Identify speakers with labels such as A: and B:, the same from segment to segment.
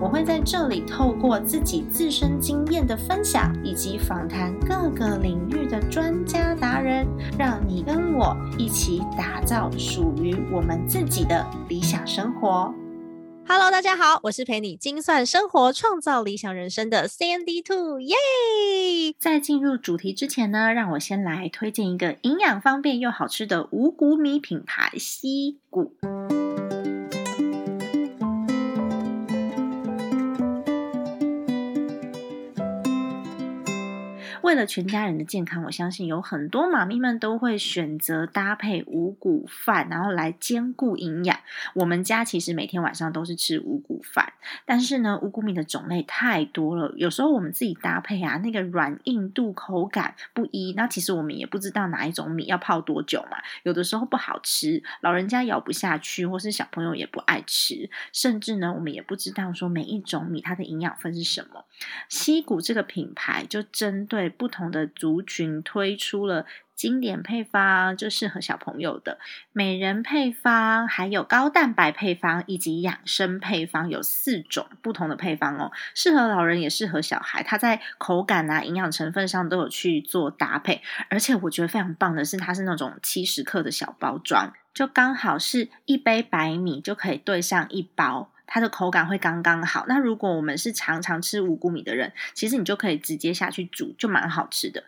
A: 我会在这里透过自己自身经验的分享，以及访谈各个领域的专家达人，让你跟我一起打造属于我们自己的理想生活。
B: Hello，大家好，我是陪你精算生活、创造理想人生的 Sandy Two，耶！
A: 在进入主题之前呢，让我先来推荐一个营养方便又好吃的五谷米品牌——西谷。为了全家人的健康，我相信有很多妈咪们都会选择搭配五谷饭，然后来兼顾营养。我们家其实每天晚上都是吃五谷饭，但是呢，五谷米的种类太多了，有时候我们自己搭配啊，那个软硬度、口感不一，那其实我们也不知道哪一种米要泡多久嘛，有的时候不好吃，老人家咬不下去，或是小朋友也不爱吃，甚至呢，我们也不知道说每一种米它的营养分是什么。西谷这个品牌就针对不同的族群推出了经典配方，就适合小朋友的美人配方，还有高蛋白配方以及养生配方，有四种不同的配方哦，适合老人也适合小孩。它在口感啊、营养成分上都有去做搭配，而且我觉得非常棒的是，它是那种七十克的小包装，就刚好是一杯白米就可以兑上一包。它的口感会刚刚好。那如果我们是常常吃五谷米的人，其实你就可以直接下去煮，就蛮好吃的。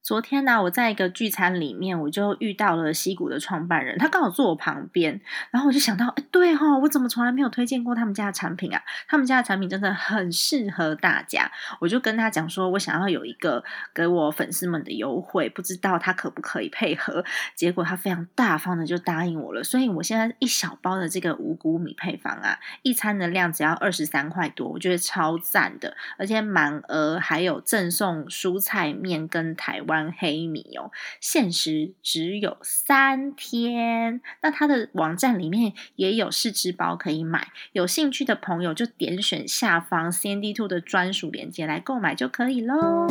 A: 昨天呢、我在一个聚餐里面，我就遇到了西谷的创办人，他刚好坐我旁边，然后我就想到，哎，对哦，我怎么从来没有推荐过他们家的产品啊？他们家的产品真的很适合大家。我就跟他讲说，我想要有一个给我粉丝们的优惠，不知道他可不可以配合。结果他非常大方的就答应我了，所以我现在一小包的这个五谷米配方啊，一餐的量只要二十三块多，我觉得超赞的，而且满额还有赠送蔬菜面跟台湾黑米哦，限时只有三天。那它的网站里面也有试吃包可以买，有兴趣的朋友就点选下方 CND Two 的专属链接来购买就可以喽。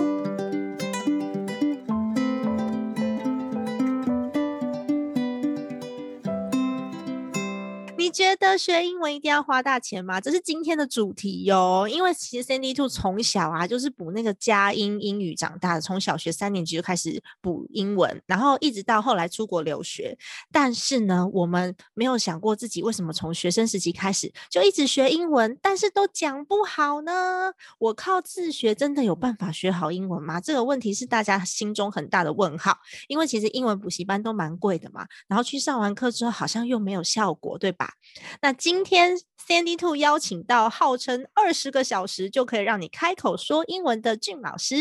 B: 你觉得学英文一定要花大钱吗？这是今天的主题哟、因为其实 Sandy Two 从小啊就是补那个佳音英语长大的，从小学三年级就开始补英文，然后一直到后来出国留学。但是呢，我们没有想过自己为什么从学生时期开始就一直学英文，但是都讲不好呢？我靠自学真的有办法学好英文吗？这个问题是大家心中很大的问号。因为其实英文补习班都蛮贵的嘛，然后去上完课之后好像又没有效果，对吧？那今天 Sandy Two 邀请到号称二十个小时就可以让你开口说英文的俊老师，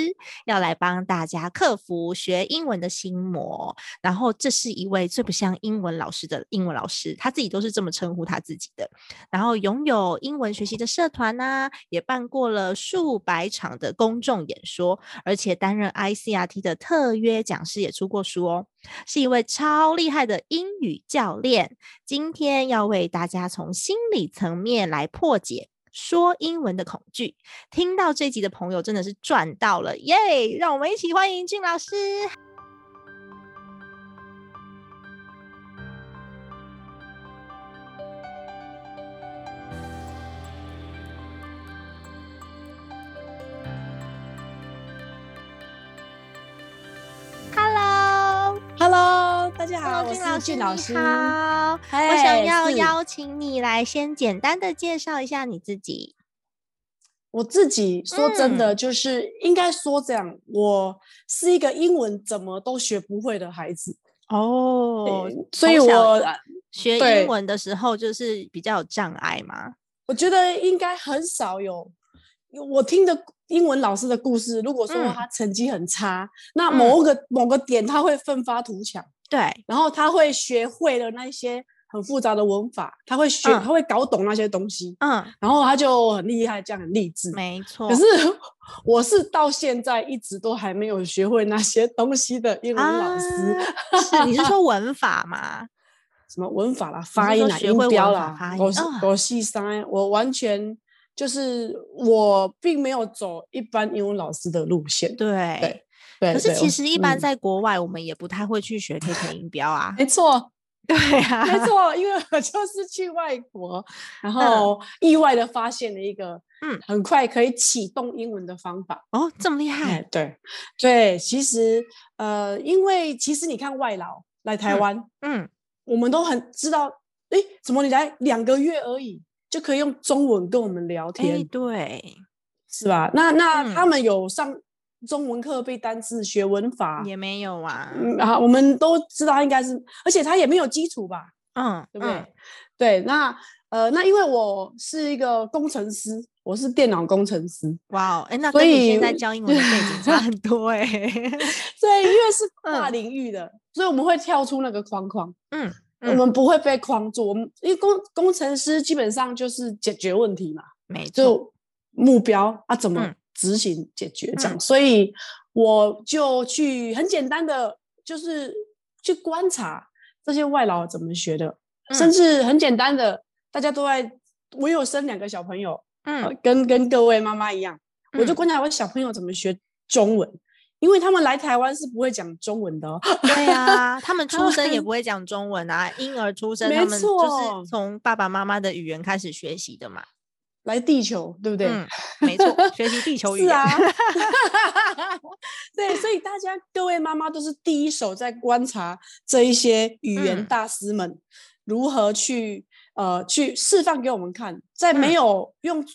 B: 要来帮大家克服学英文的心魔。然后这是一位最不像英文老师的英文老师，他自己都是这么称呼他自己的。然后拥有英文学习的社团呐、也办过了数百场的公众演说，而且担任 ICRT 的特约讲师，也出过书哦。是一位超厉害的英语教练，今天要为大家从心理层面来破解。说英文的恐惧，听到这集的朋友真的是赚到了耶！让我们一起欢迎俊老师。Hello，
C: Hello，大家好，
B: Hello，
C: 我
B: 俊
C: 是
B: 老师，
C: 俊
B: 你
C: 老师。
B: 好。
C: 嗨，
B: 我想要
C: 是
B: 邀请你来先简单的介绍一下你自己。
C: 我自己
B: 嗯
C: 说真的，就是、应该说这样，我是一个英文怎么都学不会的孩子，
B: 哦
C: 对，所以
B: 从小呃
C: 我
B: 学
C: 对
B: 英文的时候就是比较有障碍嘛。
C: 我觉得应该很少有有我听的英文老师的故事。如果说
B: 嗯
C: 他成绩很差，那某个、某个点他会奋发图强，
B: 对，
C: 然后他会学会了那一些很复杂的文法，他会学，
B: 嗯
C: 他会搞懂那些东西，
B: 嗯，
C: 然后他就很厉害，这样很励志。
B: 没错。
A: 哦
C: 可是我是到现在一直都还没有
A: 啊
C: 学会那些东西的英文老师，
B: 啊是你是说文法吗？
C: 什么文法啦、发音
A: 说
C: 啦、
A: 学
C: 音
A: 会
C: 标
A: 文法
C: 啦
A: 发，音
C: 我是
A: 啊
C: 我细三，我完全就是我并没有走一般英文老师的路线。
A: 对
C: 对。对，
A: 可是
C: 对
A: 其
C: 我
A: 实一般
C: 嗯
A: 在国外，我们也不太会去学 KK 音标 啊。
C: 没错，
A: 对啊，
C: 没错，因为我就是去外国，然后意外的发现了一个，
A: 嗯，
C: 很快可以启动英文的方法。
A: 哦，这么厉害
C: 哎，，对，对，其实呃，因为其实你看外劳来台
A: 嗯
C: 湾，
A: 嗯，
C: 我们都很知道，诶，怎么你来两个月而已就可以用中文跟我们聊天，
A: 哎，对，
C: 是吧？那那
A: 嗯
C: 他们有上中文课背单词、学文法，
A: 也没有啊，
C: 嗯啊，我们都知道他应该是，而且他也没有基础吧，
A: 嗯，
C: 对不对？
A: 嗯
C: 对，那呃，那因为我是一个工程师，我是电脑工程师，
A: 哇哦，哎，那
C: 所
A: 跟你现
C: 以
A: 在 教英文的背景差很多哎。
C: 所以因为是跨
A: 嗯
C: 领域的，所以我们会跳出那个框框。
A: 嗯
C: 我
A: 嗯
C: 们不会被框住，我们因为工工程师基本上就是解决问题嘛，
A: 没错，
C: 就目标啊，怎么
A: 嗯
C: 执行解决这样。
A: 嗯
C: 所以我就去很简单的，就是去观察这些外劳怎么学的，甚
A: 嗯
C: 至很简单的，大家都在。我有生两个小朋友，呃
A: 嗯，
C: 跟跟各位妈妈一样，我就
A: 嗯
C: 观察我小朋友怎么学中文，因为他们来台湾是不会讲中文的哦、
A: 对啊，他 们
C: 他
A: 出生也
C: 们
A: 不会讲中文啊，婴儿出生
C: 没
A: 他们就
C: 错
A: 是从爸爸妈妈的语言开始学习的嘛。
C: 来地球，对不对？
A: 嗯，没错，学习地球语
C: 是
A: 言。
C: 啊， 对，所以大家各位妈妈都是第一手在观察这一些语言
A: 嗯
C: 大师们如何去呃去示范给我们看，在
A: 嗯
C: 没有用，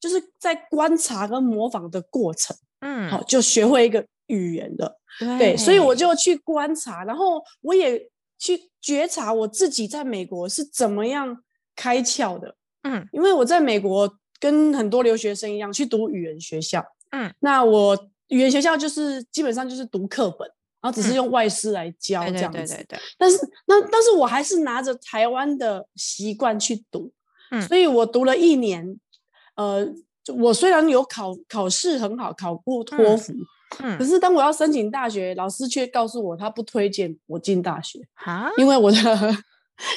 C: 就是在观察跟模仿的过程，
A: 嗯，
C: 好、就学会一个语言的。对，所
A: 哎
C: 以我就去观察，然后我也去觉察我自己在美国是怎么样开窍的。
A: 嗯
C: 因为我在美国跟很多留学生一样去读语言学校，
A: 嗯，
C: 那我语言学校就是基本上就是读课本，然后只
A: 嗯
C: 是用外师来教
A: 对
C: 这
A: 对
C: 样子。
A: 对对对，
C: 但是那但是我还是拿着台湾的习惯去读，
A: 嗯
C: 所以我读了一年，呃，就我虽然有考考试很好，考过托
A: 嗯
C: 福，可
A: 嗯
C: 是当我要申请大学，老师却告诉我他不推荐我进大学，
A: 哈
C: 因为我的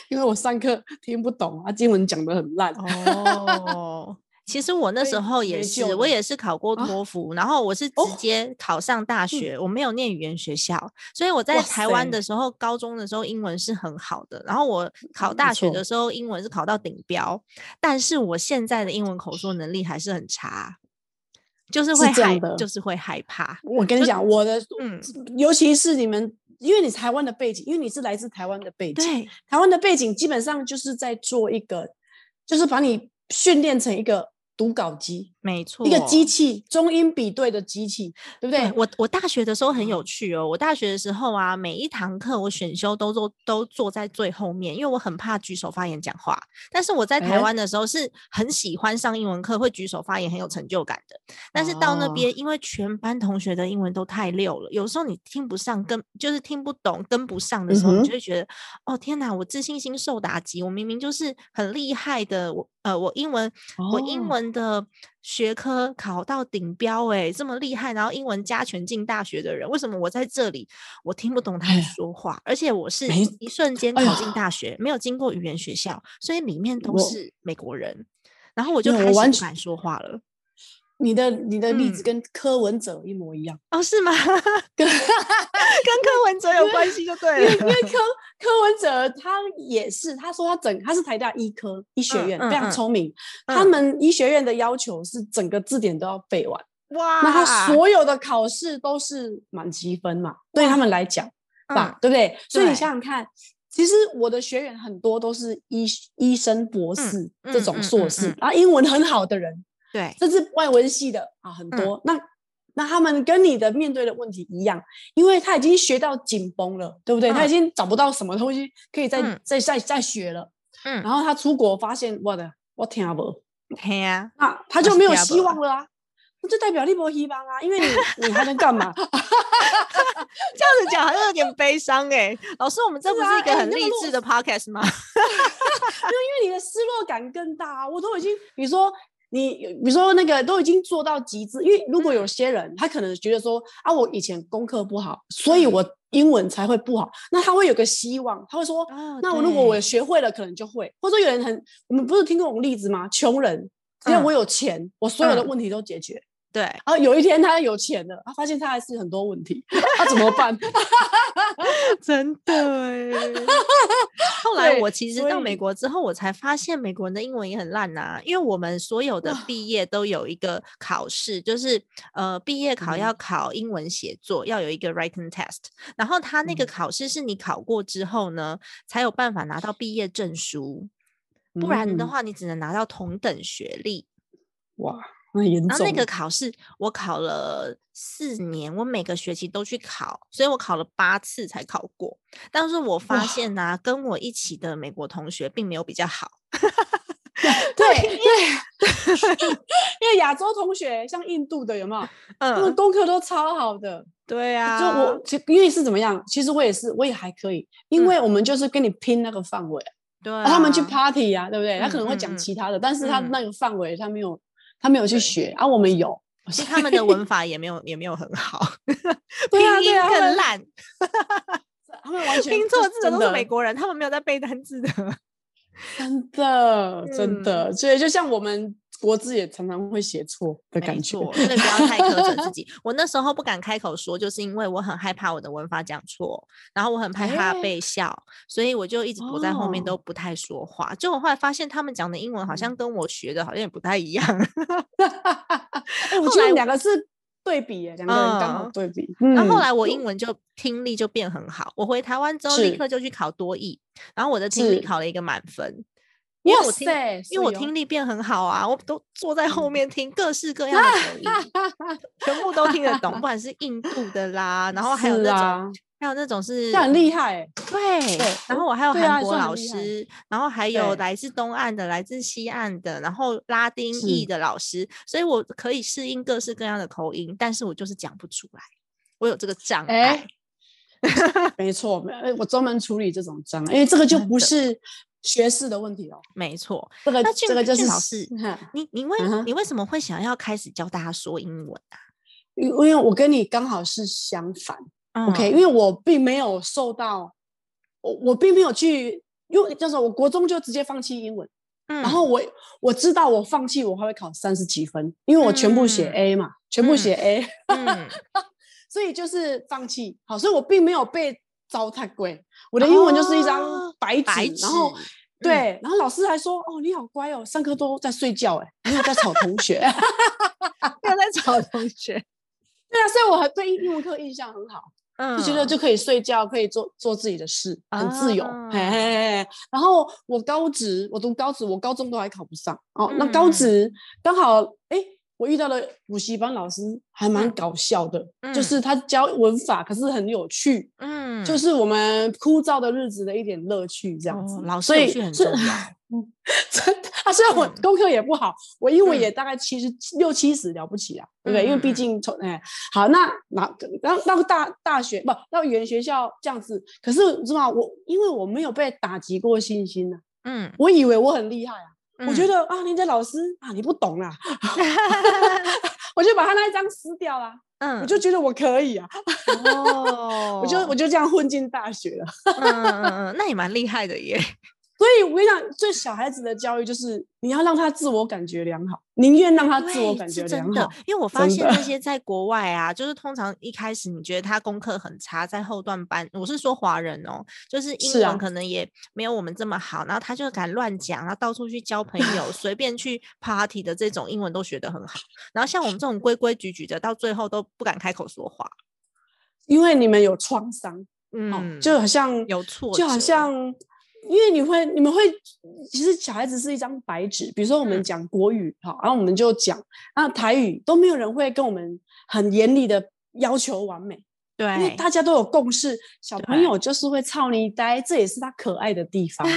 C: 因为我上课听不懂，啊，英文讲的很烂。
A: 哦。 其实我那
C: 所
A: 时
C: 以
A: 候也
C: 没
A: 是，
C: 救
A: 我
C: 了
A: 也是考过
C: 啊
A: 托福，然后我是直
C: 哦嗯
A: 接考上大学，我没有念语言学校，所以我在
C: 哇
A: 台湾
C: 塞
A: 的时候，高中的时候英文是很好的，然后我考
C: 没
A: 大学
C: 错
A: 的时候英文是考到顶标，但是我现在的英文口说能力还是很差，就是
C: 是
A: 会
C: 这样
A: 害，
C: 的
A: 就是会害怕，
C: 我跟你讲，我的，
A: 嗯，
C: 尤其是你们，因为你台湾的背景，因为你是来自台湾的背景，
A: 对，
C: 台湾的背景基本上就是在做一个，就是把你训练成一个读稿机，
A: 没错，
C: 一个机器，中英比对的机器，对不对？嗯
A: 我我大学的时候很有趣哦，我大学的时候啊，每一堂课我选修都坐都坐在最后面，因为我很怕举手发言讲话。但是我在台
C: 诶
A: 湾的时候是很喜欢上英文课，会举手发言很有成就感的。但是到那
C: 哦
A: 边，因为全班同学的英文都太溜了，有时候你听不上跟就是听不懂跟不上的时候，
C: 嗯
A: 你
C: 哼
A: 就会觉得哦天哪，我自信心受打击，我明明就是很厉害的，我呃我英文我英
C: 哦
A: 文的学科考到顶标、欸，这么厉害，然后英文加权进大学的人，为什么我在这里我听不懂他们
C: 哎呀
A: 说话？而且我是
C: 没
A: 一瞬间
C: 哎
A: 考
C: 呀
A: 进大学，没有经过语言学校，所以里面都
C: 我
A: 是美国人，然后我就
C: 没有
A: 开
C: 我
A: 始
C: 完
A: 不
C: 全
A: 敢说话了。
C: 你的你的例子
A: 嗯
C: 跟柯文哲一模一样，
A: 哦，是吗？ 跟跟柯文哲有关系就
C: 因
A: 对
C: 为因为
A: 了。
C: 柯柯文哲他也是，他说他整他是台大医科医学
A: 嗯
C: 院、
A: 嗯
C: 非常
A: 嗯
C: 聪明，他
A: 嗯
C: 们医学院的要求是整个字典都要背完。
A: 哇，
C: 那他所有的考试都是满积分嘛，对他们来讲
A: 嗯
C: 吧，对不对？所以你
A: 对
C: 想想看，其实我的学员很多都是医医生、博士、这
A: 嗯嗯
C: 种
A: 嗯
C: 硕士，
A: 嗯
C: 然后英文很好的人，
A: 对，
C: 甚至外文系的啊，很多。
A: 嗯
C: 那那他们跟你的面对的问题一样，因为他已经学到紧绷了，对不对？他
A: 嗯
C: 已经找不到什么东西可以再、
A: 嗯
C: 再再再学了。
A: 嗯
C: 然后他出国发现，我的，我听不。
A: 嘿呀、
C: 啊，他
A: 我
C: 就是没有
A: 听
C: 希
A: 无
C: 望了啊。那就代表你没希望啊，因为你你还能干嘛？
A: 这样子讲好像有点悲伤哎、老师，我们这
C: 是
A: 不是
C: 啊
A: 一个
C: 哎
A: 很
C: 那个
A: 励
C: 落
A: 志 的 podcast 吗？
C: 因为你的失落感更大啊！我都已经，你说你比如说那个都已经做到极致，因为如果有些人他可能觉得说啊，我以前功课不好，所以我英文才会不好，那他会有个希望，他会说，
A: 哦
C: 那我如果我
A: 对
C: 学会了，可能就会，或者说有人很，我们不是听过那种例子吗？穷人，只要
D: 嗯
C: 我有钱，我所有的
D: 嗯
C: 问题都解决。
A: 对，
C: 然后有一天他有钱了，他发现他还是很多问题， 他怎么办？
A: 真的欸。 后来
C: 对
A: 我其实
C: 所
A: 到
C: 以
A: 美国之后，我才发现美国人的英文也很烂呐、因为我们所有的
C: 哇
A: 毕业都有一个考试，就是呃毕业考
C: 嗯
A: 要考英文写作，要有一个 writing test，然后他那个
C: 嗯
A: 考试是你考过之后呢，才有办法拿到毕业证书，不然的
C: 嗯，
A: 话你只能拿到同等学历。
C: 哇，那严
A: 然
C: 重
A: 后
C: 了。
A: 那个考试我考了四年，我每个学期都去考，所以我考了八次才考过。但是我发
C: 哇
A: 现呢、跟我一起的美国同学并没有比较好。
C: 对对，因为 亚洲同学像印度的有没有？他们
A: 嗯，
C: 功课都超好的。
A: 对啊，
C: 就我其因为是怎么样？其实我也是，我也还可以，因
A: 嗯
C: 为我们就是跟你拼那个范围，
A: 对、
C: 啊他们去 party 啊，对不对？他可
A: 嗯
C: 能会
A: 嗯
C: 讲
A: 嗯
C: 其他的，但是他
A: 嗯
C: 那个范围他没有，他没有去
A: 对
C: 学啊，我们有。
A: 其实他们的文法也没 有也没有很好，
C: 对啊，
A: 拼音
C: 对啊，他
A: 更
C: 们
A: 烂，
C: 他们完全
A: 拼
C: 就
A: 错
C: 是
A: 字的
C: 真
A: 都是
C: 的
A: 美国人，他们没有在背单字的。
C: 真的真
A: 嗯
C: 的，所以就像我们国字也常常会写错的
A: 没
C: 感觉。
A: 错所以不要太苛责 自己。我那时候不敢开口说，就是因为我很害怕我的文法讲错，然后我很害怕
C: 哎哦
A: 被笑，所以我就一直躲在后面，都不太说话。就我后来发现，他们讲的英文好
C: 嗯
A: 像跟我学的好像也不太一样。
C: 哎，我
A: 后
C: 觉得
A: 来
C: 你两个是对比耶，两个人刚好
A: 嗯
C: 对比。
A: 然后后
C: 嗯
A: 来我英文就听力就变很好，我回台湾之后立
C: 是
A: 刻就去考多译，然后我的听力
C: 是
A: 考了一个满分。因为
C: 哇
A: 我听
C: 塞，
A: 因为我
C: 是哦
A: 听力变很好啊，我都坐在后
C: 嗯
A: 面听各式各样的口 音，全部都听得懂，不管是印度的啦，然后还有
C: 是
A: 那种。
C: 啊
A: 还有那种是
C: 这很厉害欸，
A: 对
C: 对，
A: 然
C: 我
A: 后我还有
C: 对
A: 韩
C: 啊
A: 国
C: 算很
A: 老
C: 厉害
A: 师，然后还有
C: 对
A: 来自东岸的、来自西岸的，然后拉丁裔
C: 是
A: 的老师，所以我可以适应各式各样的口音，但是我就是讲不出来，我有这个障碍。
C: 哎没错，没呃我专门处理这种障碍，因为这个就
A: 真
C: 不
A: 的
C: 是学士的问题哦，
A: 没错，
C: 这个
A: 那俊
C: 这个就
A: 俊
C: 是
A: 老师
C: 哈
A: 你你为、
C: 嗯哼
A: 你为什么会想要开始教大家说英文啊？
C: 因因为我跟你刚好是相反，OK，因
A: 嗯
C: 为我并没有受到，我我并没有去，因为就是我国中就直接放弃英文，
A: 嗯
C: 然后我我知道我放弃我还会考三十几分，因为我全部写
A: 嗯
C: A 嘛，全部写 A，
A: 嗯，
C: 所以就是放弃。好，所以我并没有被糟蹋过，欸我的英文就是一张
A: 哦
C: 白纸，
A: 白
C: 然后
A: 纸
C: 对，然后老师还说：“哦，你好乖哦，上课都在睡觉，哎，没有在吵同 学。”
A: 不要再找同 学，
C: 对啊，所以我还对英英文课印象很好，
A: 嗯
C: 就觉得就可以睡觉，可以做做自己的事，很自由。
A: 啊
C: 嘿嘿嘿嘿然后我高职，我读高职，我高中都还考不上哦。那
A: 嗯
C: 高
A: 嗯
C: 职刚好，哎，我遇到了补习班老师，还蛮
A: 嗯
C: 搞笑的，
A: 嗯
C: 就是他教文法，可是很有趣。
A: 嗯，
C: 就是是我们枯燥的日子的一点乐趣，这样子。
A: 哦老师
C: 所
A: 有
C: 以
A: 趣很
C: 是
A: 重
C: 真的啊，虽然我
A: 嗯
C: 功课也不好，我英文
A: 嗯
C: 也大概七十六七十了不起啊，对不对？因为
A: 嗯嗯
C: 毕
A: 嗯
C: 竟从哎好，那那到到大大学不到语言学校这样子，可是你知道吗？我因为我没有被打击过信心呢、
A: 嗯，
C: 我以为我很厉害啊，我觉
A: 得
C: 得啊，人家老师啊，你不 懂啊， 我就把他那一张撕掉啦、
A: 嗯，
C: 我就觉得我可以啊，
A: 哦，
C: 我就我就这样混进大学了。
A: 嗯嗯嗯，嗯，那也蛮厉害的耶。
C: 所以我跟你讲，对小孩子的教育就是你要让他自我感觉良好，宁愿让他自我
A: 对
C: 感
A: 是
C: 觉
A: 真
C: 良
A: 的
C: 好。，
A: 因为我发
C: 真
A: 现
C: 的
A: 那些在国外啊，就是通常一开始你觉得他功课很差，在后段班，我是说华人哦，就是英
C: 是啊
A: 文可能也没有我们这么好，然后他就敢乱讲，然后到处去交朋友，随便去 party 的这种英文都学得很好，然后像我们这种规规矩矩的，到最后都不敢开口说
C: 哦
A: 话。
C: 因为你们有创伤，
A: 嗯，
C: 哦，就好像
A: 有挫
C: 就好
A: 折
C: 像，因为你会，你们会，其实小孩子是一张白纸。比如说我们
A: 嗯
C: 讲国语，好、然后我们就讲，那台语都没有人会跟我们很严厉的要求完美，因为
A: 对，
C: 大家都有共识，小朋
A: 对
C: 友就是会操你呆，这也是他可爱的地 方，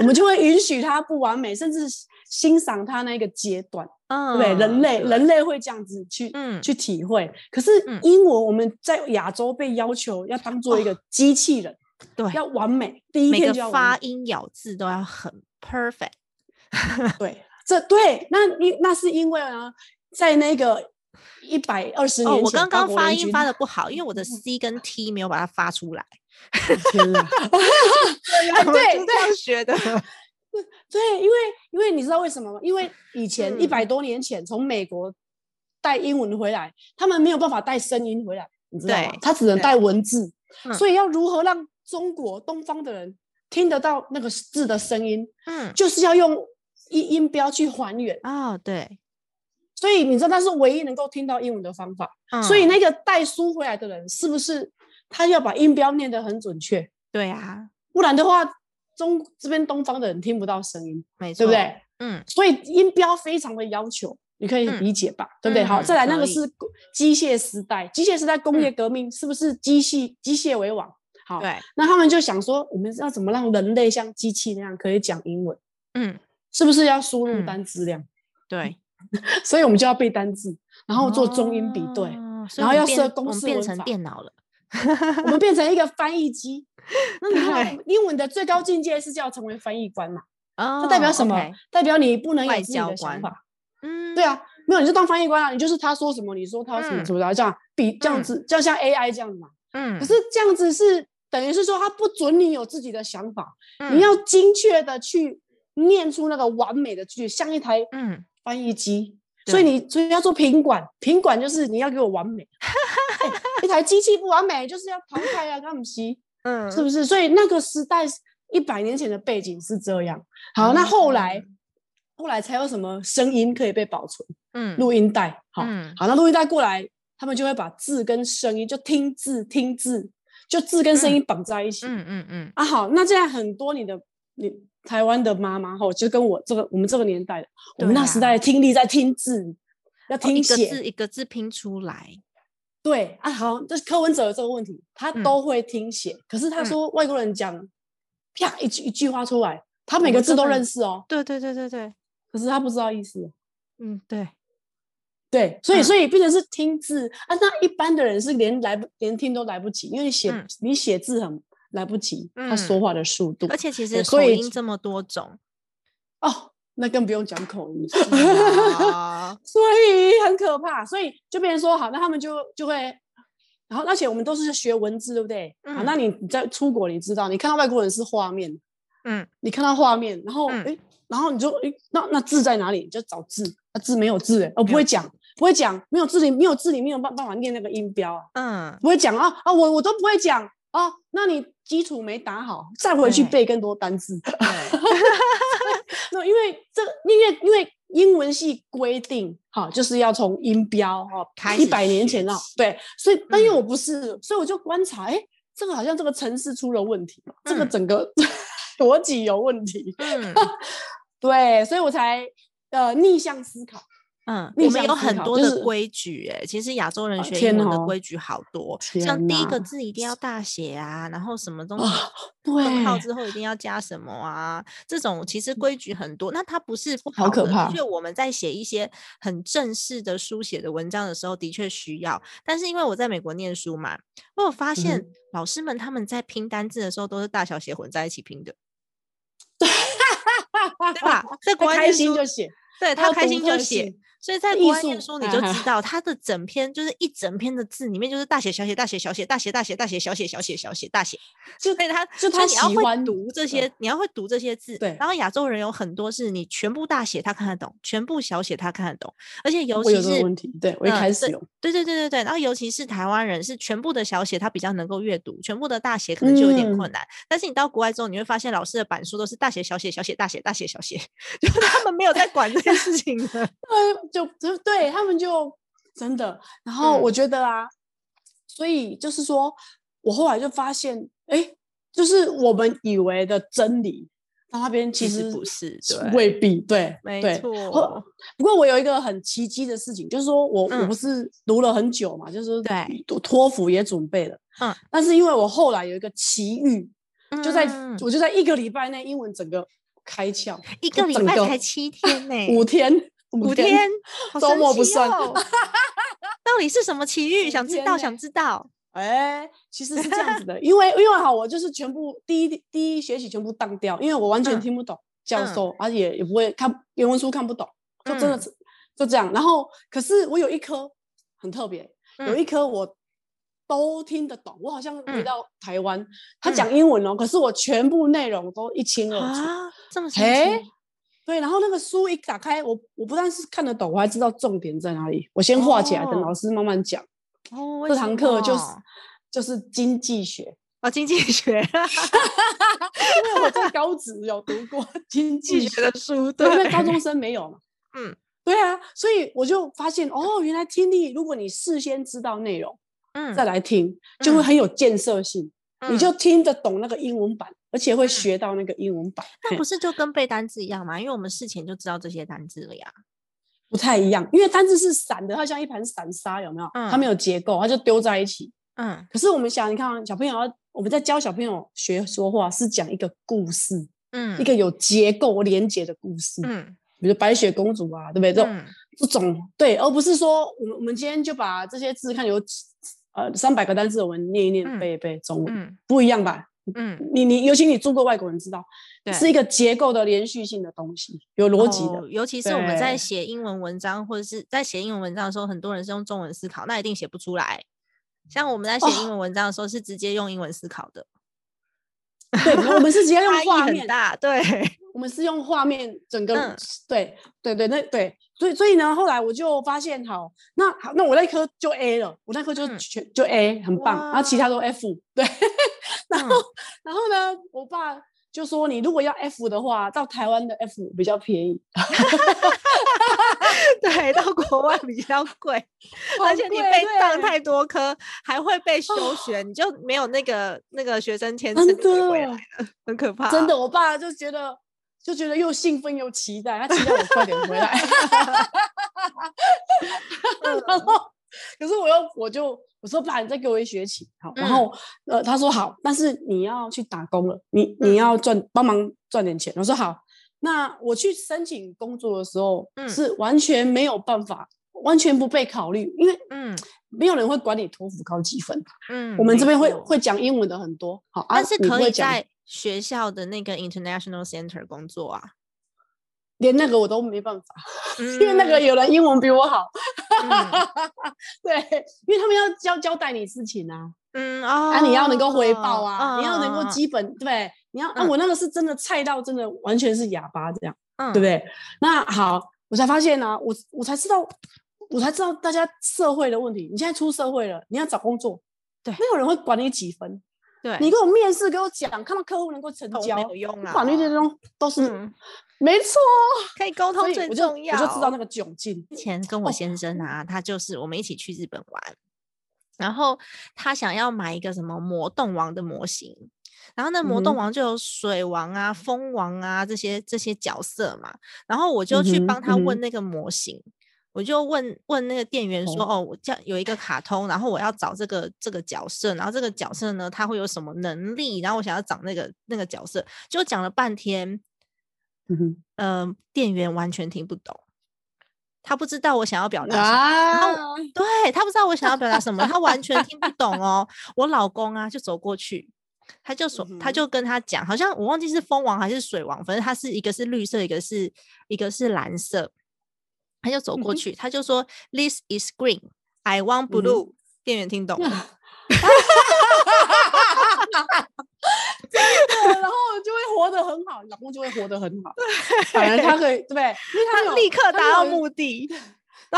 C: 我们就会允许他不完美，甚至欣赏他那个阶段。
A: 嗯
C: 对，人类人类会这样子去、
A: 嗯
C: 去体会。可是
A: 嗯
C: 英文我们在亚洲被要求要当做一个机器人，
A: 对，
C: 要完美，第一
A: 每
C: 天
A: 个
C: 就要完
A: 发
C: 美
A: 音咬字都要很 perfect。
C: 对。这对，那因那是因为呢，在那个一百二十年
A: 哦，
C: 前，
A: 我刚
C: 八
A: 刚
C: 国
A: 发
C: 联
A: 音
C: 军
A: 发的不好，因为我
C: 嗯
A: 的 C 跟 T 没有把它发出来。
C: 天哪啊
A: 我们
C: 对
A: 就是这样学的。
C: 对，因为因为你知道为什么吗？因为以前一
A: 嗯
C: 百多年前从美国带英文回来，他们没有办法带声音回来，你知道吗
A: 对？
C: 他只能
A: 对
C: 带文字，
A: 嗯
C: 所以要如何让中国东方的人听得到那个字的声音，
A: 嗯，
C: 就是要用音音标去还原。
A: 哦，对，
C: 所以你知道，那是唯一能够听到英文的方法。所以
A: 嗯
C: 那个带书回来的人，是不是他要把音标念得很准确？
A: 对啊，
C: 不然的话，中这边东方的人听不到声音，
A: 没错，
C: 对不对？？
A: 嗯，
C: 所以音标非常的要求，你可以
A: 嗯
C: 理解吧，对不对？好，
A: 嗯
C: 再来那
A: 可
C: 个
A: 以嗯
C: 是工机械时代，机械时代工业革命是不是机器机械为王？好，
A: 对，
C: 那他们就想说，我们要怎么让人类像机器那样可以讲英文？
A: 嗯，
C: 是不是要输入
A: 嗯
C: 单字量？
A: 对，
C: 所以我们就要背单字，然后做中英比对，
A: 哦所以我
C: 然后
A: 们
C: 要
A: 变
C: 设公
A: 我们
C: 式
A: 变
C: 文
A: 成
C: 法
A: 电脑了。
C: 我们变成一个翻译机。那你 看
A: 对
C: 到英文的最高境界是叫成为翻译官嘛？
A: 哦，
C: 这代表什么
A: OK？
C: 代表你不能有
A: 外
C: 自己的
A: 交官
C: 想法。
A: 嗯，
C: 对啊，没有你就当翻译官啊，你就是他说什么，你说他什么
A: 嗯
C: 什么的，这样比这样
A: 嗯
C: 子，就像 AI 这样子嘛。
A: 嗯，
C: 可是这样子是等于是说，他不准你有自己的想法，
A: 嗯
C: 你要精确的去念出那个完美的句，像一台
A: 嗯，
C: 翻译机。所以
A: 对
C: 你所以要做品管，品管就是你要给我 完美，哎一台机器不完美就是要淘汰啊，干不西
A: 嗯
C: 是不是？所以那个时代一百年前的背景是这样。
A: 嗯
C: 好，那后来后来才有什么声音可以被保存？
A: 嗯
C: 录音带，好，
A: 嗯
C: 好，那录音带过来，他们就会把字跟声音就听字听字，就字跟声音绑在一起、
A: 嗯嗯嗯
C: 啊。好，那现在很多你的你台湾的妈妈吼，就跟我这个我们这个年代的，我们
A: 对
C: 那时
A: 啊
C: 代的听力在听字，要
A: 哦一
C: 听
A: 个
C: 写，
A: 字一个字拼出来。
C: 对啊。好，这柯文哲有这个问题，他
A: 嗯
C: 都会听写，可是他
A: 嗯
C: 说外国人讲，啪一句一句话出来，他每
A: 我
C: 个
A: 们
C: 字
A: 根
C: 都
A: 本
C: 认识哦，
A: 对对对对对，
C: 可是他不知道意思。哦
A: 嗯对，
C: 对，所以
A: 嗯
C: 所以变成是听字啊，那一般的人是连来不连听都来不及，因为你写、
A: 嗯
C: 你写字很来不及，他说
A: 嗯
C: 话的速度
A: 而且其
C: 对
A: 实
C: 所
A: 口
C: 以
A: 音这么多种，
C: 哦，那更不用讲口音，
A: 哇
C: 所以很可怕，所以就变成说好，那他们就就会。然后，而且我们都是学文字，对不对？啊，那你你在出国，你知道，你看到外国人是画面，
A: 嗯
C: 你看到画面，然后
A: 嗯
C: 诶，然后你就诶，那那字在哪里？你就找字，那字没有字诶，我不会讲，不会讲，没有字你没有字你没有办办法念那个音标啊。
A: 嗯
C: 不会讲啊啊，我我都不会讲啊，那你基础没打好，再回去
A: 对
C: 背更多单词。
A: 对，
C: 那因为这个，因为因为英文系规定，哈、就是要从音标哈
A: 开
C: 一
A: 始
C: 百年前
A: 学
C: 啊，
A: 起
C: 对，所以但因为
A: 嗯
C: 我不是，所以我就观察，哎，这个好像这个城市出了问题，这个
A: 嗯
C: 整个 逻辑有问题，
A: 嗯
C: 对，所以我才呃逆向思考，
A: 嗯，
C: 逆
A: 我们
C: 向
A: 有
C: 思
A: 很
C: 考
A: 多
C: 就
A: 的
C: 是
A: 规矩诶，其实亚洲人
C: 啊
A: 学
C: 天
A: 英文的
C: 哦
A: 规矩好多，像第一个
C: 天哪
A: 字一定要大写啊，然后什么东西
C: 啊
A: 分号
C: 对，
A: 之后一定要加什么啊？这种其实规矩很多，那它不是不
C: 好可
A: 的
C: 怕
A: 的确，我们在写一些很正式的书写的文章的时候，的确需要。但是因为我在美国念书嘛，我有发现、
C: 嗯
A: 老师们他们在拼单字的时候都是大小写混在一起 拼的，对吧？在国
C: 他
A: 外
C: 开
A: 念
C: 心
A: 书
C: 就写，
A: 对
C: 它
A: 他
C: 有
A: 开
C: 独
A: 心
C: 特
A: 就写
C: 性，
A: 所以在
C: 艺
A: 国外念
C: 术
A: 书你就
C: 啊
A: 知道，它的整篇就是一整篇的字里面就是大写小写大写小写大写大写大写小写小写小写大 写，
C: 就
A: 所以他所
C: 就
A: 以
C: 他
A: 你要
C: 喜
A: 会
C: 欢嗯
A: 读这
C: 的
A: 些，你要会读这些字。
C: 对
A: 然后亚洲人有很多是你全部大写他看得懂，全部小写他看得懂，而且尤
C: 哦我
A: 其
C: 有这个
A: 是
C: 问题，对我一
A: 嗯
C: 开始有。
A: 对对对对对，然后尤其是台湾人是全部的小写他比较能够阅读，全部的大写可能就有点
C: 嗯
A: 困难。但是你到国外之后，你会发现老师的板书都是大写小写小写大写大写小写， 就是他们没有在管这件事情的。
C: 对，就就对他们就真的。然后
A: 嗯
C: 我觉得啊，所以就是说我后来就发现，哎，就是我们以为的真理，到那边
A: 其
C: 实
A: 实不是，
C: 是
A: 对，
C: 未必对，
A: 没
C: 对。
A: 错，
C: 不过我有一个很奇迹的事情，就是说我、我
A: 嗯
C: 不是读了很久嘛，就是
A: 对
C: 托托福也准备了，
A: 嗯，
C: 但是因为我后来有一个奇遇，就在、
A: 嗯
C: 我就在一个礼拜内英文整个开窍，
A: 一
C: 就
A: 个礼
C: 整
A: 拜
C: 个
A: 才七天呢、
C: 五天，
A: 五天，好
C: 周
A: 神
C: 末不
A: 奇
C: 算
A: 哦 到底是什么奇遇？
C: 五
A: 想知
C: 天
A: 道，
C: 呢
A: 想知道。
C: 哎、其实是这样子的，因为因为好，我就是全部第一第一学期全部当掉，因为我完全
A: 嗯
C: 听不懂，教
A: 嗯
C: 授，而、也也不会看原文书看不懂，就真的
A: 嗯
C: 是、就这样。然后可是我有一科很特别，有
A: 嗯
C: 一科我都听得懂，我好像回
A: 嗯
C: 到台湾，他
A: 嗯
C: 讲英文哦，可是我全部内容都一清二楚。
A: 啊，这么神
C: 哎
A: 奇，
C: 对，然后那个书一打开，我我不但是看得懂，我还知道重点在哪里。我先画起来，等老
A: 哦
C: 师慢慢讲。
A: 哦，为
C: 这
A: 什
C: 堂课就是
A: 么
C: 就是经济学，
A: 哦，经济 学，
C: 因为我在高职有读 过经济学
A: 的书，
C: 对，因为高中生没有嘛。
A: 嗯，
C: 对啊，所以我就发现哦，原来听力，如果你事先知道内容
A: 嗯，
C: 再来听，就会
A: 嗯
C: 很有建设性，你
A: 嗯
C: 就听得懂那个英文版，而且会学到那个英文版。
A: 那
C: 嘿
A: 不是就跟背单词一样吗？因为我们事前就知道这些单词了呀。
C: 不太一样，因为单字是散的，它像一盘散沙，有没有？它
A: 嗯
C: 没有结构，它就丢在一起。
A: 嗯
C: 可是我们想，你看啊小朋友要，我们在教小朋友学说话，是讲一个故事，
A: 嗯
C: 一个有结构连结的故事，
A: 嗯
C: 比如白雪公主啊，对不对？这种、
A: 嗯
C: 这种对，而不是说我们我们今天就把这些字看有几呃三百个单字，我们念一念、
A: 嗯
C: 背一背中文，
A: 嗯
C: 不一样吧？
A: 嗯，
C: 你你尤其你住过外国人知道，
A: 对，
C: 是一个结构的连续性的东西，有逻辑的。
A: 哦尤其是我们在
C: 对
A: 写英文文章或者是在写英文文章的时候，很多人是用中文思考，那一定写不出来。像我们在写英
C: 哦
A: 文文章的时候，是直接用英文思考的，
C: 对，我们是直接用
A: 差异
C: 画
A: 很
C: 面，
A: 大。对，
C: 我们是用画面整个、
A: 嗯
C: 对对对，那对，所以所以呢，后来我就发现，好，那好，那我那科就 A 了，我那科就
A: 嗯
C: 全、就 A，很棒，然后其
A: 哇
C: 他都 F，对， 然
A: 嗯
C: 后、然后呢，我爸就说，你如果要 F 的话，到台湾的 F 比较便宜，
A: 对，到国外比较贵，
C: 好
A: 而且你
C: 贵
A: 被当
C: 对
A: 太多科，还会被休学，你就没有那个那个学生签证
C: 真
A: 就不会回来
C: 的
A: 了，很可怕。
C: 真的，我爸就觉得就觉得又兴奋又期待，他期待我快点回 来。然后，可是我又我就我说爸，你再给我一学期，好，然
A: 嗯
C: 后、呃他说好，但是你要去打工了，你
A: 嗯
C: 你要赚帮忙赚点钱。我说好，那我去申请工作的时候、
A: 嗯
C: 是完全没有办法，完全不被考虑，因为
A: 嗯
C: 没有人会管你托福高几分。
A: 嗯，
C: 我们这
A: 没
C: 边会
A: 错
C: 会讲英文的很多，好，啊
A: 但是
C: 你不
A: 可
C: 会
A: 以
C: 讲
A: 在学校的那个 international center 工作啊，
C: 连那个我都没办法。
A: 因
C: 因为那个有人英文比我好，
A: 嗯
C: 对， 因为他们要交交代你事情啊，
A: 嗯哦，
C: 啊，你要能够回报啊，
A: 嗯
C: 你要能够，基本对，你要啊，我那个是真的菜到真的完全是哑巴这样，
A: 嗯嗯嗯
C: 对不对？那好，我才发现呢、我我才知道，我才知道大家社会的问题。你现在出社会了，你要找工作，
A: 对
C: 没有人会管你几分，
A: 对，
C: 你给我面试，给我讲，看到客户能够成
A: 沟通
C: 交
A: 没，有用啊，
C: 法律这种都是、
A: 嗯
C: 没错，
A: 可以沟
C: 所
A: 通
C: 以
A: 最
C: 我就
A: 重
C: 我
A: 要。
C: 就知道那个窘境，
A: 之前跟我
C: 哦
A: 先生啊，他就是我们一起去日本玩，然后他想要买一个什么魔动王的模型，然后那魔
C: 嗯
A: 动
C: 哼
A: 王就有水王啊、风王啊这些这些角色嘛，然后我就去
C: 嗯哼
A: 帮他
C: 嗯
A: 问
C: 哼
A: 那个模型。我就问问那个店员说：“哦，我叫有一个卡通，然后我要找这个这个角色，然后这个角色呢，他会有什么能力？然后我想要找那个那个角色，就讲了半天，
C: 嗯哼
A: 呃，店员完全听不懂，他不知道我想要表达什么。
C: 啊，
A: 对他不知道我想要表达什么，他完全听不 懂哦。我老公啊，就走过去，他就说，
C: 嗯
A: 他
C: 哼
A: 就跟他讲，好像我忘记是蜂王还是水王，反正它是一个是绿色，一个是一个是蓝色。他就走过
C: 嗯哼
A: 去，他就说，This is green, I want
C: 嗯哼
A: blue、店员 听懂了，
C: 对，然后就会活得很好，老公就会活得很好。反而他可以对不对？因为
A: 他
C: 有
A: 立刻
C: 他
A: 达到
C: 有
A: 目的。
C: 他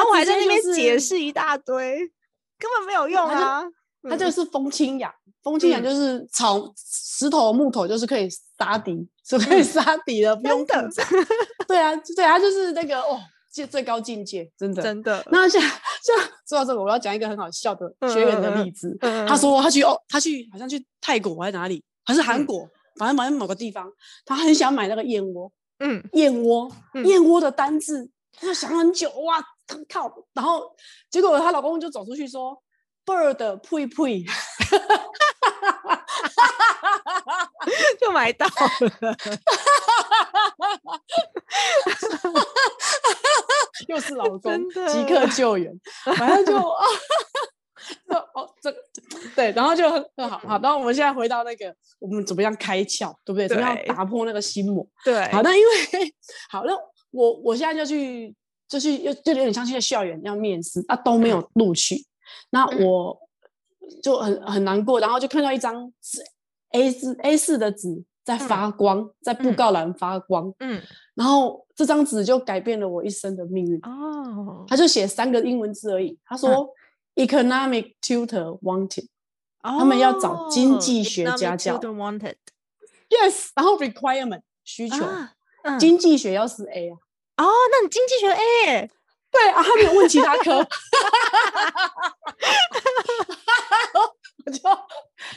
A: 然后我
C: 直
A: 还在
C: 接
A: 那
C: 就
A: 边解
C: 是
A: 释一大堆，根本没有用
C: 他就
A: 啊。
C: 他
A: 嗯
C: 就是风清扬，风清扬
A: 嗯
C: 就是草、石头、木头，就是可以杀敌，是可以
A: 嗯
C: 杀敌的，不用
A: 真的
C: 负责对啊，对啊，他就是那个哦，界最高境界，真的。
A: 真的，
C: 那像像说到这个，我要讲一个很好笑的学员
A: 嗯嗯
C: 的
A: 嗯
C: 例子。
A: 他
C: 他说他去哦，他去好像去泰国还是哪里，还是韩
A: 嗯
C: 国，反正反正某个地方，他很想买那个燕窝，
A: 嗯
C: 燕窝，
A: 嗯
C: 燕窝的单字，她就想很久，哇，她靠！然后结果她老公就走出去说，bird 呸 呸，
A: 就买到了，
C: 又是老公
A: 真的
C: 即刻救援，反正就啊。这哦，这对，然后就很很好好。然后我们现在回到那个，我们怎么样开窍，对不对？怎么样
A: 对
C: 打破那个心魔？
A: 对，
C: 好，那因为好，那我我现在就去，就去，又就有点像去校园要面试啊，都没有
A: 嗯
C: 录取。那
D: 嗯
C: 我就很很难过，然后就看到一张纸 A 四 A 四的纸在
A: 嗯
C: 发光，在布
A: 嗯
C: 告栏发光，
A: 嗯，
C: 然后这张纸就改变了我一生的命运。
A: 哦，
C: 他就写三个英文字而已，他说
A: 嗯
C: economic tutor wanted。
A: 他
C: 们要找经济学家教
A: wanted
C: Yes，然后 requirement 需求，
A: 啊，嗯，
C: 经济学要是 A 啊，
A: 哦，那你经济学 A，
C: 对啊，他没有问其他科， 我就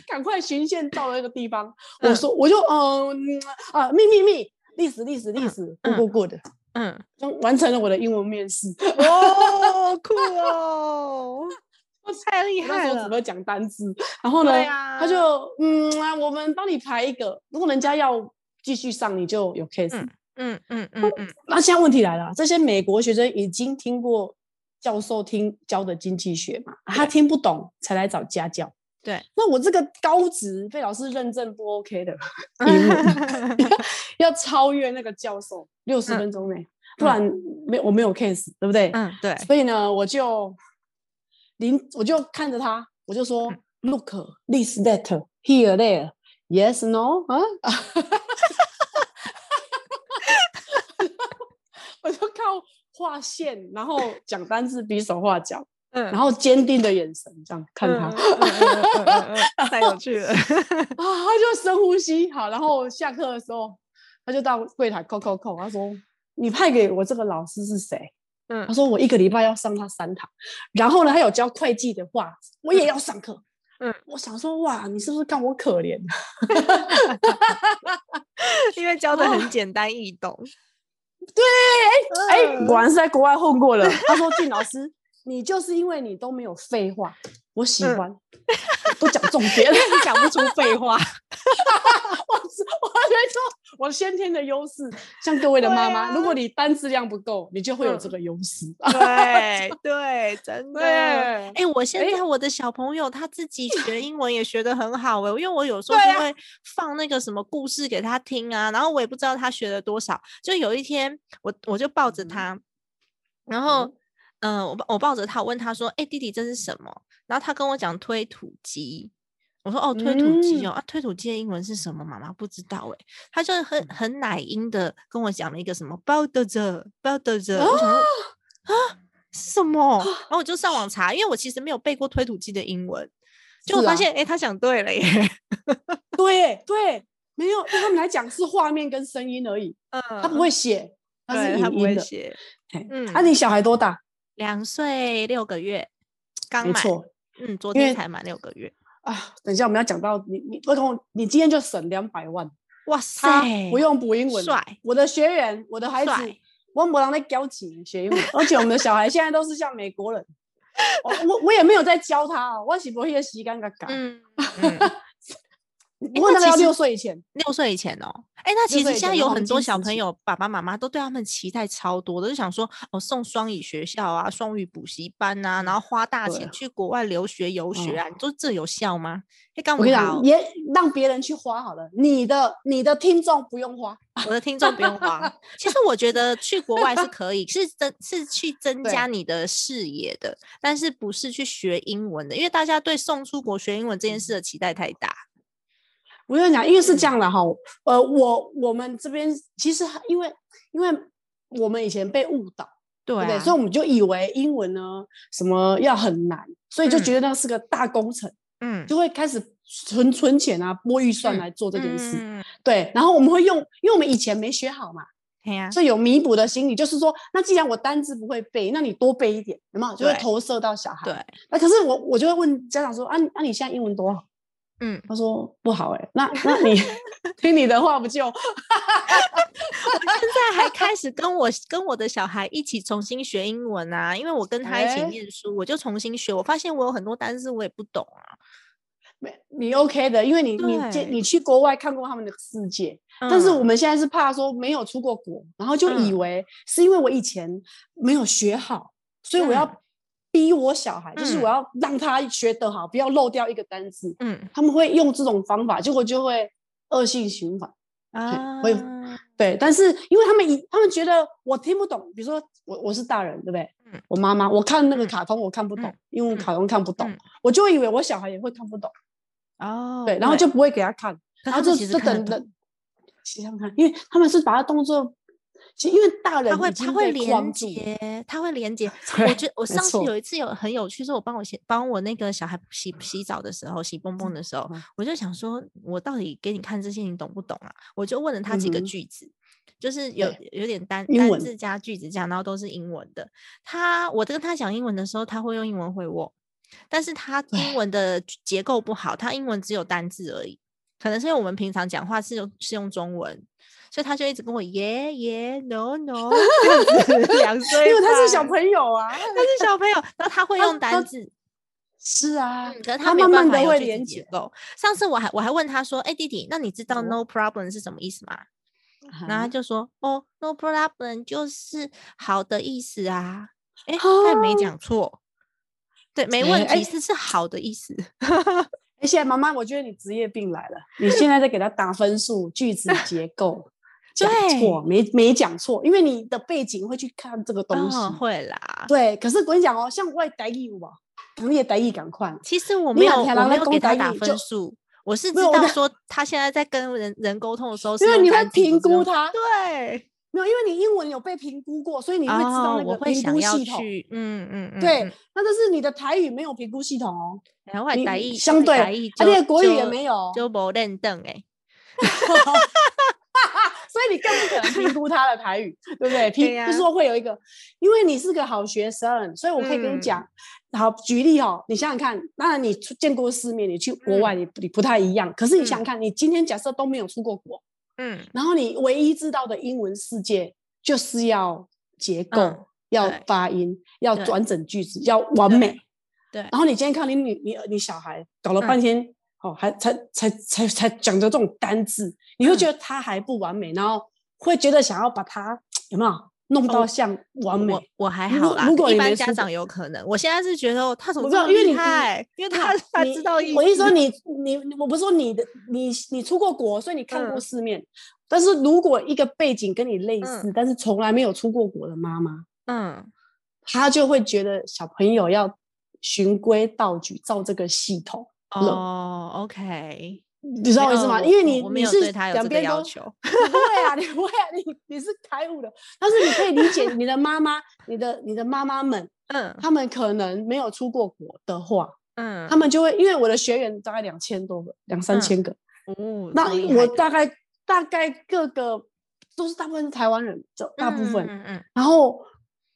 C: 赶快循线到了那个地方，我
A: 嗯
C: 说我就嗯啊，秘密密历史历史历史
A: 嗯
C: g o o g 的，
A: 嗯，
C: 就完成了我的英文面试。
A: 哦，酷哦，太厉
C: 我那
A: 害
C: 时候只
A: 了，
C: 会讲单字，然后呢，
A: 对
C: 他
A: 啊
C: 就嗯啊，我们帮你排一个，如果人家要继续上，你就有 case。
A: 嗯嗯嗯嗯，
C: 那现在问题来了，这些美国学生已经听过教授听教的经济学嘛，啊他听不懂才来找家教。
A: 对，
C: 那我这个高职被老师认证不 OK 的英文，要超越那个教授六十
A: 嗯
C: 分钟内，不然没有我没有 case，对不对？
A: 嗯，对，
C: 所以呢，我就临我就看着他，我就说、l o o k this that here there yes no 啊， 我就靠画线，然后讲单字，比手画脚，
A: 嗯，
C: 然后坚定的眼神这样看他，
A: 嗯嗯嗯嗯嗯嗯太有趣了，
C: 啊，他就深呼吸，好，然后下课的时候，他就到柜台扣扣扣，他说：“你派给我这个老师是谁？”
A: 嗯
C: 他说：“我一个礼拜要上他三堂，然后呢，他有教会计的话，我也要上课。”
A: 嗯，
C: 我想说，哇，你是不是看我可怜？
A: 因为教的很简单易懂，
C: 哎、果然是在国外混过了。他说：“俊老师，你就是因为你都没有废话，我喜
A: 嗯
C: 欢，都讲重 点。”
A: 讲不出废话，
C: 我是我觉得说我先天的优势，像各位的
A: 对
C: 妈妈，如
A: 啊
C: 果你单质量不够，你就会有
A: 嗯
C: 这个优势。
A: 对对，真的。
C: 对，
A: 哎、我现
C: 诶
A: 在我的小朋友他自己学英文也学得很好哎、因为我有时候
C: 对
A: 就
C: 啊
A: 会放那个什么故事给他听啊，然后我也不知道他学了多少。就有一天，我我就抱着
C: 嗯哼
A: 他，然后嗯、呃我抱我抱着他，我问他说：“哎、弟弟，这是什么？”然后他跟我讲推土机。我说哦，推土
C: 嗯
A: 机哦、啊，推土机的英文是什么？妈妈不知道哎、他就
C: 嗯
A: 很很奶音的跟我讲了一个什么 bulldozer bulldozer，我想说
C: 哦
A: 啊是什么？然后我就上网查，因为我其实没有背过推土机的英文，结果
C: 是
A: 发
C: 啊
A: 现哎、诶他讲对了耶，
C: 对对，没有对他们来讲是画面跟声音而已，
A: 嗯，
C: 他不会写，他是
A: 对，他
C: 影
A: 不
C: 音
A: 会
C: 的。
A: 写，
C: 嘿
A: 嗯
C: 啊，你小孩多大？
A: 两岁六个月刚
C: 没
A: 满，
C: 错
A: 嗯，昨
C: 因
A: 天
C: 为
A: 才满六个月，
C: 啊，等一下我们要讲到你，你我跟我，你今天就省两百万，
A: 哇塞
C: 他，不用补英文了
A: 帅。
C: 我的学员，我的孩子
A: 帅，
C: 我没人在教起学英文，而且我们的小孩现在都是像美国人。我我我也没有在教他啊，我是不会洗干干干。
A: 嗯。嗯
C: 不过
A: 那
C: 那个要
A: 其实
C: 六岁以前，
A: 六岁以前哦，哎，那
C: 六
A: 其实
C: 岁以
A: 现在
C: 前
A: 有
C: 黄
A: 很多
C: 金
A: 小
C: 时
A: 朋
C: 期
A: 友爸爸妈妈都对他们期待超多的，就想说哦，送双语学校啊，双语补习班啊，然后花大
C: 嗯对嗯
A: 钱去国外留学游学啊，你说这有效吗？哎，刚
C: 我跟你讲，也让别人去花好了，你的你的听众不用花，
A: 我的听众不用慌。其实我觉得去国 外是可以，是增是去增加你的视野的，但是不是去学英文的，因为大家对送出国学英文这件
C: 嗯
A: 事的期待太大。
C: 我跟你讲，因为是这样的哈，呃，我我们这边其实因为因为我们以前被误导，
A: 对
C: 对不
A: 啊，
C: 对？所以我们就以为英文呢什么要很难，所以就觉得那是个大工程，
A: 嗯，
C: 就会开始存存钱啊、拨预算
A: 嗯
C: 来做这件事。
A: 嗯，
C: 对，然后我们会用，因为我们以前没学好嘛，
A: 对呀，
C: 所以有弥补的心理，就是说，那既然我单字不会背，那你多背一点，有没有？就会
A: 对
C: 投射到小孩。
A: 对，
C: 那可是我我就会问家长说，啊，那、啊、你现在英文多好？
A: 嗯。
C: 他说不好哎、 那那你听你的话不就
A: 现在还 开始跟我跟我的小孩一起重新学英文啊，因为我跟他一起
C: 哎
A: 念书，我就重新学。我发现我有很多单词我也不懂啊。
C: 没你 OK 的？因为你你
A: 对
C: 见你去国外看过他们的世界，但是我
A: 嗯
C: 们现在是怕说没有出过国，然后就以为是因为我以前没有学好，所以我要逼我小孩，就是
A: 嗯
C: 我要让他学得好，不要漏掉一个单词。
A: 嗯
C: 他们会用这种方法，结果就会恶性循环。
A: 啊，
C: 会对，但是因为他们一他们觉得我听不懂，比如说我我是大人，对不对？
A: 嗯
C: 我妈妈我看那个
A: 嗯
C: 卡通我看不懂，
A: 嗯
C: 因为
A: 嗯
C: 卡通看不懂，
A: 嗯
C: 我就会以为我小孩也会看不懂，
A: 哦，
C: 对，然后就不会给他看，
A: 可
C: 然
A: 他
C: 后
A: 们
C: 就
A: 其实
C: 就
A: 看得
C: 等
A: 懂
C: 等，想想看，因为他们是把它当做，其实因为大人
A: 他会
C: 已
A: 他
C: 经
A: 会
C: 被框
A: 连
C: 住，
A: 接，他会连接。我
C: 对
A: 觉我
C: 没
A: 上次
C: 错
A: 有一次有很有趣，是我帮我洗帮我那个小孩洗洗澡的时候，洗蹦蹦的时候
C: 嗯，
A: 我就想说，我到底给你看这些，你懂不懂啊？我就问了他几个
C: 嗯哼
A: 句子。就是有
C: 对
A: 有点单
C: 英
A: 单
C: 文
A: 字加句子这样，然后都是英文的。他我跟他讲英文的时候，他会用英文回我，但是他英文的句结构不好，他英文只有单字而已。可能是因为我们平常讲话是用是用中文，所以他就一直跟我耶耶 no no，这样子两 岁，
C: 因为他是小，朋友啊，
A: 他是小朋友，然后他会
C: 他
A: 用
C: 他
A: 单字，
C: 是啊，
A: 嗯，可是
C: 他
A: 没有办
C: 慢慢
A: 法
C: 的
A: 有
C: 会
A: 句子
C: 连
A: 结
C: 接，
A: 构。上次我还我还问他说，哎、弟弟，那你知道
C: 哦
A: no problem 是什么意思吗？然后他
C: 啊
A: 就说，哦，no problem 就是好的意思啊。哎、他也没
C: 哦
A: 讲错，对，没
C: 哎
A: 问
C: 哎
A: 题，是是好的意思。
C: 而且妈妈，我觉得你职业病来了，你现在在给他打分数，句子结构讲错，没没讲错，因为你的背景会去看这个东西。
A: 嗯，会啦。
C: 对，可是我跟你讲哦，像外台语哇，可能也台语赶快。
A: 其实我
C: 你
A: 没
C: 哪
A: 有，
C: 天
A: 我
C: 人
A: 没
C: 来
A: 有
C: 勾
A: 给他
C: 搭
A: 打
C: 你
A: 分
C: 就
A: 数，我是知
C: 没有我
A: 道
C: 的
A: 说他现在在跟人人沟通的时候是
C: 因为
A: 用
C: 你会
A: 单字
C: 评
A: 不是
C: 估
A: 用
C: 他，
A: 对，
C: 没有，因为你英文有被评估过，所以你会知
A: 哦
C: 道那
A: 我
C: 个
A: 会
C: 评
A: 想
C: 估
A: 要
C: 系统。
A: 去，嗯嗯嗯，
C: 对
A: 嗯，
C: 那但是你的台语没有评估系统哦，
A: 然后我的
C: 你
A: 台语
C: 相对啊
A: 台语
C: 而
A: 就
C: 且国语也
A: 就
C: 没有哦，
A: 就无认凳哎，
C: 所以你更不可能评估他的台语，对不
A: 对
C: 对？评、
A: 呀
C: 就是说会有一个，因为你是个好学生，所以我可以跟
A: 嗯
C: 你讲，好举例哦，你想想看，当然你出见过世面，你去国外
A: 嗯
C: 你、你不太一样，可是你想想看，你今天假设都没有出过国，
A: 嗯，
C: 然后你唯一知道的英文世界就是要结构、
A: 嗯
C: 要
A: 对
C: 发音、要
A: 对
C: 完整句子、要完
A: 对
C: 美，
A: 对
C: 然后你今天看你女你你小孩搞
A: 嗯
C: 了半天，哦，还才才才才讲着这种单字，你
A: 嗯
C: 会觉得他还不完美，然后会觉得想要把他有没有弄到像完美？
A: 哦我我还
C: 如
A: 好
C: 果
A: 啦
C: 如，果
A: 一
C: 你
A: 般
C: 没
A: 家
C: 出
A: 长
C: 国
A: 有可能，我现在是觉得他怎么
C: 我
A: 这
C: 知道
A: 么
C: 因为
A: 厉
C: 你
A: 害，因为他
C: 那
A: 他
C: 你
A: 知道意
C: 我一
A: 思
C: 说你你我不是说你的你你出过国，所以你看过
A: 嗯
C: 世面。但是如果一个背景跟你类
A: 嗯
C: 似，但是从来没有出过国的妈妈，
A: 嗯，
C: 她就会觉得小朋友要循规蹈矩，照这个系统。了
A: 哦，OK，
C: 你知道我意思吗？
A: 没有
C: 因为
A: 我
C: 你
A: 我没
C: 你
A: 有
C: 是
A: 对他有这
C: 两
A: 个
C: 边
A: 要
C: 都
A: 求，
C: 你不会啊，你不会啊，你你是开悟的，但是你可以理解你的妈妈、你的你的妈妈们，
A: 嗯
C: 他们可能没有出过国的话，
A: 嗯，
C: 他们就会因为我的学员大概两千多个，两三
A: 嗯
C: 千个，
A: 哦
C: 那
A: 蛮厉害
C: 我
A: 的
C: 大概大概各个都是大部分是台湾人，这大部分，
A: 嗯嗯嗯
C: 然后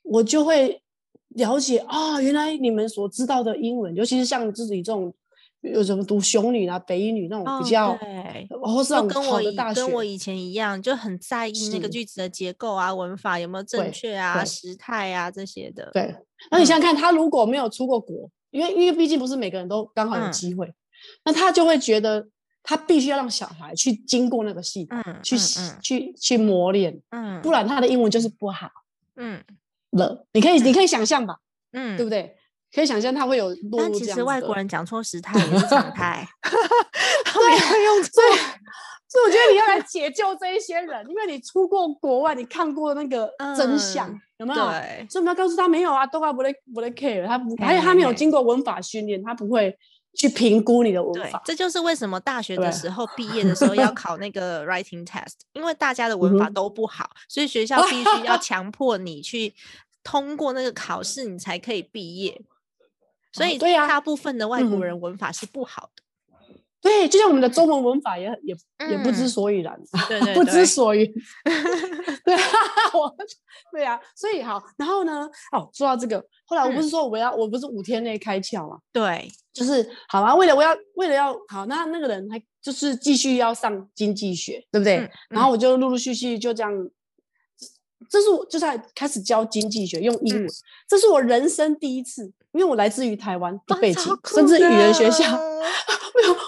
C: 我就会了解啊、原来你们所知道的英文，尤其是像自己这种有什么读雄女啊、北一女那
A: 哦
C: 种比较，
A: 对
C: 或是
A: 就
C: 那种
A: 跟
C: 好
A: 我
C: 的
A: 以
C: 大学，
A: 跟我以前一样，就很在意那个
C: 是
A: 句子的结构啊、文法有没有正
C: 对
A: 确啊、
C: 对
A: 时态啊这些的。
C: 对，那你想
A: 嗯
C: 想看，他如果没有出过国，因为因为毕竟不是每个人都刚好有
A: 嗯
C: 机会，那他就会觉得他必须要让小孩去经过那个系统，
A: 嗯，
C: 去
A: 嗯
C: 习去去磨练，
A: 嗯嗯，
C: 不然他的英文就是不好
A: 嗯
C: 了。你可以你可以想象吧，
A: 嗯，
C: 对不对？可以想象他会有落
A: 但
C: 入
A: 其
C: 这
A: 实
C: 样子
A: 外
C: 的
A: 国人讲错时态也是常 态，他们也会 用错
C: 所以，啊所以我觉得你要来解救这一些人，因为你出过国外，你看过那个真相，
A: 嗯
C: 有没有？
A: 对，
C: 所以我们要告诉他没有啊，都怪不得不得 care，他不，而且他没有
A: 嘿
C: 经过文法训练，他不会去评估你的文
A: 对
C: 法，。
A: 这就是为什么大学的
C: 对
A: 时候毕业的时候要考那个 writing test，因为大家的文法
C: 嗯哼
A: 都不好，所以 学校必须要强迫你去通过那个考试，你才可以毕 业。所
C: 哦
A: 以
C: 对呀
A: 大部分的外
C: 嗯
A: 国人文法是不好的。
C: 对，就像我们的中文文法也很也也不
A: 嗯
C: 知所以然，
A: 对对
C: 不
A: 对
C: 知所 云。对啊，我对啊，所以好，然后呢，哦，说到这个，后来我不
A: 嗯
C: 是说我要，我不是五天内开窍嘛，
A: 对，
C: 就是好啊，为了我要为了要好，那那个人还就是继续要上经济学，对不对？
A: 嗯
C: 然后我就陆陆续续就这样，这是我就在开始教经济学，用英
A: 嗯
C: 文，这是我人生第一次，因为我来自于台湾的
A: 哇
C: 背
A: 哦超
C: 景，
A: 酷
C: 甚至语言学校，
A: 的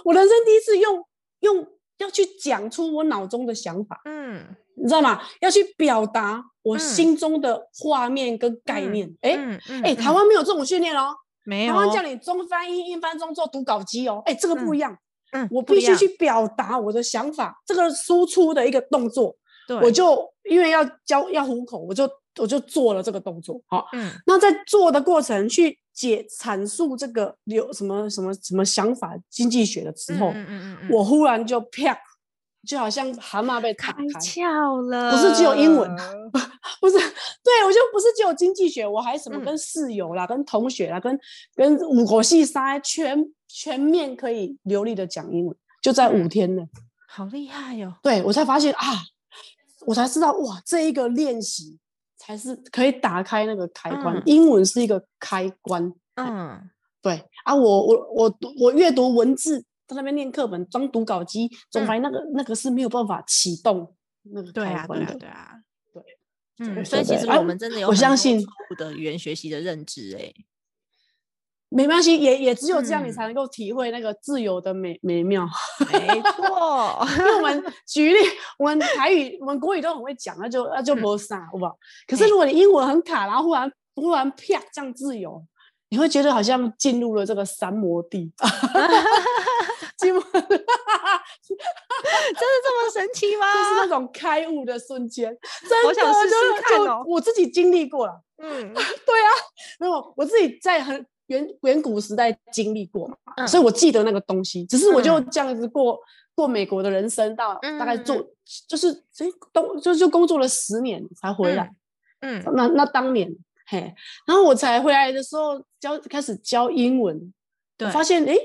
C: 我人生第一次用用要去讲出我脑中的想法，
A: 嗯，
C: 你知道吗？要去表达我
A: 嗯
C: 心中的画面跟概念。哎、
A: 嗯嗯
C: 哎、台
A: 嗯
C: 湾没有这种训练哦，
A: 没
C: 台
A: 有
C: 湾
A: 哦，
C: 叫你中翻英、英翻中做读稿机哦。哎、这个不一样，
A: 嗯，
C: 我
A: 不
C: 必
A: 一
C: 须
A: 样
C: 去，表达我的想法，这个输出的一个动作，
A: 对，
C: 我就因为要教要糊口，我就我就做了这个动作。好、
A: 嗯
C: 那在做的过程去解阐述这个有什么什么什么想法经济学的时候，
A: 嗯嗯嗯，
C: 我忽然就啪，就好像蛤蟆被打
D: 开
C: 开，
D: 窍了，
C: 不是只有英文，
A: 啊
C: 不是，对我就不是只有经济学，我还什么
A: 嗯
C: 跟室友啦、跟同学啦、跟跟五国系三全全面可以流利的讲英文，就在
A: 嗯
C: 五天内，
A: 好厉害哟、
C: 对我才发现啊，我才知道哇，这一个练习才是可以打开那个开关，
A: 嗯
C: 英文是一个开关，
A: 嗯，
C: 对啊，我我我读我阅读文字，在那边念课本，装读稿机，总
A: 嗯
C: 反正那个、那个是没有办法启动那个
A: 对
C: 开
A: 啊，对
C: 关
A: 啊
C: 的，，
A: 对啊，
C: 对，
A: 嗯，
C: 对
A: 所以
C: 对
A: 其实
C: 啊
A: 我们真的有
C: 我
A: 很
C: 相
A: 多
C: 信
A: 错误的语言学习的认知、欸，哎，
C: 没关系，也也只有这样，你才
A: 嗯
C: 能够体会那个自由的美美妙。
A: 没错，
C: 因为我们举例，我们台语、我们国语都很会讲，那就那就
A: 嗯
C: 没啥，好不好？可是
A: 嘿
C: 如果你英文很卡，然后忽然忽然啪这样自由，你会觉得好像进入了这个三摩 地，进入就是
A: 真的这么神奇吗？
C: 那种开悟的瞬间。真的，
A: 好想试
C: 就
A: 试看
C: 就
A: 哦
C: 我自己经历过了，
A: 嗯
C: 没有，我自己在很远远古时代经历过嘛，
A: 嗯
C: 所以我记得那个东西。只是我就
A: 嗯
C: 这样子过、过美国的人生，到大概
A: 嗯嗯
C: 做、就是诶工就就工作了十年才回来。
A: 嗯，
C: 那那当年嘿，然后我才回来的时候教开始教英文，我
A: 对
C: 发现诶，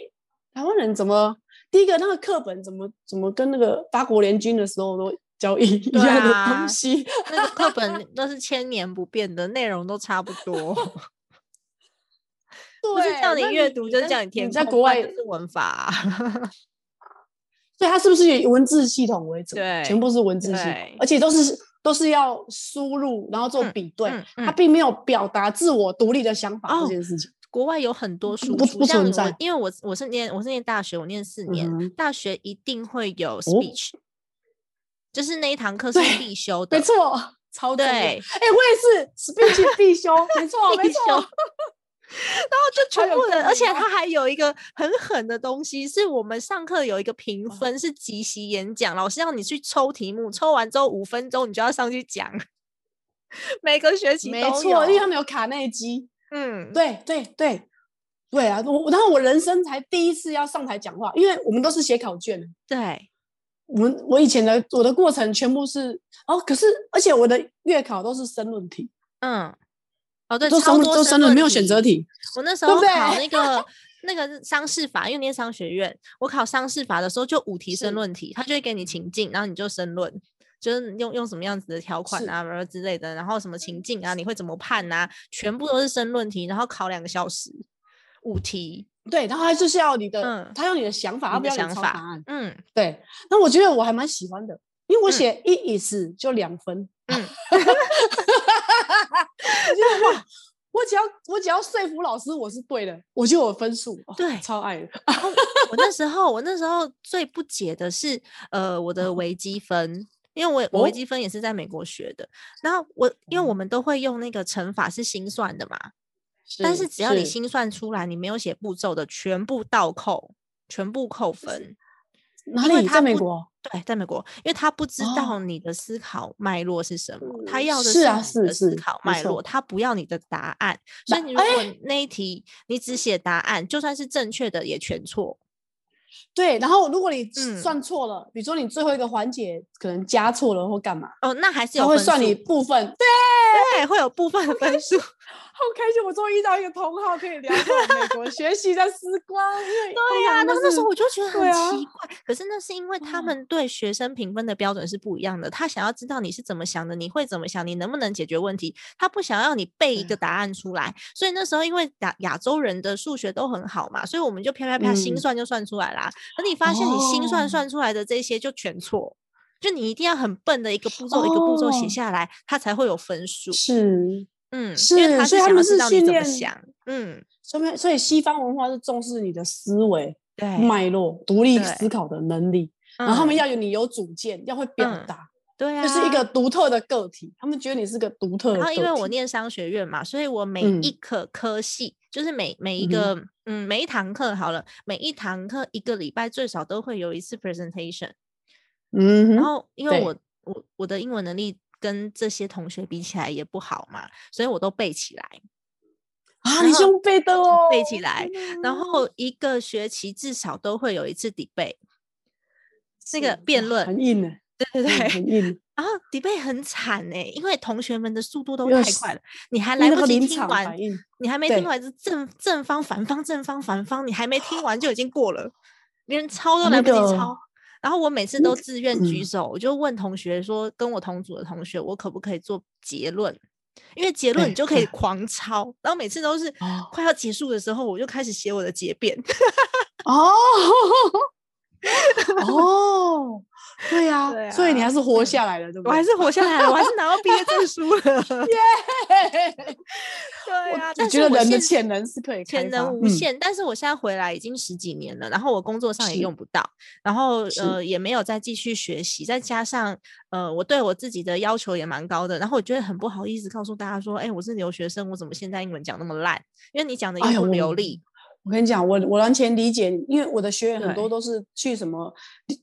C: 台湾人怎么第一个那个课本怎么怎么跟那个八国联军的时候都教一 一
A: 对
C: 样的
A: 啊
C: 东西。
A: 那个课本那是千年不变的，内容都差不多，
C: 对，
A: 不是叫你
C: 那
A: 阅读，就是
C: 在
A: 叫你填空。
C: 在国
A: 不然
C: 外
A: 就，是文法啊、
C: 对它是不是以文字系统为主？
A: 对
C: 全部是文字系统
A: 对，
C: 而且都是都是要输入，然后做
A: 嗯
C: 比对，
A: 嗯
C: 它
A: 嗯
C: 并没有表达自我独立的想法
A: 哦
C: 这件事情。
A: 国外有很多输
C: 不
A: 出，
C: 不
A: 像
C: 存
A: 我
C: 在
A: 因为我我是念我是念大学，我念四年，
C: 嗯哼
A: 大学一定会有 speech，、就是那一堂课是
C: 对
A: 必修的，
C: 没错，超重
A: 对
C: 要 哎、我也是 speech 必修，没错，没
A: 必修。然 后就
C: 错，还
A: 全
C: 有
A: 部
C: 更
A: 人，而
C: 厉
A: 且
C: 害
A: 他还有一个很狠的东西，是我们上课有一个评分是即席演讲，老师让你去抽题目，抽完之后五分钟你就要上去讲。 每个学期
C: 没
A: 都
C: 错，因为他
A: 有
C: 们有卡内基。
A: 嗯，
C: 对对对对啊！我然后我人生才第一次要上台讲话，因为我们都是写考卷的，
A: 对，
C: 我们我以前的我的过程全部是哦，可是而且我的月考都是申论题，
A: 嗯，哦对，
C: 都
A: 超
C: 申
A: 多
C: 都
A: 申
C: 申论没有
A: 题
C: 选择。题，
A: 我那时
C: 对
A: 候
C: 不
A: 考
C: 对
A: 那个那个商事法，因为念商学院，我考商事法的时候就五题申
C: 是
A: 论题，他就会给你情境，然后你就申论。就是用用什么样子的条款
C: 是嗯
A: 啊，然后之类的，然后什么情境啊，你会怎么判啊，全部都是申论题，然后考两个小时，五题，
C: 对，然后他就是要你的，
A: 嗯
C: 他要你的想法，
A: 你
C: 而不
A: 的
C: 要你
A: 想
C: 抄
A: 法
C: 答案。
A: 嗯，
C: 对，那我觉得我还蛮喜欢的，因为我
A: 嗯
C: 写一以十就两分，
A: 嗯
C: 我觉得哇，我只要我只要说服老师我是对的，我就有分数，哦
A: 对
C: 超爱的，
A: 我那时候，我那时候最不解的是，呃，我的微积分，因为我我微
C: 哦
A: 积分也是在美国学的。然后我，因为我们都会用那个乘法是心算的嘛，但是只要你心算出来，你没有写步骤的，全部倒扣，全部扣分。
C: 哪
A: 因为
C: 里
A: 他
C: 在美
A: 不
C: 国，
A: 对，在美国，因为他不知
C: 哦
A: 道你的思考脉络是什么，他
C: 嗯
A: 要的
C: 是啊
A: 你的
C: 是
A: 思
C: 是
A: 考
C: 没
A: 脉
C: 错
A: 络，他不要你的答案。所以
C: 那
A: 你如果那一题你只写答案，就算是正确的也全错。
C: 对，然后如果你
A: 嗯
C: 算错了，比如说你最后一个环节可能加错了或干嘛，
A: 哦，那还是
C: 他
A: 有
C: 会
A: 分
C: 算
A: 数
C: 你部分，对，啊
A: 对，会有部分的分数。
C: 好开心，我终于遇到一个同好可以聊到美国 学习的时光，对
A: 对呀、那那时候我就觉得
C: 对
A: 很
C: 啊
A: 奇怪。可是那是因为他
C: 哦
A: 们对学生评分的标准是不一样的，他想要知道你是怎么想的，你会怎么想，你能不能解决问题，他不想要你背一
C: 对
A: 个答案出来。所以那时候因为亚亚洲人的数学都很好嘛，所以我们就啪啪啪心
C: 嗯
A: 算就算出来啦。可你发现你心算
C: 哦
A: 算出来的这些就全错。就你一定要很笨的一个步骤一个步骤写
C: 哦
A: 下来，它才会有分数。
C: 是，
A: 嗯，因为
C: 是
A: 他
C: 所以他
A: 想要
C: 们
A: 知
C: 是
A: 道你
C: 训
A: 怎么
C: 练
A: 想。嗯，
C: 所以所以西方文化是重视你的思维
A: 对。
C: 脉络、独立
A: 对
C: 思考的能力，然后他们
A: 嗯
C: 要有你有主见，要会表
A: 嗯
C: 达，
A: 对啊，
C: 就是一个独特的个体，他们觉得你是个独特的
A: 然
C: 个
A: 后
C: 体。
A: 因为我念商学院嘛，所以我每一科科系，就是每每一
C: 嗯嗯哼
A: 个嗯每一堂课好了，每一堂课一个礼拜最少都会有一次 presentation。
C: 嗯哼，
A: 然后因为
C: 对
A: 我我我的英文能力跟这些同学比起来也不好嘛，所以我都背起来。
C: 啊，
A: 然
C: 你
A: 后
C: 是用背的哦，
A: 背起来
C: 天哪
A: 然后一个学期至少都会有一次 debate，那个
C: 哇
A: 辩论，
C: 嗯很硬呢，
A: 对对
C: 嗯
A: 对。
C: 很硬。
A: 然后 debate 很惨哎、因为同学们的速度都
C: 要
A: 太
C: 死
A: 快了，你还
C: 因为
A: 来
C: 那
A: 不
C: 个
A: 及
C: 临
A: 听
C: 场
A: 完
C: 反，应，
A: 你还没
C: 对
A: 听完是正正方、反方、正方、反方，你还没听完就已经过了，连抄都
C: 那
A: 来不及
C: 个
A: 抄。然后我每次都自愿举
C: 嗯
A: 手，我就问同学说，跟我同组的同学，我可不可以做结论？因为结论
C: 对
A: 你就可以
C: 对
A: 狂抄，然后每次都是
C: 哦
A: 快要结束的时候，我就开始写我的结辩。
C: 哦哦，对呀、
A: 对
C: 所以你
A: 啊
C: 还是活下来了，对不对？
A: 我还是活下来了，我还是拿到毕业证书了。 对啊，
C: 我
A: 但
C: 觉
A: 是
C: 得
A: 我
C: 人的
A: 现
C: 潜能是可以
A: 潜
C: 开发
A: 能无
C: 嗯
A: 限，但是我现在回来已经十几年了，然后我工作上也
C: 是
A: 用不到，然后
C: 是
A: 呃也没有再继续学习，再加上呃我对我自己的要求也蛮高的，然后我觉得很不好意思告诉大家说，哎、我是留学生，我怎么现在英文讲那么烂？因为你讲的又
C: 哎呀
A: 不
C: 我
A: 流利，
C: 我跟你讲，我我完全理解你，因为我的学员很多都是去什么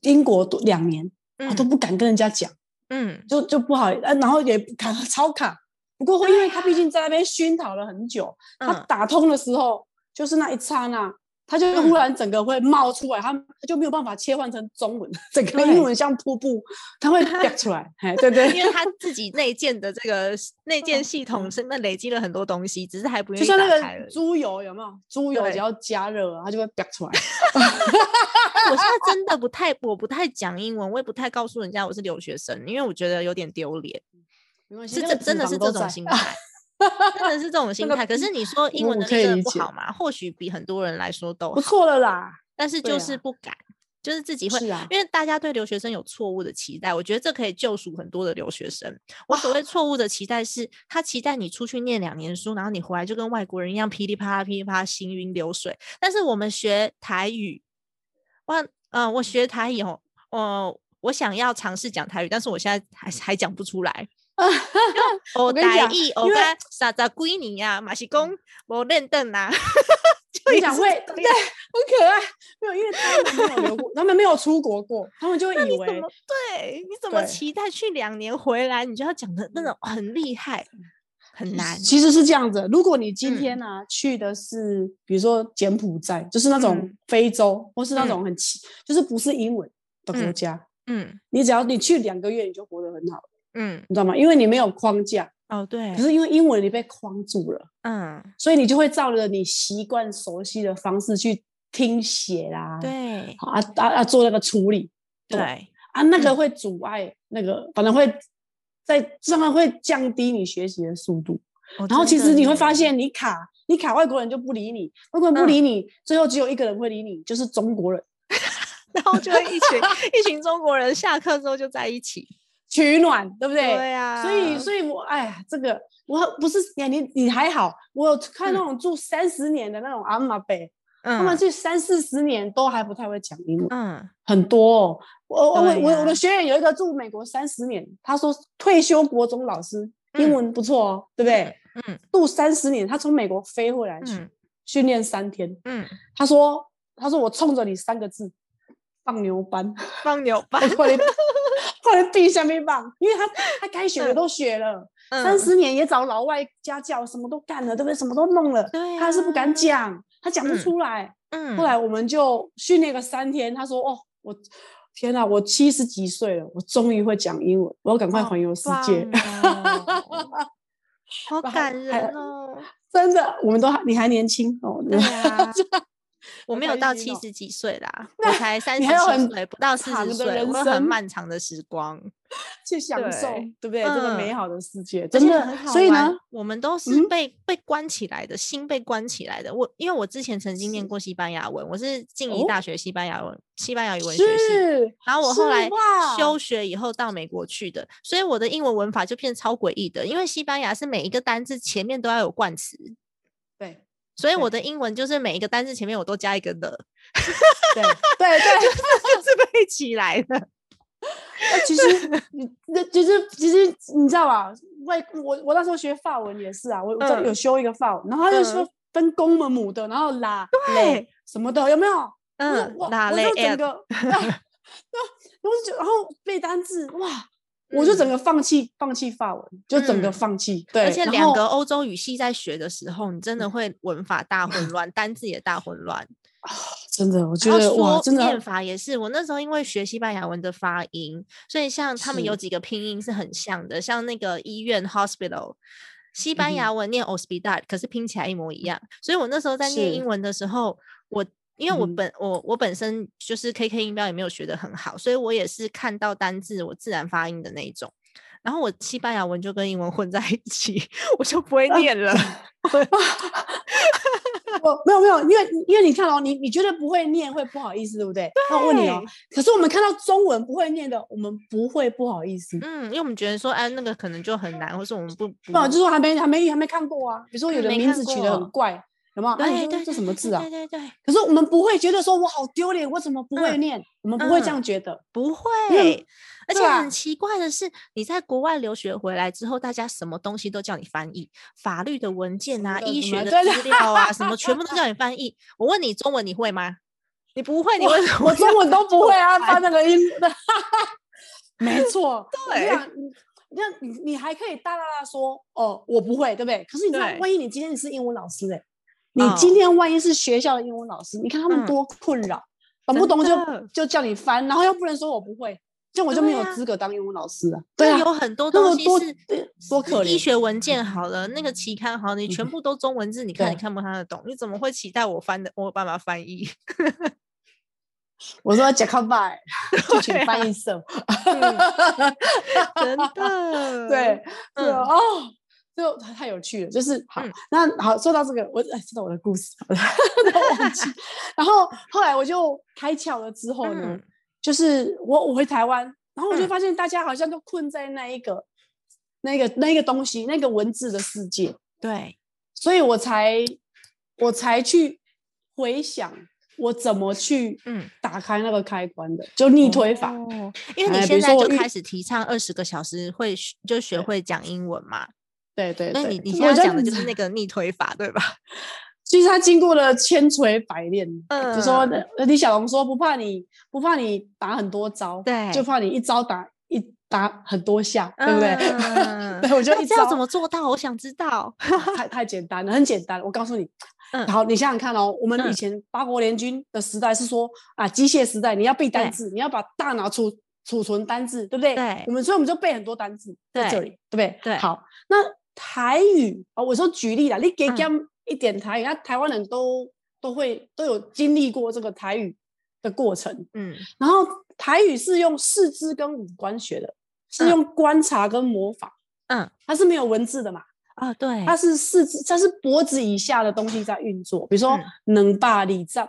C: 英国读两年，我啊都
A: 嗯
C: 不敢跟人家讲，
A: 嗯，
C: 就就不好，呃，然后也卡 超卡。不过会因为他毕竟在那边熏陶了很久，他
A: 嗯
C: 打通的时候，就是那一刹那，他就忽然整个会冒出来，他他就没有办法切换成中文，整个
A: 对
C: 英文像瀑布，他会掉 出来。哎，对对，
A: 嗯因为他自己内建的这 个内建系统是那累积了很多东西，只是还不愿
C: 嗯就
A: 意
C: 像那
A: 打开
C: 个
A: 而已。
C: 猪油有没有？猪油
A: 对
C: 只要加热了，它就会掉 出来。
A: 我现在真的不太，我不太讲英文，我也不太告诉人家我是留学生，因为我觉得有点丢脸。
C: 没关系，
A: 是
C: 那
A: 这
C: 个
A: 真的
C: 脂肪
A: 是
C: 都
A: 这种
C: 在
A: 心态，真的是这种心
C: 个
A: 态。可是你说英
C: 我
A: 文
C: 我
A: 能
C: 可
A: 力
C: 以
A: 真的
C: 理
A: 不
C: 解
A: 好嘛？或许比很多人来说都
C: 不
A: 好，
C: 错了啦。
A: 但是
C: 对
A: 就
C: 啊
A: 是不敢，就是自己会。
C: 是啊，
A: 因为大家对留学生有错误的期待，我觉得这可以救赎很多的留学生。我所
C: 哦
A: 谓错误的期待是，他期待你出去念两年书，然后你回来就跟外国人一样噼里啪啦、噼里啪啦，行云流水。但是我们学台语，我呃，我学台语哦，我、我想要尝试讲台语，但是我现在还还讲不出 来。我
C: 我跟你
A: 台
C: 讲
A: 语，
C: 因
A: 我
C: 为嗯
A: 跟傻子闺女呀，啊马是公，我认凳啦。
C: 我
A: 就
C: 跟
A: 也
C: 你讲
A: 是
C: 会，
A: 这
C: 对，很可爱。没有，因为他们没有留过，他们没有出国过，他们就会以
A: 怎
C: 为
A: 么对？你怎么
C: 对
A: 期待去两年回来，你就要讲的那种很厉害，很难？
C: 其实是这样子。如果你今
A: 嗯
C: 天呢、去的是，比如说柬埔寨，就是那种
A: 嗯
C: 非洲，或是那
A: 嗯
C: 种很奇，就是不是英文的国
A: 嗯
C: 家，
A: 嗯
C: 你只要你去两个月，你就活得很好，
A: 嗯，
C: 你知道吗？因为你没有框架，
A: 哦对
C: 可，是因为英文你被框住了，
A: 嗯
C: 所以你就会照着你习惯熟悉的方式去听写啦，
A: 对
C: 好，啊啊啊，做那个处理。对
A: 对，
C: 啊，那个
A: 嗯
C: 会阻碍那个，反正会在这样会降低你学习的速度。
A: 哦
C: 然后其
A: 真
C: 实
A: 的
C: 你会发
A: 耶
C: 现，你卡你卡外国人就不理你，外国人不
A: 嗯
C: 理你，最后只有一个人会理你，就是中国人
A: 然后就会一 群一群中国人下课之后就在一起，
C: 取暖，对不对？
A: 对啊，
C: 所以，所以我哎呀，这个我不是你你你还好，我有看那
A: 嗯
C: 种住三十年的那种阿嬷辈，他
A: 他
C: 们去三四十年都还不太会讲英文，
A: 嗯
C: 很多、哦。我我我
A: 对
C: 我我
A: 呀
C: 的学员有一个住美国三十年，他说退休国中老师，英
A: 嗯
C: 文不错哦，对不对？
A: 嗯
C: 住三十年，他从美国飞回来去、
A: 嗯
C: 训练三天，
A: 嗯，
C: 他说他说我冲着你三个字，放牛班，
A: 放牛吧
C: 我，快点快点闭下面棒，因为他他该学的
A: 嗯
C: 都学了，三
A: 嗯
C: 十、年也找老外家教，什么都干了，对不对？什么都弄了，
A: 对
C: 他还是不
A: 啊
C: 敢讲，他讲不
A: 嗯
C: 出来。
A: 嗯，
C: 后来我们就训练个三天，他说：“哦，我天哪，我七十几岁了，我终于会讲英文，我要赶快
A: 好
C: 环游世界。
A: 棒哦好
C: 然后
A: 感
C: 还
A: 人哦。
C: 真的，我们都还你还年轻哦，你
A: 对啊我
C: 好
A: 没有
C: 开
A: 到
C: 心
A: 七
C: 哦
A: 十几岁啦，我才三十
C: 你还有
A: 七
C: 很
A: 岁，不到四
C: 长
A: 十
C: 的
A: 岁，
C: 人
A: 我有很
C: 生
A: 漫长的时光，
C: 去享受，
A: 对
C: 对不对？这个美
A: 嗯
C: 好的世界，
A: 而
C: 真
A: 且
C: 的
A: 很。好
C: 所以
A: 玩
C: 呢，，
A: 我们都是
C: 嗯
A: 被、被关起来的，心被关起来的。我因为我之前曾经念
C: 是
A: 过西班牙文，我是静宜
C: 哦
A: 大学西班牙文、西班牙语文学系，
C: 是
A: 然后我后
C: 是
A: 来
C: 哇
A: 休学以后到美国去的，所以我的英文文法就变超诡异的，因为西班牙是每一个单字前面都要有冠词，
C: 对
A: 所以我
C: 对
A: 的英文就是每一个单字 前面我都加一个的，
C: 对对对，
A: 就是背起来的。
C: 那其实你那其实其实你知道吧？外我我那时候学法文也是啊，我我这
A: 嗯
C: 有修一个法文，然后他就说分公母母的，然后啦嘞什么的，有没有？我就
A: 嗯，
C: 我
A: 哪
C: 我
A: 类
C: 就
A: app？
C: 整个， 然后我就觉得然后背单字哇。我就整
A: 嗯
C: 个放弃，放弃法文，就整个
A: 嗯
C: 放弃。对，
A: 而且
C: 然
A: 两
C: 后嗯
A: 个欧洲语系在学的时候，你真的会文法大混乱，单字也大混乱。
C: 真的，我觉
A: 然
C: 得
A: 后
C: 哇，
A: 说
C: 真的
A: 念法也是，我那时候因为学西班牙文的发音，所以像他们有
C: 是
A: 几个拼音是很像的，像那个医院 hospital，西班
C: 嗯
A: 牙文念 hospital，可是拼起来一模一样。所以我那时候在念英
C: 是
A: 文的时候，我因为我
C: 嗯
A: 本、我我本身就是 KK 音标也没有学得很好，所以我也是看到单字我自然发音的那一种。然后我西班牙文就跟英文混在一起，我就不会
C: 啊
A: 念了。
C: 我没有没有，因为因为你看哦，你你觉得不会念会不好意思，对不对？那我问你哦，可是我们看到中文不会念的，我们不会不好意思，
A: 嗯，因为我们觉得说，哎、那个可能就很难，或是我们不不
C: 不好就说还没还没还没看过啊。比如说有
A: 嗯
C: 的
A: 没
C: 名
A: 看
C: 字取得
A: 过
C: 很怪，有没有？哎，
A: 对
C: 你说
A: 对，
C: 这
A: 对
C: 什么
A: 对
C: 字啊
A: 对？对对，
C: 可是我们不会觉得说我好丢脸，我怎么不会
A: 嗯
C: 念？我们不会
A: 嗯
C: 这样觉得。
A: 不
C: 为
A: 会。而
C: 对
A: 且很
C: 啊
A: 奇怪的是，你在国外留学回来之后，大家什么东西都叫你翻译，法律的文件啊、
C: 的
A: 医
C: 什
A: 学
C: 么
A: 的
C: 对对
A: 资料啊，什么全部都叫你翻译。我问你，中文你会吗？你不会，你为什么
C: 我
A: 要？
C: 中文都不会
A: 嗯
C: 啊，翻那个音，没错，
A: 对
C: 那那你你还可以大大大说哦，我不会，对不对？可是你知道
A: 对，
C: 万一你今天你是英文老师哎、
A: 嗯
C: 你今天万一是学校的英文老师，你看他
A: 嗯
C: 们多困扰，懂不
A: 真
C: 懂就
A: 的
C: 就叫你翻，然后又不能说我不会，这样我就没有
A: 对啊
C: 资格当英文老师啊。
A: 就
C: 对啊，
A: 有很多
C: 那
A: 东
C: 么
A: 西
C: 多
A: 是
C: 对多
A: 是
C: 可
A: 医
C: 怜嗯
A: 学文件好了，那个期刊好了，你全部都中文字，你看你
C: 对
A: 看不看得懂？你怎么会期待我翻的？我有办法翻 译？
C: 我说 j a c o b i 就请
A: 对啊
C: 翻译社，
A: 嗯真的，
C: 对，对
A: 嗯
C: 哦，就 太太有趣了，就是好
A: 嗯，
C: 那好，说到这个，我哎，说到我的故事， 我都忘记。然后后来我就开窍了之后呢
A: 嗯，
C: 就是我我回台湾，然后我就
A: 嗯
C: 发现大家好像都困在那一个那个那一个东西那个文字的世界，
A: 对，
C: 所以我才我才去回想我怎么去
A: 嗯
C: 打开那个开关的，就逆推法。
A: 哦，因为
C: 哎
A: 你
C: 比
A: 现
C: 如
A: 在
C: 说我
A: 就
C: 遇
A: 开始提倡二十个小时会学就学
C: 对
A: 会讲英文嘛，
C: 对对
A: 那
C: 对，
A: 你你
C: 我
A: 现在
C: 觉得
A: 讲的就是那个逆推法对吧？
C: 其实他经过了千锤百炼，就说
A: 嗯
C: 呃李小龙说不怕你不怕你打很多招，
A: 对
C: 就怕你一招打一打很多下， 对不 对？
A: 嗯
C: 对，我就
A: 那
C: 一
A: 这
C: 招
A: 要怎么做到？我想知道。
C: 太太简单了，很简单。我告诉你，
A: 嗯
C: 好，你想想看哦，我们
A: 嗯
C: 以前八国联军的时代是说啊，机械时代，你要背单
A: 对
C: 字，你要把大脑储储存单字，对不对？
A: 对
C: 我们所以我们就背很多单字在这
A: 对
C: 里，对不对？
A: 对
C: 好，那台语啊、我说举例啦，你给
A: 嗯
C: 他们一点台语，那台湾人都都会都有经历过这个台语的过程，
A: 嗯，
C: 然后台语是用四肢跟五官学的，是
A: 嗯
C: 用观察跟模仿，
A: 嗯，
C: 它是没有文字的嘛。
A: 啊，对，
C: 它是四肢，它是脖子以下的东西在运作，比如说能霸里脏，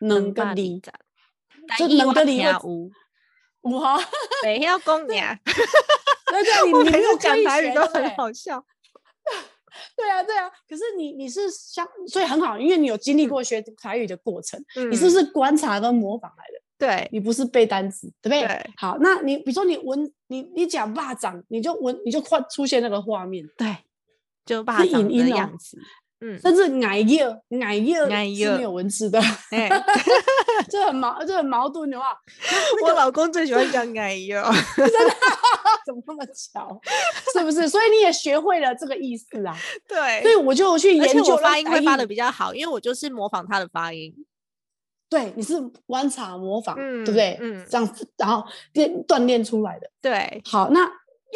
C: 能
A: 嗯霸
C: 跟
A: 凌
C: 里
A: 战，但
C: 就
A: 意
C: 能
A: 外
C: 跟你
A: 听
C: 会
A: 有，
C: 五哈，
A: 谁要 公娘？
C: 对对，
A: 我
C: 你
A: 每
C: 你没
A: 次
C: 有
A: 讲
C: 刻意
A: 台
C: 学
A: 语都
C: 对不
A: 很
C: 对
A: 好笑。
C: 对啊对啊。可是你你是相，所以很好，因为你有经历过学台语的过程，
A: 嗯
C: 你是不是观察跟模仿来的？
A: 对
C: 你不是背单词，对不对？
A: 对
C: 好，那你比如说你闻你你讲蚂蚱，你就闻你就快出现那个画面，
A: 对，就霸
C: 是
A: 掌
C: 影
A: 的
C: 音哦
A: 样子。 嗯，
C: 甚至奶叶奶叶
A: 奶
C: 是
A: 叶
C: 没有文字的，
A: 哎，
C: 这很矛这很矛盾的话，
A: 我老公最喜欢讲哎 呦，
C: 怎么那么巧？ 是不是？所以你也学会了这个意思 啊？
A: 对
C: 所以我就去
A: 哎而且
C: 研究
A: 我
C: 了
A: 发音
C: 台
A: 会
C: 语
A: 发的比较好，因为我就是模仿他的发音。
C: 对，你是观察模仿，对
A: 嗯
C: 不对？
A: 嗯
C: 这样然后练锻炼出来的。
A: 对，
C: 好，那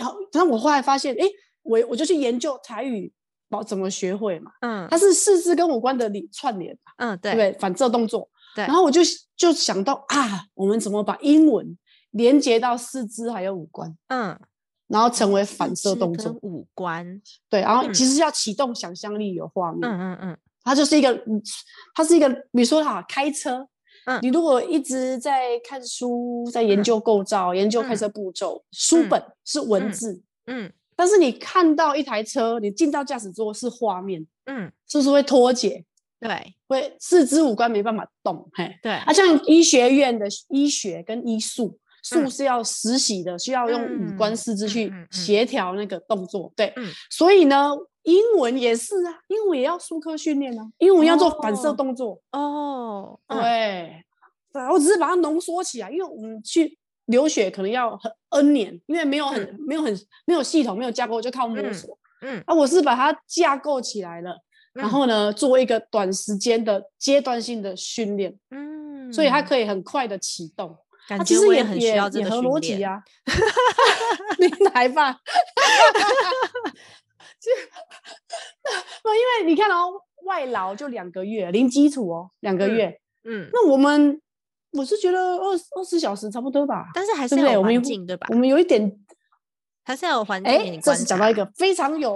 C: 好，那我后来发现，哎，我我就去研究台语保怎么学会嘛，
A: 嗯
C: 它是四肢跟五官的连串联嘛，
A: 嗯，
C: 对
A: 对
C: 不对？反射动作。
A: 对
C: 然后我就就想到啊，我们怎么把英文连接到四肢还有五官，
A: 嗯，
C: 然后成为
A: 四
C: 反射
A: 肢
C: 动
A: 跟
C: 作？
A: 五官，
C: 对，然后
A: 嗯
C: 其实要启动想象力，有画面。
A: 嗯嗯嗯，
C: 它就是一个，嗯它是一个，比如说哈，开车，
A: 嗯
C: 你如果一直在看书，在研
A: 嗯
C: 究构造、研究开
A: 嗯
C: 车步骤，书
A: 嗯
C: 本是文
A: 嗯
C: 字，
A: 嗯
C: 但是你看到一台车，你进到驾驶座是画面，
A: 嗯，
C: 是不是会脱节？
A: 对
C: 会四肢五官没办法动，嘿，
A: 对，
C: 啊，像医学院的医学跟医术，术
A: 嗯
C: 是要实习的，需要用五官
A: 嗯
C: 四肢
A: 嗯
C: 去
A: 嗯嗯
C: 协调那个动作。对
A: 嗯，
C: 所以呢，英文也是啊，英文也要术科训练啊，英文要做反射
A: 哦
C: 动作。
A: 哦，嗯
C: 对，对，我只是把它浓缩起来，因为我们去留学可能要很 N 年，因为没有很、没有很没有系统，没有架构，就靠摸
A: 嗯
C: 索。
A: 嗯
C: 啊，我是把它架构起来了，
A: 嗯
C: 然后呢，做一个短时间的阶段性的训练，
A: 嗯，
C: 所以它可以很快的启动。
A: 感
C: 它其
A: 觉
C: 实
A: 我
C: 也
A: 很
C: 也
A: 需要这
C: 也
A: 个
C: 合
A: 训
C: 逻辑
A: 练。
C: 啊。你来 吧，就不因为你看哦，外劳就两个月，零基础哦，两个
A: 嗯
C: 月。
A: 嗯，
C: 那我们我是觉得二十二十小时差不多吧，
A: 但是还
C: 对
A: 是
C: 不
A: 要
C: 对？
A: 有
C: 我们有
A: 环境，对吧
C: 我？们有一点，
A: 还是要嗯有环境给
C: 哎
A: 你，
C: 这
A: 观
C: 是讲到
A: 察
C: 一，个非常有，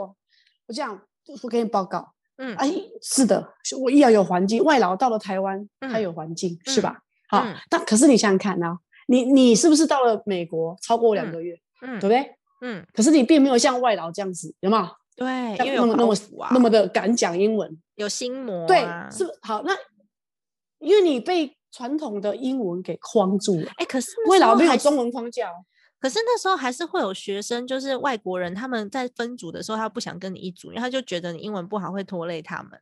C: 我这样我给你报告，
A: 嗯，
C: 哎，是的，是我一样有环境，外劳到了台湾，它
A: 嗯
C: 有环境、是
A: 嗯
C: 吧？好，
A: 嗯
C: 但可是你想想看啊，你你是不是到了美国超过两
A: 嗯
C: 个月，
A: 嗯
C: 对不对？
A: 嗯，
C: 可是你并没有像外劳这样子，有没有？
A: 对，哎
C: 像
A: 因为
C: 那
A: 有
C: 么那
A: 包
C: 么
A: 袱啊，
C: 那么的敢讲英文，
A: 有心魔
C: 对
A: 啊，
C: 是不是好？那因为你被传统的英文给框住了。
A: 哎，可是那
C: 未
A: 时
C: 来
A: 候
C: 没有
A: 还是
C: 中文框架哦，
A: 可是那时候还是会有学生，就是外国人，他们在分组的时候，他不想跟你一组，因为他就觉得你英文不好会拖累他们，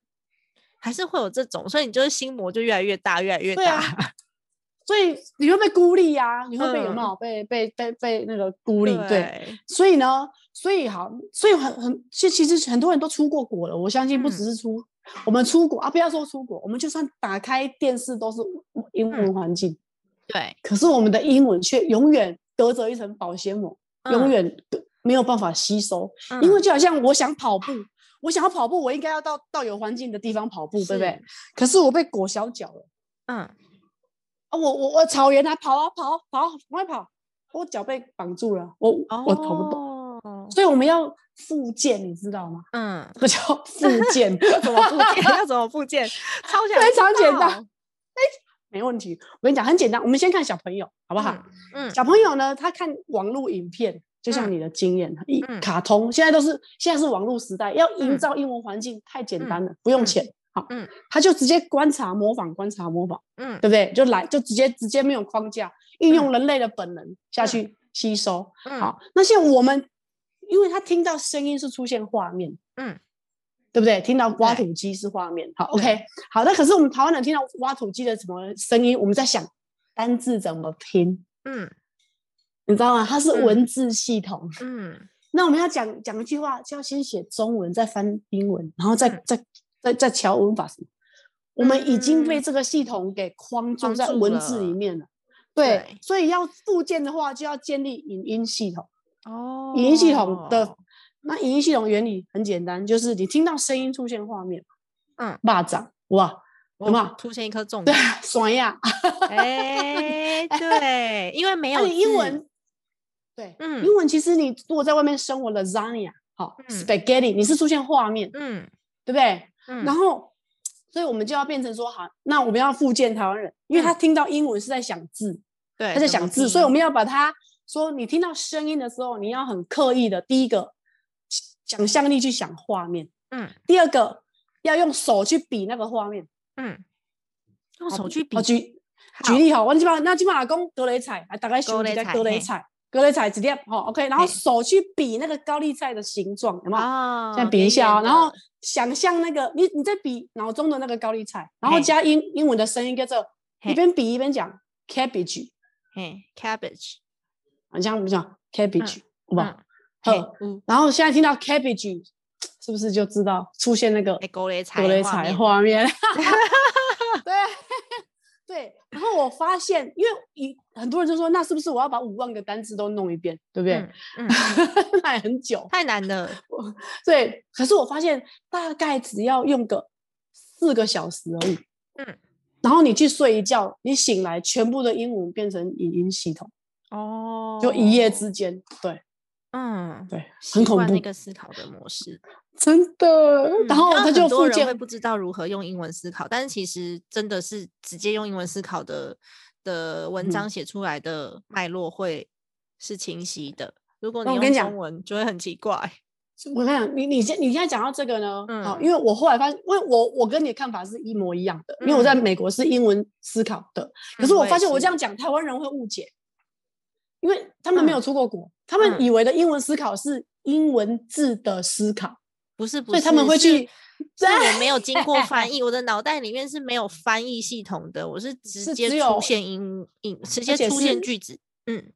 A: 还是会有这种，所以你就是心魔就越来越大，越来越
C: 对
A: 大。
C: 啊所以你会被孤立呀、你会被有没
A: 嗯
C: 有被被被被那个孤立？对，
A: 对
C: 所以呢，所以好，所以很很，其其实很多人都出过国了，我相信不
A: 嗯
C: 只是出、我们出国啊，不要说出国，我们就算打开电视都是英文
A: 嗯
C: 环境，
A: 对，
C: 可是我们的英文却永远隔着一层保鲜膜，永
A: 嗯
C: 远隔没有办法吸收，
A: 嗯
C: 因为就好像我想跑步，我想要跑步，我应该要到到有环境的地方跑步，对不对？？可是我被裹小脚了。
A: 嗯
C: 啊，我我我草原啊，跑啊跑啊跑啊，赶快跑！我脚被绑住了，我、我跑不动，
A: 嗯哦，
C: 所以我们要复健，你知道吗？
A: 嗯，
C: 这个叫复 健，
A: 怎么复健？要怎么复健？超想
C: 非
A: 知
C: 常简单
A: 道，
C: 没问题。我跟你讲，很简单，我们先看小朋友好不好？
A: 嗯
C: 小朋友呢，他看网络影片，就像
A: 嗯
C: 你的经验，一、
A: 嗯
C: 卡通，现在都是现在是网络时代，要营
A: 嗯
C: 造英文环境太简
A: 嗯
C: 单了，不用
A: 嗯
C: 钱。好，
A: 嗯
C: 他就直接观察、模仿、观察、模仿，
A: 嗯
C: 对不对？就来，就直接直接没有框架，运用
A: 嗯
C: 人类的本能下
A: 嗯
C: 去吸收。
A: 嗯，
C: 好，那像我们，因为他听到声音是出现画面，
A: 嗯，
C: 对不对？听到挖
A: 对
C: 土机是画面，好
A: 对
C: ，OK，好。那可是我们台湾人听到挖土机的什么声音，我们在想单字怎么拼，
A: 嗯
C: 你知道吗？它是
A: 嗯
C: 文字系统。
A: 嗯
C: 那我们要讲讲一句话，就要先写中文，再翻英文，然后再、
A: 嗯
C: 再再再瞧文法什么。我们已经被
A: 嗯
C: 这个系统给框住
A: 框
C: 在
A: 住
C: 文字里
A: 了
C: 面了。对，
A: 对
C: 所以要复健的话，就要建立影音系统。
A: 哦，
C: 影音系统的、那影音系统原理很简单，就是你听到声音出现画面，
A: 嗯，
C: 蚂蚱哇， 有没有
A: 我出现一颗重
C: 对
A: 点。，
C: 爽呀！
A: 哎，对，因为没
C: 那
A: 有
C: 啊你英
A: 字
C: 文，对，
A: 嗯
C: 英文其实你如果在外面生活，lasagna 好、
A: 嗯
C: spaghetti，你是出现画面，
A: 嗯
C: 对不对？
A: 嗯，
C: 然后，所以我们就要变成说，好，那我们要复健台湾人，因为他听到英文是在想字，
A: 对
C: 他在
A: 怎
C: 想
A: 么
C: 字，所以我
A: 拼
C: 们要把它说，你听到声音的时候，你要很刻意的，第一个想象力去想画面。
A: 嗯
C: 第二个要用手去比那个画面，
A: 嗯，用
C: 好
A: 手去比
C: 好举举
A: 好
C: 例吼，我即摆那即摆阿讲高丽菜，啊，大概想
A: 高
C: 一
A: 丽
C: 下
A: 菜
C: 高丽
A: 嘿
C: 菜，高丽菜一粒吼，OK，然后
A: 嘿
C: 手去比那个高丽菜的形状，有没有？
A: 啊，
C: 现在比一
A: 远
C: 下
A: 远
C: 哦，然后
A: 的
C: 想象那个你你在比脑中的那个高丽菜，然后
A: 嘿
C: 加英英文的声音跟着一
A: 嘿
C: 边比一边讲 cabbage，
A: 嘿 cabbage，
C: 好像不讲 cabbage，好不好？
A: 嗯
C: 好
A: 嘿，嗯，
C: 然后现在听到 cabbage，是不是就知道出现那个
A: 哎，狗雷彩
C: 格雷
A: 画
C: 彩
A: 面
C: 画 面。对对，然后我发现，因为一很多人就说，那是不是我要把五万个单词都弄一遍，对不对？
A: 嗯嗯，
C: 那也很久。
A: 太难了，
C: 对，可是我发现大概只要用个四个小时而已。
A: 嗯。
C: 然后你去睡一觉，你醒来全部的英文变成语音系统，
A: 哦，
C: 就一夜，之间，对
A: 嗯，
C: 对，
A: 习
C: 很恐
A: 惯
C: 怖
A: 那，个思考的模式，
C: 真的。
A: 嗯
C: 然后
A: 那
C: 他
A: 很
C: 就
A: 多
C: 复
A: 人
C: 健
A: 会不知道如何用英文思考，但是其实真的是直接用英文思考的的文
C: 嗯
A: 章写出来的脉络会是清晰的。如果
C: 那
A: 你
C: 我跟
A: 用
C: 你讲
A: 中文，就会很奇怪。
C: 我跟你讲，你你现你现在讲到这个呢，好，
A: 嗯
C: 因为我后来发现，因为我我跟你的看法是一模一样的，因为我在
A: 嗯
C: 美国是英文思考的，可
A: 嗯
C: 是我
A: 我也
C: 发现我
A: 是
C: 这样讲，台湾人会误解，因为他们没有出过国，他们
A: 嗯
C: 以为的英文思考是英文字的思考，
A: 不是不
C: 所
A: 是，
C: 以他们会
A: 是
C: 去。啊
A: 是我没有经过翻 译，我的脑袋里面是没有翻译系统的，我是直
C: 是
A: 接
C: 只
A: 出
C: 有
A: 现英英，直
C: 而
A: 接
C: 且
A: 出现
C: 是
A: 句子。嗯，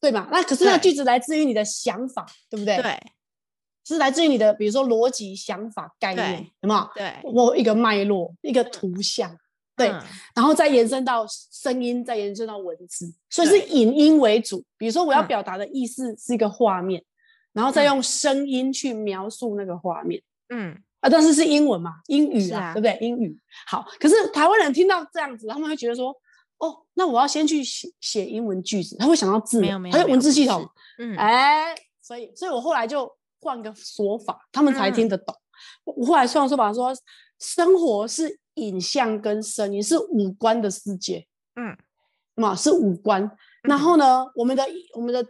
C: 对吧？那可是那
A: 对
C: 句子来自于你的想法，对不对？，
A: 对
C: 是来自于你的，比如说逻辑、想法、概念
A: 对，
C: 有没有？
A: 对
C: 我一个脉络，一个图像，对，
A: 嗯
C: 然后再延伸到声音，再延伸到文字，所以是
A: 对
C: 引音为主。比如说我要
A: 嗯
C: 表达的意思是一个画面，然后再用声音去描述那个画面。
A: 嗯，
C: 啊，但是是英文嘛，英语
A: 是
C: 啊，
A: 啊
C: 对不对？英语好，可是台湾人听到这样子，他们会觉得说，哦，那我要先去写写英文句子，他会想到字母，
A: 没有没有
C: 还有
A: 没
C: 文
A: 有
C: 字
A: 不
C: 系
A: 是
C: 统，
A: 嗯，
C: 哎、所以，所以我后来就换个说法，他们才听
A: 嗯
C: 得懂。我我后来换个说法说，生活是影像跟声音，是五官的世界，
A: 嗯，
C: 嘛是五官。
A: 嗯
C: 然后呢，我们的我们的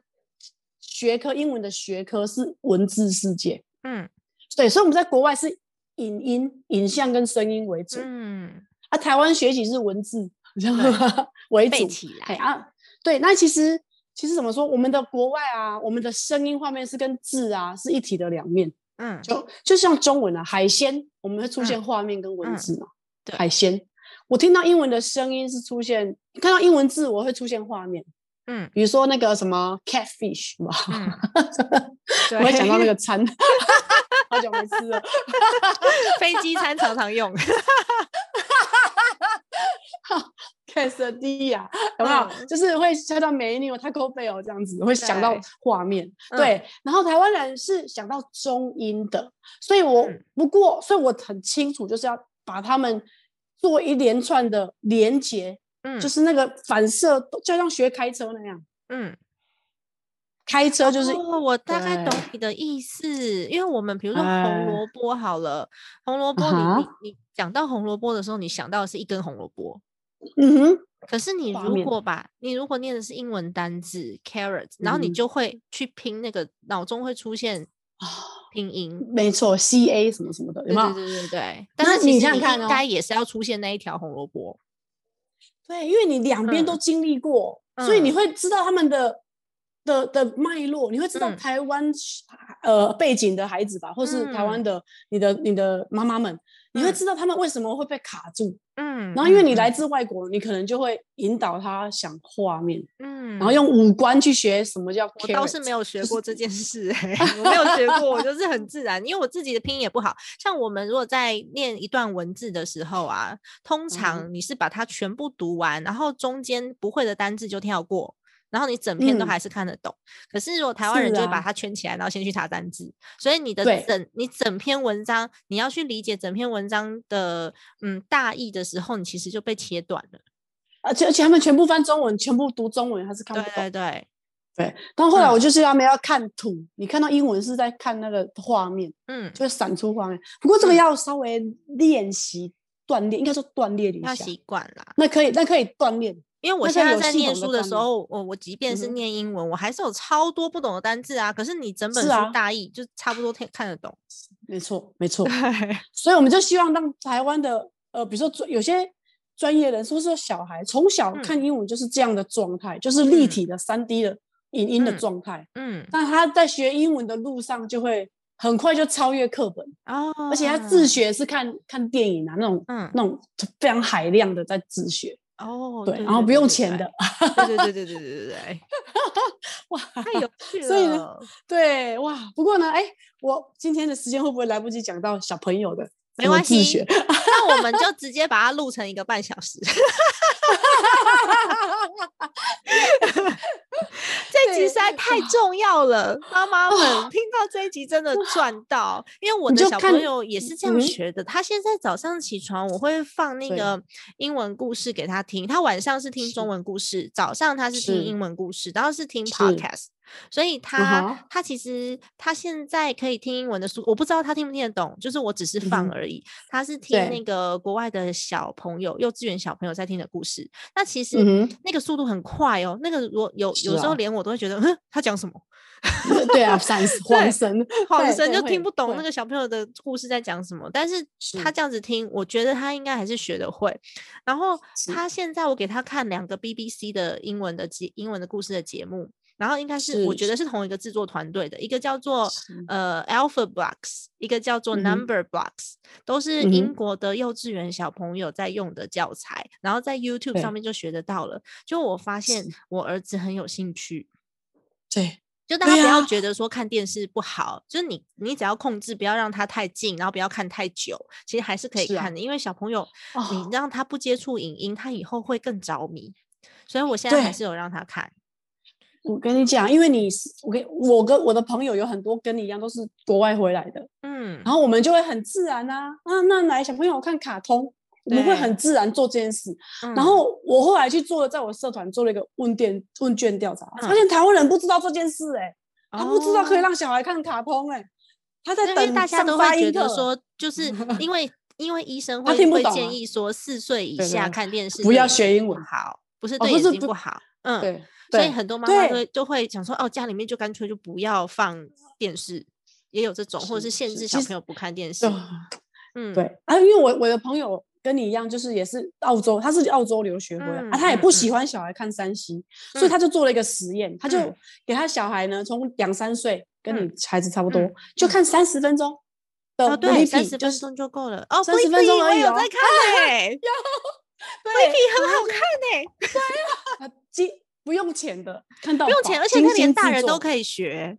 C: 学科，英文的学科是文字世界，
A: 嗯
C: 对，所以我们在国外是影音、影像跟声音为主，
A: 嗯，
C: 啊，台湾学习是文字 为
A: 背
C: 主。
A: 起
C: 哎
A: 来，
C: 啊，对，那其实其实怎么说，我们的国外啊，我们的声音画面是跟字啊是一体的两面，
A: 嗯，
C: 就就像中文啊，海鲜我们会出现
A: 嗯
C: 画面跟文
A: 嗯
C: 字嘛，
A: 对
C: 海鲜。我听到英文的声音是出现，看到英文字我会出现画面，
A: 嗯
C: 比如说那个什么 catfish 嘛，
A: 嗯，
C: 我会想到那
A: 对
C: 个餐， 好久没吃了。
A: 飞机餐常常 用，
C: 凯瑟蒂亚，啊有没有？
A: 嗯
C: 就是会想到哦美女、Taco Bell 这样子，会想到
A: 对
C: 画面。
A: 嗯
C: 对，然后台湾人是想到中音的，所以我、
A: 嗯
C: 不过，所以我很清楚，就是要把他们做一连串的连接，
A: 嗯，
C: 就是那个反射，就像学开车那样，
A: 嗯，
C: 开车就是、
A: 哦，我大概懂
C: 对
A: 你的意思，因为我们比如说红
C: 哎
A: 萝卜好了，红萝卜
C: 啊
A: 你
C: 哈
A: 你你讲到红萝卜的时候，你想到的是一根红萝卜，
C: 嗯哼，
A: 可是你
C: 画
A: 如
C: 面
A: 果把你如果念的是英文单字 carrot，然后你
C: 嗯
A: 就会去拼那个，脑中会出现拼音。
C: 啊没错，C A 什么什么的，
A: 对
C: 有没
A: 对对
C: 有？
A: 对对，但
C: 那
A: 是其
C: 你
A: 实
C: 想想看
A: 应
C: 哦
A: 该也是要出现那一条红萝卜。
C: 对，因为你两边都
A: 嗯
C: 经历过，所以你
A: 嗯
C: 会知道他们的的的脉络，你会知道
A: 嗯
C: 台湾、呃背景的孩子吧，或是台湾
A: 嗯
C: 的、你的你的妈妈们，你会
A: 嗯
C: 知道他们为什么会被卡住。
A: 嗯，
C: 然后因为
A: 嗯
C: 你来，自外国，你可能就会引导他想画面，
A: 嗯，
C: 然后用五官去学什么叫 carrot。
A: 我倒是没有学过这件 事、欸，我没有学过，我就是很自然，因为我自己的拼音也不好。像我们如果在念一段文字的时候啊，通
C: 嗯
A: 常你是把它全部读完，然后中间不会的单字就跳过，然后你整篇都
C: 嗯
A: 还是看得懂。可是如果台湾人
C: 是
A: 就会把
C: 啊
A: 它圈起来，然后先去查单字，所以你的
C: 对
A: 整你整篇文章，你要去理解整篇文章的嗯大意的时候，你其实就被切断了。
C: 而且而且他们全部翻中文，全部读中文，他是看不
A: 对
C: 懂。
A: 对对，
C: 对但后来
A: 嗯
C: 我就是他们要看图，你看到英文是在看那个画面。
A: 嗯，
C: 就会闪出画面。不过这个
A: 嗯
C: 要稍微练习锻炼，应该说锻炼一
A: 要
C: 下。
A: 习惯啦。
C: 那可以，那可以锻炼。
A: 因为我
C: 那
A: 现
C: 个
A: 在
C: 有
A: 在
C: 系
A: 念
C: 统
A: 书的
C: 的锻
A: 时
C: 炼
A: 候，我我即便是
C: 嗯哼
A: 念英文，我还是有超多不懂的单字啊。可是你整本
C: 是
A: 书
C: 啊
A: 大意就差不多看看得懂。
C: 没错，没 错
A: 对。
C: 所以我们就希望让台湾的呃，比如说专有些专业人士或是说小孩从小
A: 嗯
C: 看英文就是这样的状态，就是立
A: 嗯
C: 体的三 D 的影音的
A: 嗯
C: 状态。
A: 嗯，
C: 但他在学英文的路上就会很快就超越课本，
A: 哦，
C: 而且他自学是看看电影啊那种
A: 嗯
C: 那种非常海量的在自学，
A: 哦，
C: 对，然后不用钱的。，
A: 对对对对对对对对，
C: 哇，
A: 太有趣了。
C: 所以呢对，哇，不过呢，哎，我今天的时间会不会来不及讲到小朋友的？
A: 没
C: 怎么
A: 关
C: 自
A: 系
C: 学
A: 那我们就直接把它录成一个半小时。 这集
C: 对
A: 实在太重要了，妈妈们听到这一集真的赚到，因为我
C: 你
A: 的
C: 就
A: 小
C: 看
A: 朋友也是这样
C: 嗯
A: 学的。他现在早上起床，我会放那
C: 对
A: 个英文故事给他听，他晚上是听中
C: 是
A: 文故事，早上他是听
C: 是
A: 英文故事，然后是听
C: 是嗯
A: podcast。所以他、
C: 哈
A: 他其实他现在可以听英文的书，我不知道他听不听得懂，就是我只是放
C: 嗯哼
A: 而已。他是听
C: 对
A: 那个国外的小朋友、幼稚园小朋友在听的故事，那其实
C: 嗯哼，
A: 那个速度很快哦，那个我有有时候
C: 是啊
A: 连我都会觉得，嗯，他讲什么？
C: 对啊，闪
A: 对
C: 晃神，
A: 晃
C: 对
A: 神
C: 对
A: 就
C: 会
A: 听不懂那
C: 会
A: 个小朋友的故事在讲什么，但是
C: 是
A: 他这样子听，我觉得他应该还是学得会。然后
C: 是
A: 他现在我给他看两个 BBC 的英文的节英文的故事的节目，然后应该是我
C: 是
A: 觉得是同一个制作团队的，一个叫做
C: 是
A: 呃 Alpha Blocks，一个叫做
C: 嗯哼
A: Number Blocks，、都是
C: 嗯
A: 英
C: 哼
A: 国的幼稚园小朋友在用的教材，然后在 YouTube 上
C: 对
A: 面就学得到了。就我发现
C: 是
A: 我儿子很有兴趣，
C: 对，
A: 就大家
C: 对
A: 不要
C: 呀
A: 觉得说看电视不好，就是你你只要控制，不要让它太近，然后不要看太久，其实还是可以
C: 是啊
A: 看的。因为小朋友，
C: 哦
A: 你让他不接触影音，他以后会更着迷。所以我现在还
C: 对
A: 是有让他看，
C: 我跟你讲，因为你是我跟我跟我的朋友有很多跟你一样都是国外回来的，
A: 嗯，
C: 然后我们就会很自然啊啊，那来小朋友看卡通，我们会
A: 对
C: 很自然做这件事。然
A: 嗯
C: 后我后来去做了，在我社团做了一个问卷问卷调查，
A: 嗯
C: 发现台湾人不知道这件事、欸，他不知道可以
A: 哦
C: 让小孩看卡通、欸，他在
A: 因为
C: 等
A: 大家
C: 上
A: 都
C: 发
A: 会觉
C: 音
A: 得
C: 课
A: 说， 就是因为因为医生
C: 他
A: 会
C: 听不
A: 会
C: 懂
A: 建
C: 啊
A: 议说四岁以
C: 对对
A: 下
C: 对
A: 看电视
C: 不
A: 对
C: 要
A: 眼
C: 学
A: 睛
C: 英
A: 不
C: 文
A: 好，不是
C: 哦
A: 对
C: 不
A: 眼
C: 是
A: 睛
C: 不
A: 不好，嗯，
C: 对，
A: 所以
C: 对
A: 很多妈妈
C: 对
A: 都就会讲说，哦，家里面就干脆就不要放电视，也有这种，或者是
C: 是
A: 限
C: 是
A: 制
C: 其
A: 小朋
C: 实
A: 友不看电视
C: 就。
A: 嗯，
C: 对啊，因为我我的朋友跟你一样，就是也是澳洲，他是澳洲留学回来、
A: 嗯
C: 啊，他也
A: 嗯
C: 不喜欢小孩看山西，所以他就做了一个实验，他就
A: 嗯
C: 给他小孩呢，从两三岁跟你
A: 嗯
C: 孩子差不多，
A: 嗯
C: 就
A: 嗯
C: 看三十分钟
A: 哦
C: 的布
A: 对，
C: 里
A: 三
C: 皮，
A: 十
C: 就
A: 分
C: 是
A: 钟就够了。哦，
C: 30
A: Blippi，
C: 分钟而
A: 我
C: 已
A: 有
C: 哦
A: 在 看哎，
C: 对，
A: 很好看哎，
C: 啊，金不用钱的，看到
A: 不用钱，而且
C: 他
A: 他连大人都可
C: 以。
A: 以学。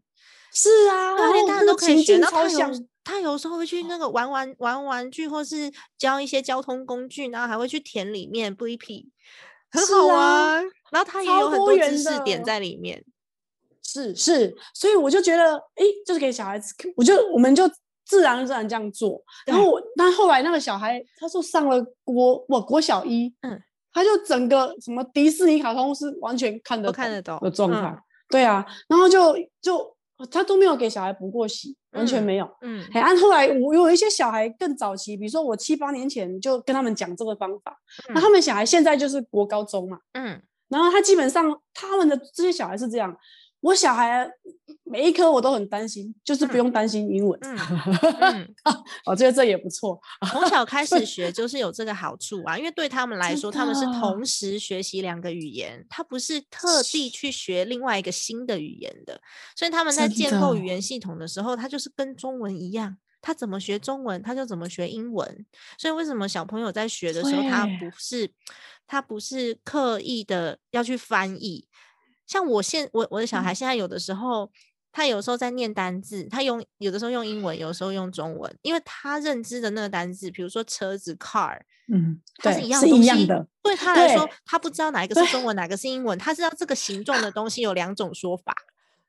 C: 是啊，
A: 对，连大人都可以学。
C: 选，
A: 然后
C: 超
A: 他
C: 像
A: 有他有时候会去那个玩玩玩玩具，或是教一些交通工具，然后还会去田里面 b l i p p 很
C: 是
A: 好
C: 啊
A: 玩。然后他也
C: 超
A: 有很
C: 多
A: 多知
C: 元
A: 识点
C: 的
A: 在里面。
C: 是是，所以我就觉得，诶，就是给小孩子，我就我们就自然而然这样做。然
A: 对
C: 后我，那后来那个小孩，他说上了国，我国小一，
A: 嗯，
C: 他就整个什么迪士尼卡通是完全看
A: 都
C: 得
A: 看
C: 懂
A: 得懂
C: 的状
A: 嗯
C: 态，对啊，然后就就他都没有给小孩补过习，完全
A: 嗯
C: 没有。
A: 嗯，
C: 哎，按后来我有一些小孩更早期，比如说我七八年前就跟他们讲这个方法，那、
A: 嗯
C: 他们小孩现在就是国高中嘛，
A: 嗯，
C: 然后他基本上他们的这些小孩是这样，我小孩每一科我都很担心，就是不
A: 嗯
C: 用担心英文。
A: 嗯嗯，
C: 我觉得这也不错，
A: 从小开始学就是有这个好处啊，因为对他们来
C: 真
A: 说，他们是
C: 的
A: 同时学习两个语言，他不是特地去学另外一个新的语言的，所以他们在
C: 真
A: 建构
C: 的
A: 语言系统的时候，他就是跟中文一样。他怎么学中文，他就怎么学英文。所以为什么小朋友在学的时候，他
C: 对
A: 不是他不是刻意的要去翻译？像我现我我的小
C: 嗯
A: 孩现在有的时候，他有时候在念单字，他用有的时候用英文，有时候用中文，因为他认知的那个单字，比如说车子 car，
C: 嗯，
A: 它
C: 对，
A: 是一样
C: 是
A: 东
C: 一
A: 西
C: 样的，
A: 对他来说
C: 对，
A: 他不知道哪一个是
C: 对
A: 中文，哪个是英文，他知道这个形状的东西有两种说法。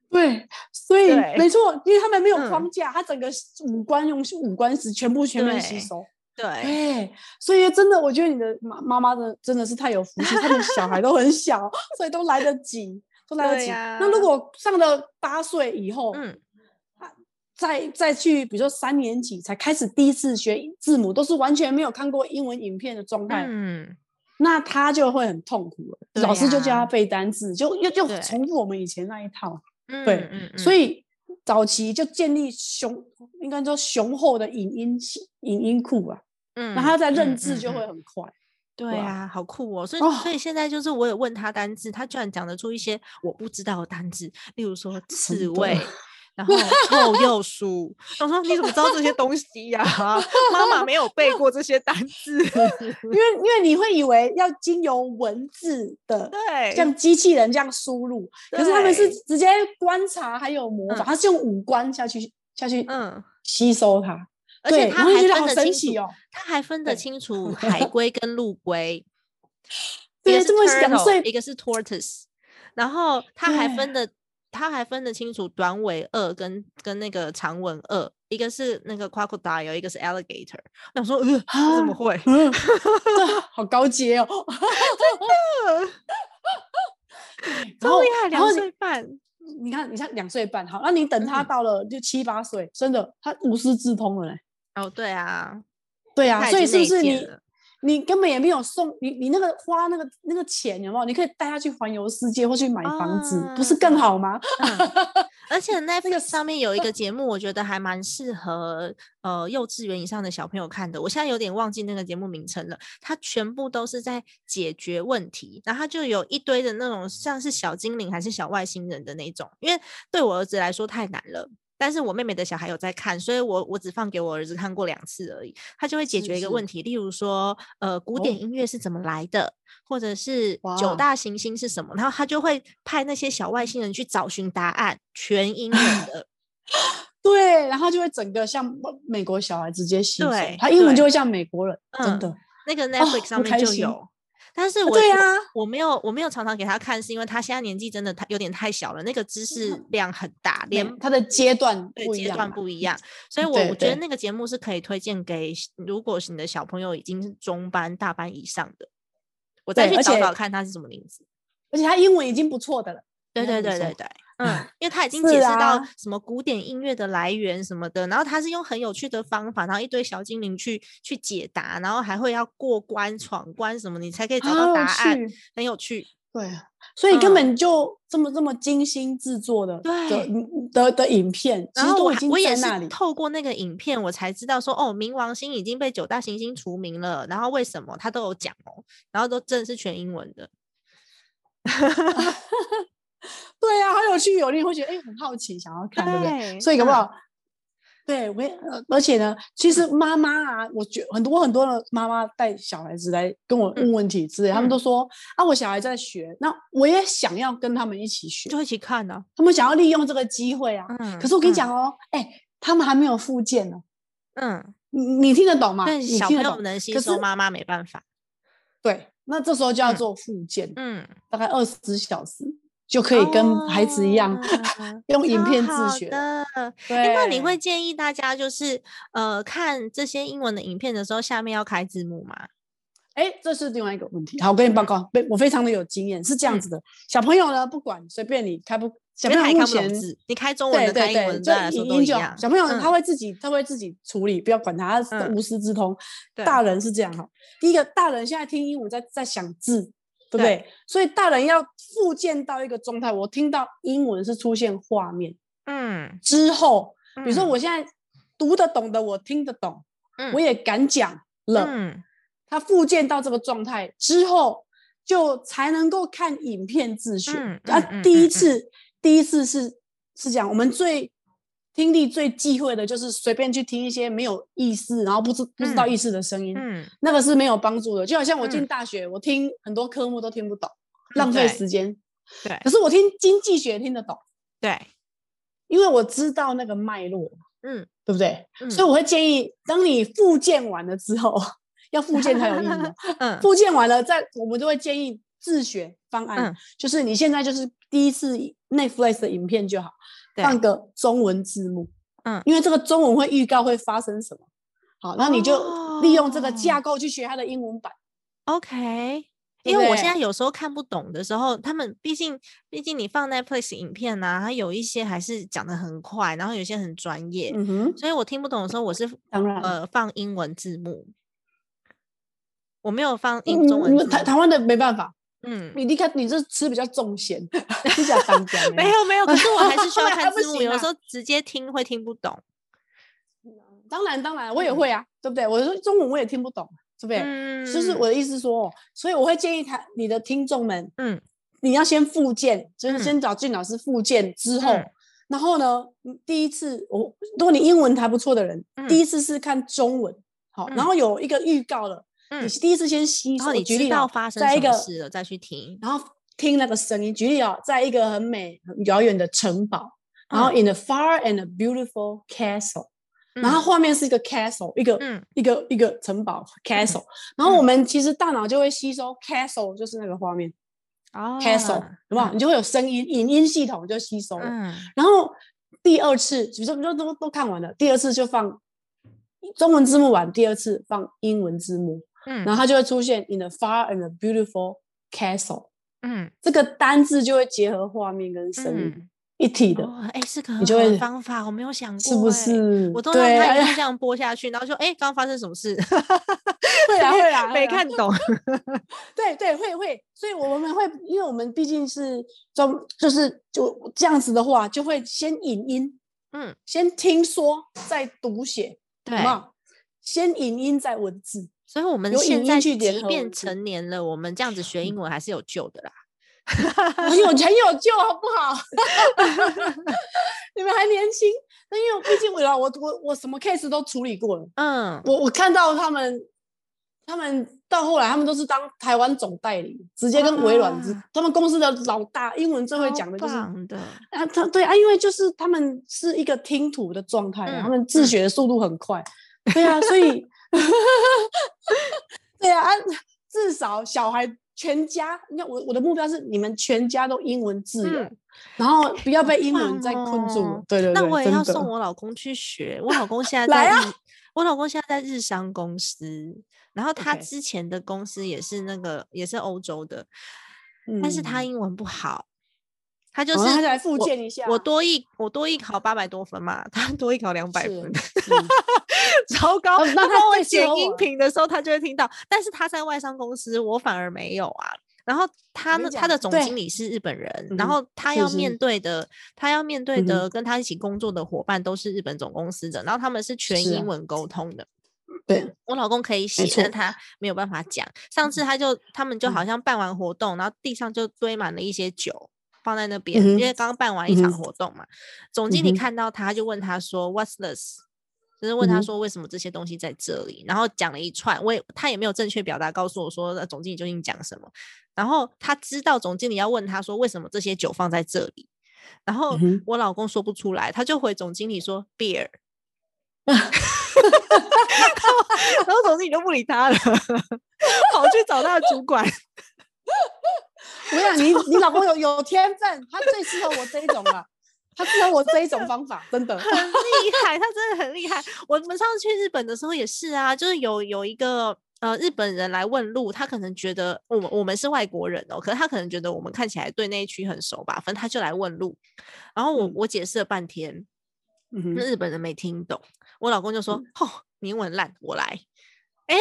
C: 对，所以
A: 对
C: 没错，因为他们没有
A: 嗯
C: 框架，他整个五官用五官是全部全面吸
A: 对
C: 收。
A: 对，
C: 对，所以真的，我觉得你的妈妈妈的真的是太有福气，他们小孩都很小， 所以都来得及，都来得
A: 对
C: 及。
A: 呀
C: 那如果上了八岁以后，
A: 嗯，
C: 再再去，比如说三年级才开始第一次学字母，都是完全没有看过英文影片的状态，
A: 嗯，
C: 那他就会很痛苦了。
A: 对
C: 老师就叫
A: 呀
C: 他背单字，就又又
A: 对
C: 重复我们以前那一套。对
A: 嗯嗯
C: 所
A: 嗯
C: 以早期就建立雄，应该说雄厚的影音系影音库啊，
A: 嗯
C: 然后他在认
A: 嗯
C: 字
A: 嗯
C: 就
A: 嗯
C: 会很快。
A: 对
C: 哇
A: 啊，好酷哦！所以、所以
C: 哦
A: 现在就是我有问他单字，他居然讲得出一些我不知道的单字，例如 说刺
C: 的
A: 猬，然后臭鼬鼠。我说你怎么知道这些东西呀、妈妈没有背过这些单 字。
C: 因为因为你会以为要经由文字的，
A: 对，
C: 像机器人这样输入，可是他们是
A: 对
C: 直接观察还有模
A: 嗯
C: 仿，他是用五官下去下去
A: 嗯，
C: 吸收它，
A: 而且
C: 对
A: 他
C: 然后
A: 还
C: 觉得
A: 分
C: 好
A: 得
C: 神
A: 清
C: 奇
A: 楚，
C: 哦。
A: 他还分得
C: 对
A: 清楚 海龟跟陆龟，一
C: 对
A: 个，是
C: 这么两
A: turtle，
C: 岁
A: 一个是 tortoise，然后他还
C: 对
A: 分的，他还分得清楚短尾鳄跟跟那个长吻鳄，一个是那个 crocodile，一个是 alligator。我想说，呃，我怎么
C: 啊
A: 会？
C: 嗯，这好高阶 哦，对
A: 这
C: 然后
A: 么厉害，
C: 然
A: 两
C: 后你
A: 岁半，
C: 你看，你像两岁半，好，那你等他
A: 嗯
C: 到了就七八岁，真的他无师自通了嘞。
A: 哦，对啊，
C: 对啊，
A: 他已
C: 所以
A: 经
C: 是不
A: 内
C: 是
A: 建
C: 你
A: 了
C: 你根本也没有送你你那个花那个那个钱有没有？你可以带他去环游世界或去买房子，不是更
A: 啊
C: 好吗？
A: 嗯而且 Netflix
C: 是
A: 上面
C: 嗯
A: 有一个节目，我觉得还蛮适合呃幼稚园以上的小朋友看的。我现在有点忘记那个节目名称了，它全部都是在解决问题，然后它就有一堆的那种像是小精灵还是小外星人的那种，因为对我儿子来说太难了。但是我妹妹的小孩有在看，所以我我只放给我儿子看过两次而已。他就会解
C: 是
A: 决一个
C: 是
A: 问题，例如说，呃，古
C: 哦
A: 典音乐是怎么来的，或者是九
C: 哇
A: 大行星是什么，然后他就会派那些小外星人去找寻答案，全英 文的。
C: 对，然后就会整个像美国小孩直接吸收
A: 对，
C: 他英文
A: 对
C: 就会像美国人，
A: 嗯
C: 真的。
A: 那个
C: 哦好
A: Netflix 上面
C: 开
A: 就
C: 心
A: 有，但是我
C: 对
A: 我
C: 啊
A: 我没有我没有常常给他看，是因为他现在年纪真的太有点太小了，那个知识量很大，
C: 每
A: 连
C: 他的阶段
A: 对
C: 不一
A: 阶
C: 样
A: 段
C: 嘛，
A: 不一样，所以我
C: 对
A: 我觉得
C: 对
A: 那个节目是可以推荐给小，如果是你的小朋友已经是中班、大班以上的，我再
C: 对
A: 去
C: 而
A: 找
C: 且
A: 找看他是什么名字。
C: 而且他英文已经不错的了。
A: 对
C: 应该
A: 对
C: 这么
A: 对对
C: 说
A: 对， 嗯，因为他已经
C: 是
A: 解释到
C: 啊
A: 什么古典音乐的来源什么的，然后他是用很有趣的方法，然后一堆小精灵去去解答，然后还会要过关闯关什么，你才可以找
C: 好
A: 到
C: 有
A: 答案，
C: 趣
A: 很有趣。
C: 啊对，啊所以根
A: 嗯
C: 本就这么这么精心制作的的嗯
A: 对
C: 的的影片，其
A: 然
C: 实
A: 后我
C: 都已
A: 还
C: 经
A: 我也
C: 在
A: 是
C: 那里。
A: 透过那个影片，我才知道说哦，冥王星已经被九大行星除名了，然后为什么他都有讲哦，然后都真的是全英文的，
C: 对啊，好有趣，有你会觉得哎很好奇，想要看，对不对？
A: 对
C: 所以搞不
A: 嗯
C: 好，对我也，呃而且呢，其实妈妈啊，我觉很多很多的妈妈带小孩子来跟我
A: 嗯
C: 问问题之类，他们
A: 嗯
C: 都说啊，我小孩在学，那我也想要跟他们一起学，
A: 嗯就一起看呢、
C: 他们想要利用这个机会啊。
A: 嗯，
C: 可是我跟
A: 嗯，
C: 你讲哦，哎，他们还没有复健呢，
A: 嗯，
C: 你你听得懂吗？
A: 但
C: 啊你
A: 小
C: 听
A: 朋
C: 得
A: 友
C: 懂？
A: 能吸
C: 可
A: 收，
C: 是
A: 妈妈没办法。
C: 对，那这时候就要
A: 嗯
C: 做复健，
A: 嗯，
C: 大概二十小时就可以跟孩子一样
A: 哦
C: 用影
A: 超
C: 片自
A: 哦好
C: 学了。
A: 的。诶
C: 对，
A: 那你会建议大家就是呃看这些英文的影片的时候，下面要开字幕吗？
C: 哎，这是另外一个问题。好，我跟你报告，被我非常的有经验，是这样
A: 嗯
C: 子的。小朋友呢，不管随便你开不，小
A: 因为他
C: 朋友
A: 也
C: 目
A: 看不懂
C: 前
A: 字，你开中文
C: 对
A: 的跟
C: 对
A: 英文
C: 对，
A: 的
C: 就
A: 对他来说
C: 影
A: 都
C: 音
A: 一
C: 就
A: 样
C: 好。。小朋友
A: 嗯
C: 他会自己，他会自己处理，不要管他，他
A: 嗯
C: 无师自通。
A: 对
C: 大人是这样哈，第一个大人现在听英文在在想字。对不
A: 对
C: 对？所以大人要复健到一个状态，我听到英文是出现画面
A: 嗯，
C: 之后，
A: 比
C: 比如说我现在读得懂的，我听得懂，
A: 嗯
C: 我也敢讲了。
A: 嗯
C: 他复健到这个状态之后，就才能够看影片自学。
A: 嗯嗯嗯
C: 啊，第
A: 嗯
C: 一次，第一次是是这样，我们最听力最忌讳的就是随便去听一些没有意思，然后不知不知道
A: 嗯
C: 意思的声音，
A: 嗯
C: 那个是没有帮助的。就好像我
A: 嗯
C: 进大学，我听很多科目都听不懂，
A: 嗯
C: 浪费
A: 对
C: 时间。
A: 对
C: 可是我听经济学听得懂，
A: 对
C: 因为我知道那个脉络，
A: 嗯，
C: 对不对？
A: 嗯
C: 所以我会建议，当你复健完了之后， 要复健才有意义哦。
A: 嗯
C: 复健完了，再我们就会建议自学方案，
A: 嗯
C: 就是你现在就是第一次 Netflix 的影片就好，
A: 对
C: 放个中文字幕，
A: 嗯
C: 因为这个中文会预告会发生什么，好，那你就利用这个架
A: 哦
C: 构去学它的英文版，
A: OK，
C: 对
A: 因为
C: 不
A: 我现
C: 对
A: 在有时候看不懂的时候，他们毕竟毕竟你放 Netflix 影片呐、它有一些还是讲的很快，然后有些很专业，
C: 嗯哼，
A: 所以我听不懂的时候，我是
C: 当然。
A: 呃放英文字幕，我没有放英中文
C: 嗯，
A: 字
C: 台台
A: 幕。
C: 湾的没办法，
A: 嗯，
C: 你你看你这吃比较重咸， 你想当家
A: 没有没有，可是我还是需要
C: 还
A: 看
C: 不
A: 字幕，
C: 行
A: 有
C: 啊
A: 时候直接听会听不懂。
C: 当然，当然，我也会啊，对不对？我说中文我也听不懂，对不对？
A: 嗯，
C: 就是我的意思说，哦所以我会建议他你的听众们，
A: 嗯
C: 你要先复健，就是
A: 嗯
C: 先找俊老师复健之后，
A: 嗯
C: 然后呢，你第一次我如果你英文还不错的人，第
A: 嗯
C: 一次是看中文，好，
A: 嗯
C: 然后有一个预告了，
A: 嗯
C: 你第一次先吸
A: 然
C: 收，
A: 后你
C: 举
A: 知
C: 例
A: 道
C: 哦
A: 发生
C: 在
A: 什
C: 一
A: 么
C: 个
A: 事了再去听。
C: 然后听那个声音。举例哦，在一个很美、很遥远的城堡，然后
A: 嗯
C: in a far and a beautiful castle，、然
A: 嗯
C: 后画面是一个 castle，一个、
A: 嗯
C: 一个一个城 堡 castle，、然后我们其实大脑就会吸收 castle 就是那个画面、
A: 哦
C: castle，好不好？你就会有声音，影音系统就吸收了。
A: 嗯
C: 然后第二次，比如说都都都看完了，第二次就放。中文字幕完，第二次放英文字幕，
A: 嗯
C: 然后它就会出现 in a far and a beautiful castle，
A: 嗯
C: 这个单字就会结合画面跟声音，
A: 嗯
C: 一体的，
A: 哦，哎，是个很
C: 你就
A: 好的
C: 会
A: 方法，我没有想过、
C: 是不
A: 哎？
C: 是？
A: 我都让
C: 对，
A: 他
C: 哎
A: 一
C: 呀
A: 路这样播下去，然后说，哎，刚刚发生什么事？啊
C: 会 啦会啦，
A: 没
C: 会啦
A: 看懂。
C: 对对，会会，所以我们会，因为我们毕竟是中，就是就这样子的话，就会先引音，
A: 嗯，
C: 先听说，再读写，有
A: 对
C: 没，有先引音，再文字。
A: 所以我们
C: 有
A: 现
C: 影
A: 在
C: 音
A: 即
C: 去嗯联合
A: 便
C: 文字
A: 成年了，我们这样子学英文还是有救的啦。
C: 很有很有救，好不好？ 你们还年轻，那因为我毕竟我我我我什么 case 都处理过了，
A: 嗯，
C: 我我看到他们，他们到后来他们都是当台湾总代理，直接跟微软直
A: 哇，
C: 他们公司的老大，英文最会
A: 超
C: 讲的就是
A: 棒的
C: 啊，他对啊，因为就是他们是一个听图的状态啊、
A: 嗯
C: 他们自
A: 嗯
C: 学的速度很快，对啊，所以对啊，啊至少小孩全家，你看我我的目标是你们全家都英文自由，
A: 嗯
C: 然后不要被英
A: 棒
C: 文再困住了。
A: 哦
C: 对对对，
A: 那我也
C: 真
A: 要
C: 的
A: 送我老公去学。我老公现在
C: 来
A: 在
C: 啊
A: 日，我老公现在在日商公司，然后他
C: OK
A: 之前的公司也是那个也是欧洲的，但是他
C: 嗯
A: 英文不好，他就
C: 好那他
A: 是
C: 再来复
A: 我
C: 健一下，
A: 我多一我多一考八百多分嘛，他多一考两百
C: 是
A: 分，
C: 嗯
A: 超高。
C: 哦
A: 他
C: 那他
A: 帮我
C: 最适
A: 剪
C: 合
A: 音
C: 我
A: 频的时候，他就会听到，但是他在外商公司，我反而没有啊。然后他
C: 跟
A: 呢，
C: 你
A: 他的总
C: 讲对
A: 经理是日本人，
C: 嗯
A: 然
C: 哼
A: 后他
C: 是
A: 要
C: 是
A: 面对的，他要面对
C: 嗯
A: 的跟他一起工作的伙伴都是日本总公司的，然后他们是全
C: 是啊
A: 英文沟通的。
C: 对，
A: 我老公可以写，
C: 错嗯
A: 但他没有办法讲。上次他就他们就好像办完活动，然后地上就堆满了一些酒放在那边，
C: 嗯哼
A: 因为刚办完一场
C: 嗯哼
A: 活动嘛。总经理
C: 嗯哼
A: 看到他就问他说：“What's this？” 就是问
C: 嗯
A: 他
C: 哼
A: 说为什么这些东西在这里，然后讲了一串，我也他也没有正确表达告诉我说呃总经理究竟讲什么，然后他知道总经理要问他说为什么这些酒放在这里，然后
C: 嗯哼
A: 我老公说不出来，他就回总经理说 beer，然后总经理就不理他了，跑去找他的主管。
C: 我跟你讲你你老公有有天分，他最适合我这一种了，他适合我这一种方法，真的。
A: 很厉害，他真的很厉害。我们上次去日本的时候也是啊，就是有有一个呃日本人来问路，他可能觉得我们我们是外国人哦，可是他可能觉得我们看起来对那一区很熟吧，反正他就来问路。然后我、我解释了半天，
C: 嗯哼
A: 那日本人没听懂，我老公就说：“
C: 嗯
A: 哦，你英文烂，我来。诶，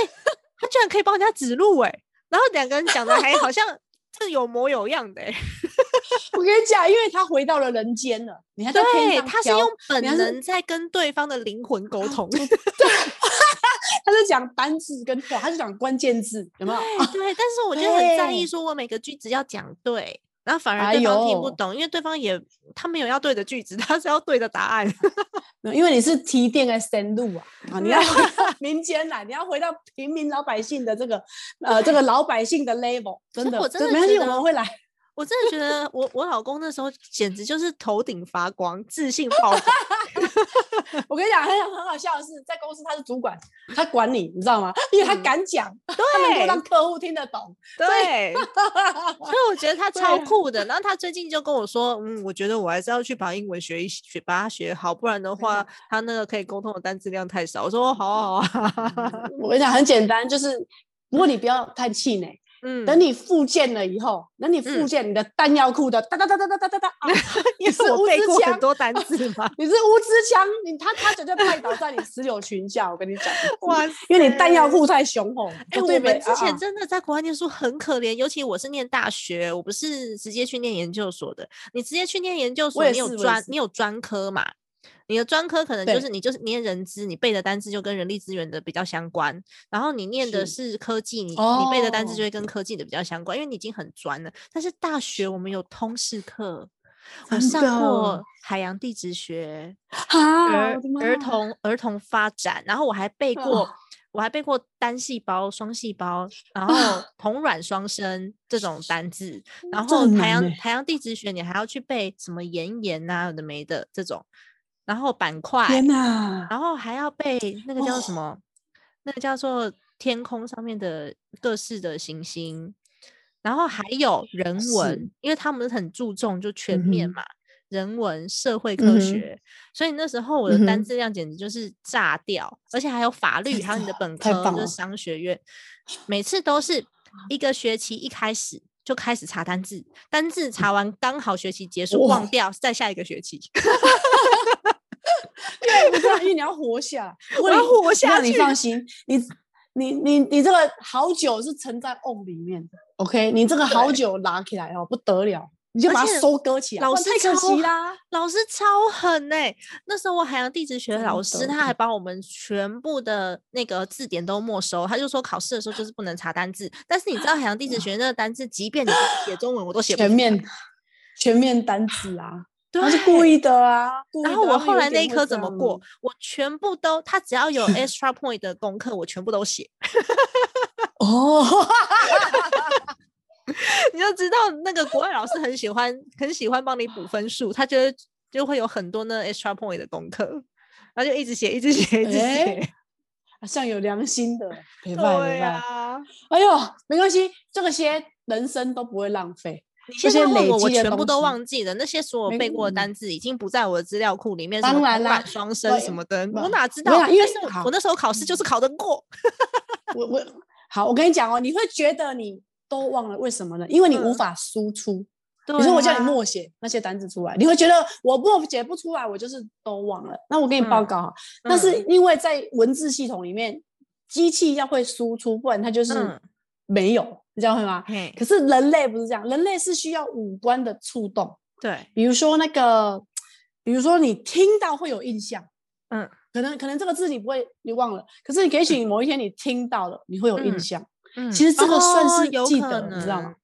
A: 他居然可以帮人家指路哎、然后两个人讲的还 好像就是有模有样的、欸，
C: 我跟你讲，因为他回到了人间了，你还在天
A: 欸对，
C: 上
A: 他是
C: 飘
A: 用本
C: 你还是哦啊
A: 能在跟对方的灵魂沟通。
C: 他在讲单字跟话，他就讲关键字，有没有？
A: 对对，但是我就很在意，
C: 对
A: 说我每个句子要讲对，然后反而
C: 哎
A: 对方听不
C: 呦
A: 懂，因为对方也他没有要对的句子，他是要对的答案。
C: 没有啊因为你是提电跟深入啊，啊，你要回 到民间来，你要回到平民老百姓的这个呃这个老百姓的 level，真
A: 所以
C: 的，
A: 我真的
C: 没关系，
A: 觉
C: 我
A: 得
C: 们会来。
A: 我真的觉得我我老公那时候简直就是头顶发光，自信爆棚。
C: 我跟你讲，很很好笑的是，在公司他是主管，他管你，你知道吗？因为他
A: 嗯
C: 敢讲， 他能够
A: 对
C: 让客户听得懂。
A: 对，所以我觉得他
C: 对
A: 超
C: 啊
A: 酷的。然后他最近就跟我说，嗯，我觉得我还是要去把英文学一学，把它学好，不然的话他那个可以沟通的单词量太少。我说哦好啊好啊，
C: 我跟你讲，很简单，就是不过你不要太气馁，
A: 嗯，
C: 等你复健了以后，等你
A: 嗯
C: 复健你的弹药库的哒哒哒哒哒哒哒哒， 啊
A: 因为
C: 是
A: 我
C: 乌
A: 背
C: 兹
A: 过很
C: 强，
A: 多单词嘛
C: 你是乌兹枪，你他他绝对拜倒在你石榴裙下，我跟你讲，
A: 哇，
C: 因为你弹药库太雄厚。
A: 哎、
C: 就
A: 我
C: 对
A: 们
C: 北
A: 之前
C: 啊
A: 真的在国外念书很可怜，尤其我是念大学，我不是直接去念研究所的。你直接去念研究所，
C: 也
A: 你有
C: 是我也
A: 专，
C: 是
A: 你有专科嘛？你的专科可能就
C: 对
A: 是你就是你念人资，你背的单词就跟人力资源的比较相关。然后你念的是科技，你你背的单词就
C: 哦
A: 会跟科技的比较相关，因为你已经很专了。但是大学我们有通识课，我
C: 真
A: 上
C: 的哦
A: 过海洋地质学，
C: 啊，
A: 儿
C: 我的妈
A: 呃儿
C: 呀
A: 童儿童发展，然后我还背
C: 啊
A: 过，我还背过单细胞、双细胞，然后 同卵双生这种单字，然
C: 这
A: 后
C: 很
A: 海
C: 难
A: 洋
C: 欸
A: 海洋地质学你还要去背什么岩盐呐、有的没的这种，然后板块，
C: 天哪，
A: 然后还要背那个叫
C: 哦
A: 做什么，那个叫做天空上面的各式的行星，然后还有人
C: 是
A: 文，因为他们很注重就全面
C: 嗯哼
A: 嘛，人文、社会
C: 嗯
A: 科
C: 哼
A: 学，所以那时候我的
C: 嗯
A: 单
C: 哼
A: 字量简直就是炸掉，而且还有法律，
C: 真
A: 还有你的
C: 的
A: 本
C: 太
A: 科
C: 棒
A: 就
C: 了
A: 是商学院，每次都是一个学期一开始。就开始查单字，单字查完刚好学期结束，
C: 嗯哇
A: 忘掉再下一个学期。
C: 对，不是，因为你要活下来，
A: 我
C: 我
A: 要活下
C: 那你
A: 去
C: 放心，你你你你这个好酒是沉在瓮里面的，OK？你这个好酒拿起来哦，不得了，你就
A: 而
C: 把它
A: 且
C: 收割起来，
A: 老
C: 不然
A: 师
C: 太可
A: 超
C: 惜啦。
A: 老师超狠哎、那时候我海洋地质学的老
C: 真
A: 师，
C: 的
A: 他还把我们全部的那个字典都没收。他就说考试的时候就是不能查单字，但是你知道海洋地质学那个单字，即便你是写中文，我都写不
C: 全
A: 出
C: 面
A: 来。
C: 全面单子啊，
A: 对，
C: 他是故意的啊。故
A: 然
C: 意
A: 后
C: 的
A: 我
C: 他们
A: 后
C: 有
A: 来
C: 一
A: 那
C: 点
A: 一
C: 会
A: 科
C: 这
A: 怎么
C: 样
A: 过？我全部都，他只 要有 extra point 的功课，我全部都写，
C: 哦？
A: 你就知道那个国外老师很喜欢，很喜欢帮你补分数，他觉得就会有很多那 extra point 的功课，然后就一直写，一直写，一直
C: 哎
A: 写。
C: 好像有良心的，陪伴
A: 对啊
C: 陪
A: 呀、
C: 伴。哎呦，没关系，这些人生都不会浪费。
A: 你现
C: 些
A: 在问
C: 累
A: 我，我
C: 积的
A: 全部
C: 东
A: 都
C: 西
A: 忘记了。那些所
C: 没
A: 有背过的
C: 嗯
A: 单字已经不在我的资料库里面，什
C: 当
A: 么
C: 然
A: 同
C: 啦
A: 感双
C: 我
A: 生什么的，
C: 我
A: 我哪知
C: 没
A: 道？
C: 有啊因为嗯
A: 但是我
C: 好
A: 我那时候考试就是考得过，
C: 我我好，我跟你讲哦，你会觉得你都忘了，为什么呢？因为你无
A: 嗯
C: 法输出。
A: 对
C: 你说我叫你
A: 啊
C: 默写那些单字出来，你会觉得我默写不出来，我就是都忘了。那我给你报
A: 嗯
C: 告哈，那是
A: 嗯
C: 因为在文字系统里面，机器要会输出，不然它就是
A: 嗯
C: 没有，你知道会吗？
A: 嘿
C: 可是人类不是这样，人类是需要五官的触动，
A: 对，
C: 比如说那个，比如说你听到会有印象，
A: 嗯，
C: 可能可能这个字你不会，你忘了，可是也许你某一天你听到了，你会有印
A: 嗯
C: 象。
A: 嗯
C: 其实这个算
A: 哦
C: 是
A: 有
C: 记
A: 可
C: 得，你知道
A: 能
C: 吗？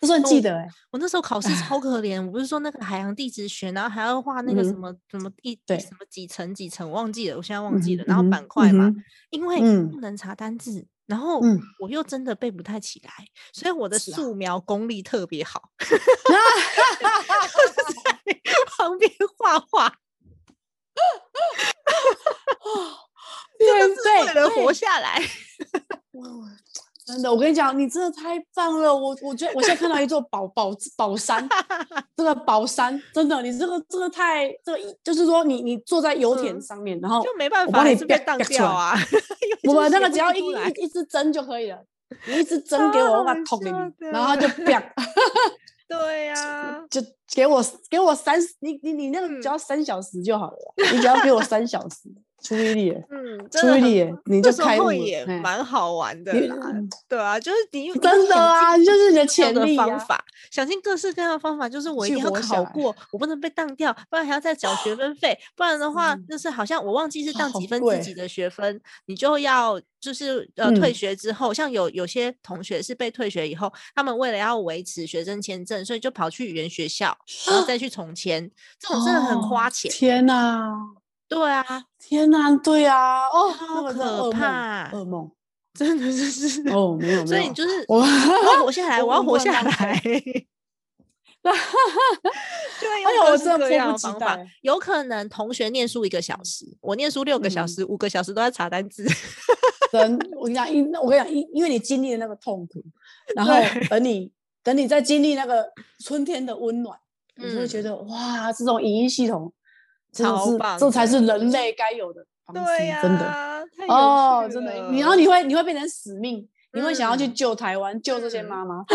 C: 这算
A: 那
C: 记
A: 我
C: 得哎、
A: 我那时候考试超可怜，我不是说那个海洋地质学，然后还要画那个什
C: 嗯
A: 么什么一
C: 对
A: 什么几层几层，忘记了，我现在忘
C: 嗯
A: 记了。
C: 哼
A: 然后
C: 嗯哼
A: 板块嘛哦
C: 嗯，哼
A: 因为
C: 嗯
A: 不能查单字，然后
C: 嗯
A: 我又真的背不太起来，所以我的
C: 是啊
A: 素描功力特别 好，在旁边画画，
C: 对
A: 是为
C: 对
A: 了
C: 对，
A: 活下来。
C: 哇真的，我跟你讲，你真的太棒了！我我觉得我现在看到一座宝宝宝山， 这个宝山真的，你这个这个太这个一就是说你你坐在油田
A: 嗯
C: 上面，然后
A: 就没办
C: 哦我
A: 法，
C: 帮
A: 还
C: 你
A: 是被
C: 啪
A: 当
C: 啪出
A: 掉
C: 来
A: 啊！
C: 我
A: 就是
C: 那
A: 写
C: 个
A: 不
C: 只要一
A: 出来
C: 一一支针就可以了，你 一支针给
A: 超
C: 我，我把它
A: 好
C: 捅给你
A: 笑，的
C: 然后它就啪，
A: 对呀，
C: 就给我给我三十，你你你那个
A: 嗯
C: 只要三小时就好了啦，你只要给我三小时，出一力了，
A: 嗯， 真
C: 出
A: 的
C: 一
A: 很
C: 力了，你
A: 那
C: 就
A: 时
C: 开悟
A: 候
C: 了
A: 也
C: 嘿
A: 蛮好玩的
C: 你嗯
A: 啦，对啊，就是你用
C: 真的啊就是你的潜
A: 的
C: 力呀
A: 方法，想尽各式各样的方法，就是我一
C: 去
A: 定要
C: 活下
A: 考
C: 来
A: 过，我不能被当掉，不然还要再缴 学分费，不然的话
C: 嗯
A: 就是好像我忘记是
C: 啊
A: 当
C: 好
A: 几分
C: 贵
A: 自己的学分，你就要就是呃
C: 嗯
A: 退学之后，像有有些同学是被退学以后，他们为了要维持学生签证，所以就跑去语言学校，然后再去重签，这种真的很
C: 哦
A: 花钱，
C: 天哪、
A: 对啊，
C: 天哪、对啊，哦，那
A: 超
C: 个真的
A: 可
C: 噩梦，
A: 怕，
C: 噩梦
A: 真的是。
C: 哦，没有没有，
A: 所以你就是
C: 我哎
A: 我 要活下来，
C: 我
A: 我要
C: 不
A: 活
C: 能
A: 下
C: 浪费
A: 来。
C: 啊
A: 对，
C: 哎
A: 用
C: 呦我
A: 各
C: 真
A: 式
C: 的
A: 各
C: 迫
A: 样
C: 不
A: 的
C: 及
A: 方法
C: 待，
A: 有可能同学念书一个小时，我念书六个小
C: 嗯
A: 时，五个小时都在查单字。
C: 人，我跟你讲，因我跟你讲，因因为你经历了那个痛苦，然后
A: 对
C: 等你等你再经历那个春天的温暖，你就会觉
A: 嗯
C: 得哇，这种影音系统真的
A: 超
C: 是
A: 棒
C: 这才
A: 的
C: 是人类该有的方式，
A: 对呀，
C: 真的
A: 太有
C: 哦，
A: 趣
C: 真的，
A: 了
C: 你然后你会你会变成使命。你会想要去
A: 嗯
C: 救台湾，救这些
A: 嗯
C: 妈妈，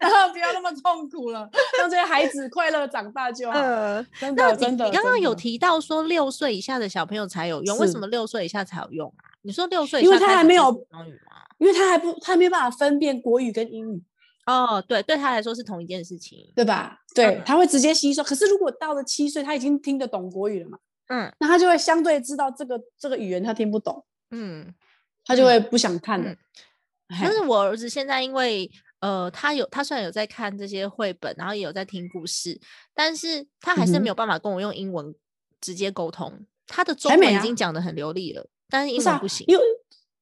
C: 然后不要那么痛苦了，让这些孩子快乐长大就好。
A: 呃，
C: 真
A: 那
C: 的，
A: 你
C: 真的，
A: 你刚刚
C: 真
A: 有
C: 的
A: 提到说六岁以下的小朋友才有用，为
C: 是
A: 什么六岁以下才有用啊？你说六岁以
C: 因为
A: 下
C: 他
A: 开
C: 还
A: 始
C: 没
A: 接
C: 有
A: 触双语吗？
C: 因为他还不，他没办法分辨国语跟英语，
A: 哦，对，对他来说是同一件事情。
C: 对吧？对，
A: 嗯
C: 他会直接吸收。可是如果到了七岁，他已经听得懂国语了嘛，
A: 嗯
C: 那他就会相对知道这个这个语言他听不懂，
A: 嗯，
C: 他就
A: 嗯
C: 会不想看了哎
A: 嗯。但
C: 嘿
A: 是我儿子现在因为呃，他有他虽然有在看这些绘本，然后也有在听故事，但是他还是
C: 嗯哼
A: 没有办法跟我用英文直接沟通。他的中
C: 还没
A: 文已
C: 啊
A: 经讲的很流利了，但是
C: 不
A: 英
C: 是
A: 文
C: 啊
A: 不行。
C: 因为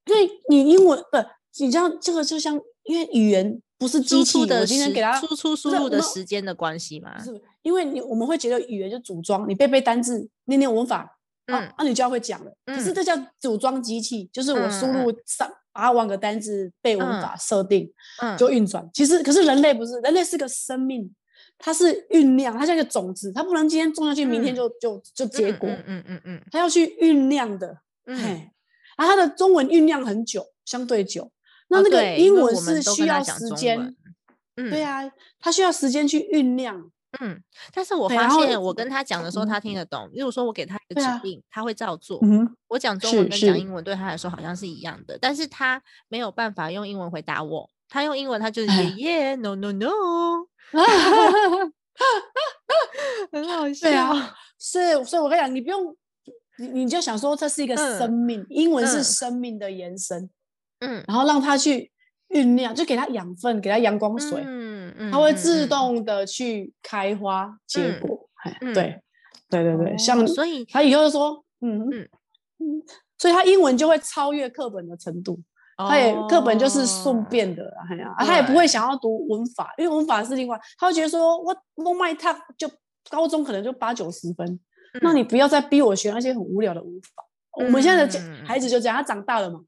C: 因为你英文不，你知道这个就像因为语言不是
A: 输
C: 机器，
A: 出的
C: 我今天
A: 时
C: 给他
A: 输出输
C: 是
A: 入
C: 我
A: 的
C: 们
A: 时间的关系嘛
C: 不，是，因为你我们会觉得语言就组装，你背背单字，念念文法，啊
A: 嗯，
C: 啊，你就要会讲了。可是
A: 嗯
C: 这叫组装机器，就是我输
A: 嗯嗯
C: 入三八万个单字，背文
A: 嗯
C: 法设定
A: 嗯，
C: 就运转。其实，可是人类不是，人类是个生命，它是酝酿，它像一个种子，它不能今天种下去，明天
A: 嗯
C: 就就就结
A: 嗯
C: 果，
A: 嗯嗯嗯
C: 它要去酝酿的。
A: 嗯嗯，
C: 嘿，啊，它的中文酝酿很久，相对久。那
A: 哦
C: 那个
A: 对
C: 英
A: 因为
C: 文
A: 我们
C: 是
A: 都
C: 需
A: 跟他
C: 要
A: 讲
C: 时
A: 中
C: 间
A: 文，嗯，
C: 对啊，他需要时间去酝酿。
A: 嗯，但是我
C: 对
A: 发
C: 然后
A: 现我跟他讲的时候，他听得懂。例如说，我给他一个
C: 对
A: 指
C: 啊
A: 令，他会照做。
C: 嗯，
A: 我讲中文
C: 是
A: 跟讲
C: 是
A: 英文对他来说好像是一样的，但是他没有办法用英文回答我。他用英文，他就是
C: 哎
A: yeah, yeah no no no，很好笑。
C: 对啊，是，所以我跟你讲，你不用，你你就想说这是一个
A: 嗯
C: 生命，英文是
A: 嗯
C: 生命的延伸，
A: 嗯，
C: 然后让他去酝酿，就给他养分，给他阳光水，
A: 嗯嗯
C: 它会
A: 嗯
C: 自
A: 嗯
C: 动的去开花结
A: 嗯
C: 果。哎
A: 嗯
C: 对，对对对，
A: 哦
C: 像
A: 所以
C: 他以后就说，嗯
A: 嗯
C: 嗯嗯，所以他英文就会超越课本的程度，他也课本就是顺
A: 哦
C: 便的啦，哎呀，啊他也不会
A: 对
C: 想要读文法，因为文法是另外，他会觉得说我我卖他就高中可能就八九十分，那
A: 嗯
C: 你不要再逼我学那些很无聊的文法。我们现在的这
A: 嗯
C: 孩子就这样，他长大了嘛，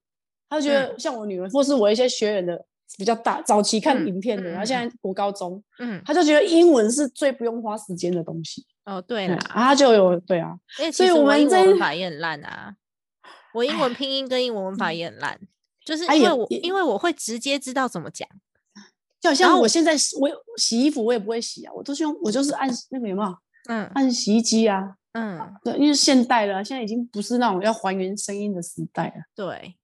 C: 他就觉得像我女儿或是我一些学员的比较大，早期看
A: 嗯
C: 影片的，然后现
A: 嗯
C: 在国高中。
A: 嗯
C: 他就觉得英文是最不用花时间的东西，
A: 哦对
C: 对
A: 了
C: 啊，，他就有对啊，
A: 因为其
C: 所以
A: 实
C: 我们
A: 英
C: 这
A: 文文
C: 一
A: 法也很烂啊，我英
C: 哎
A: 文拼音跟英文文法也很烂，就是
C: 啊
A: 因
C: 也
A: 为我
C: 也
A: 因为我会直接知道怎么讲，
C: 就好
A: 然
C: 像
A: 后
C: 我现在洗我洗衣服我也不会洗啊，我都是用我就是按那个有没有
A: 嗯
C: 按洗衣机啊，
A: 嗯，
C: 对，因为现代了啊，现在已经不是那种要还原声音的时代了，
A: 对，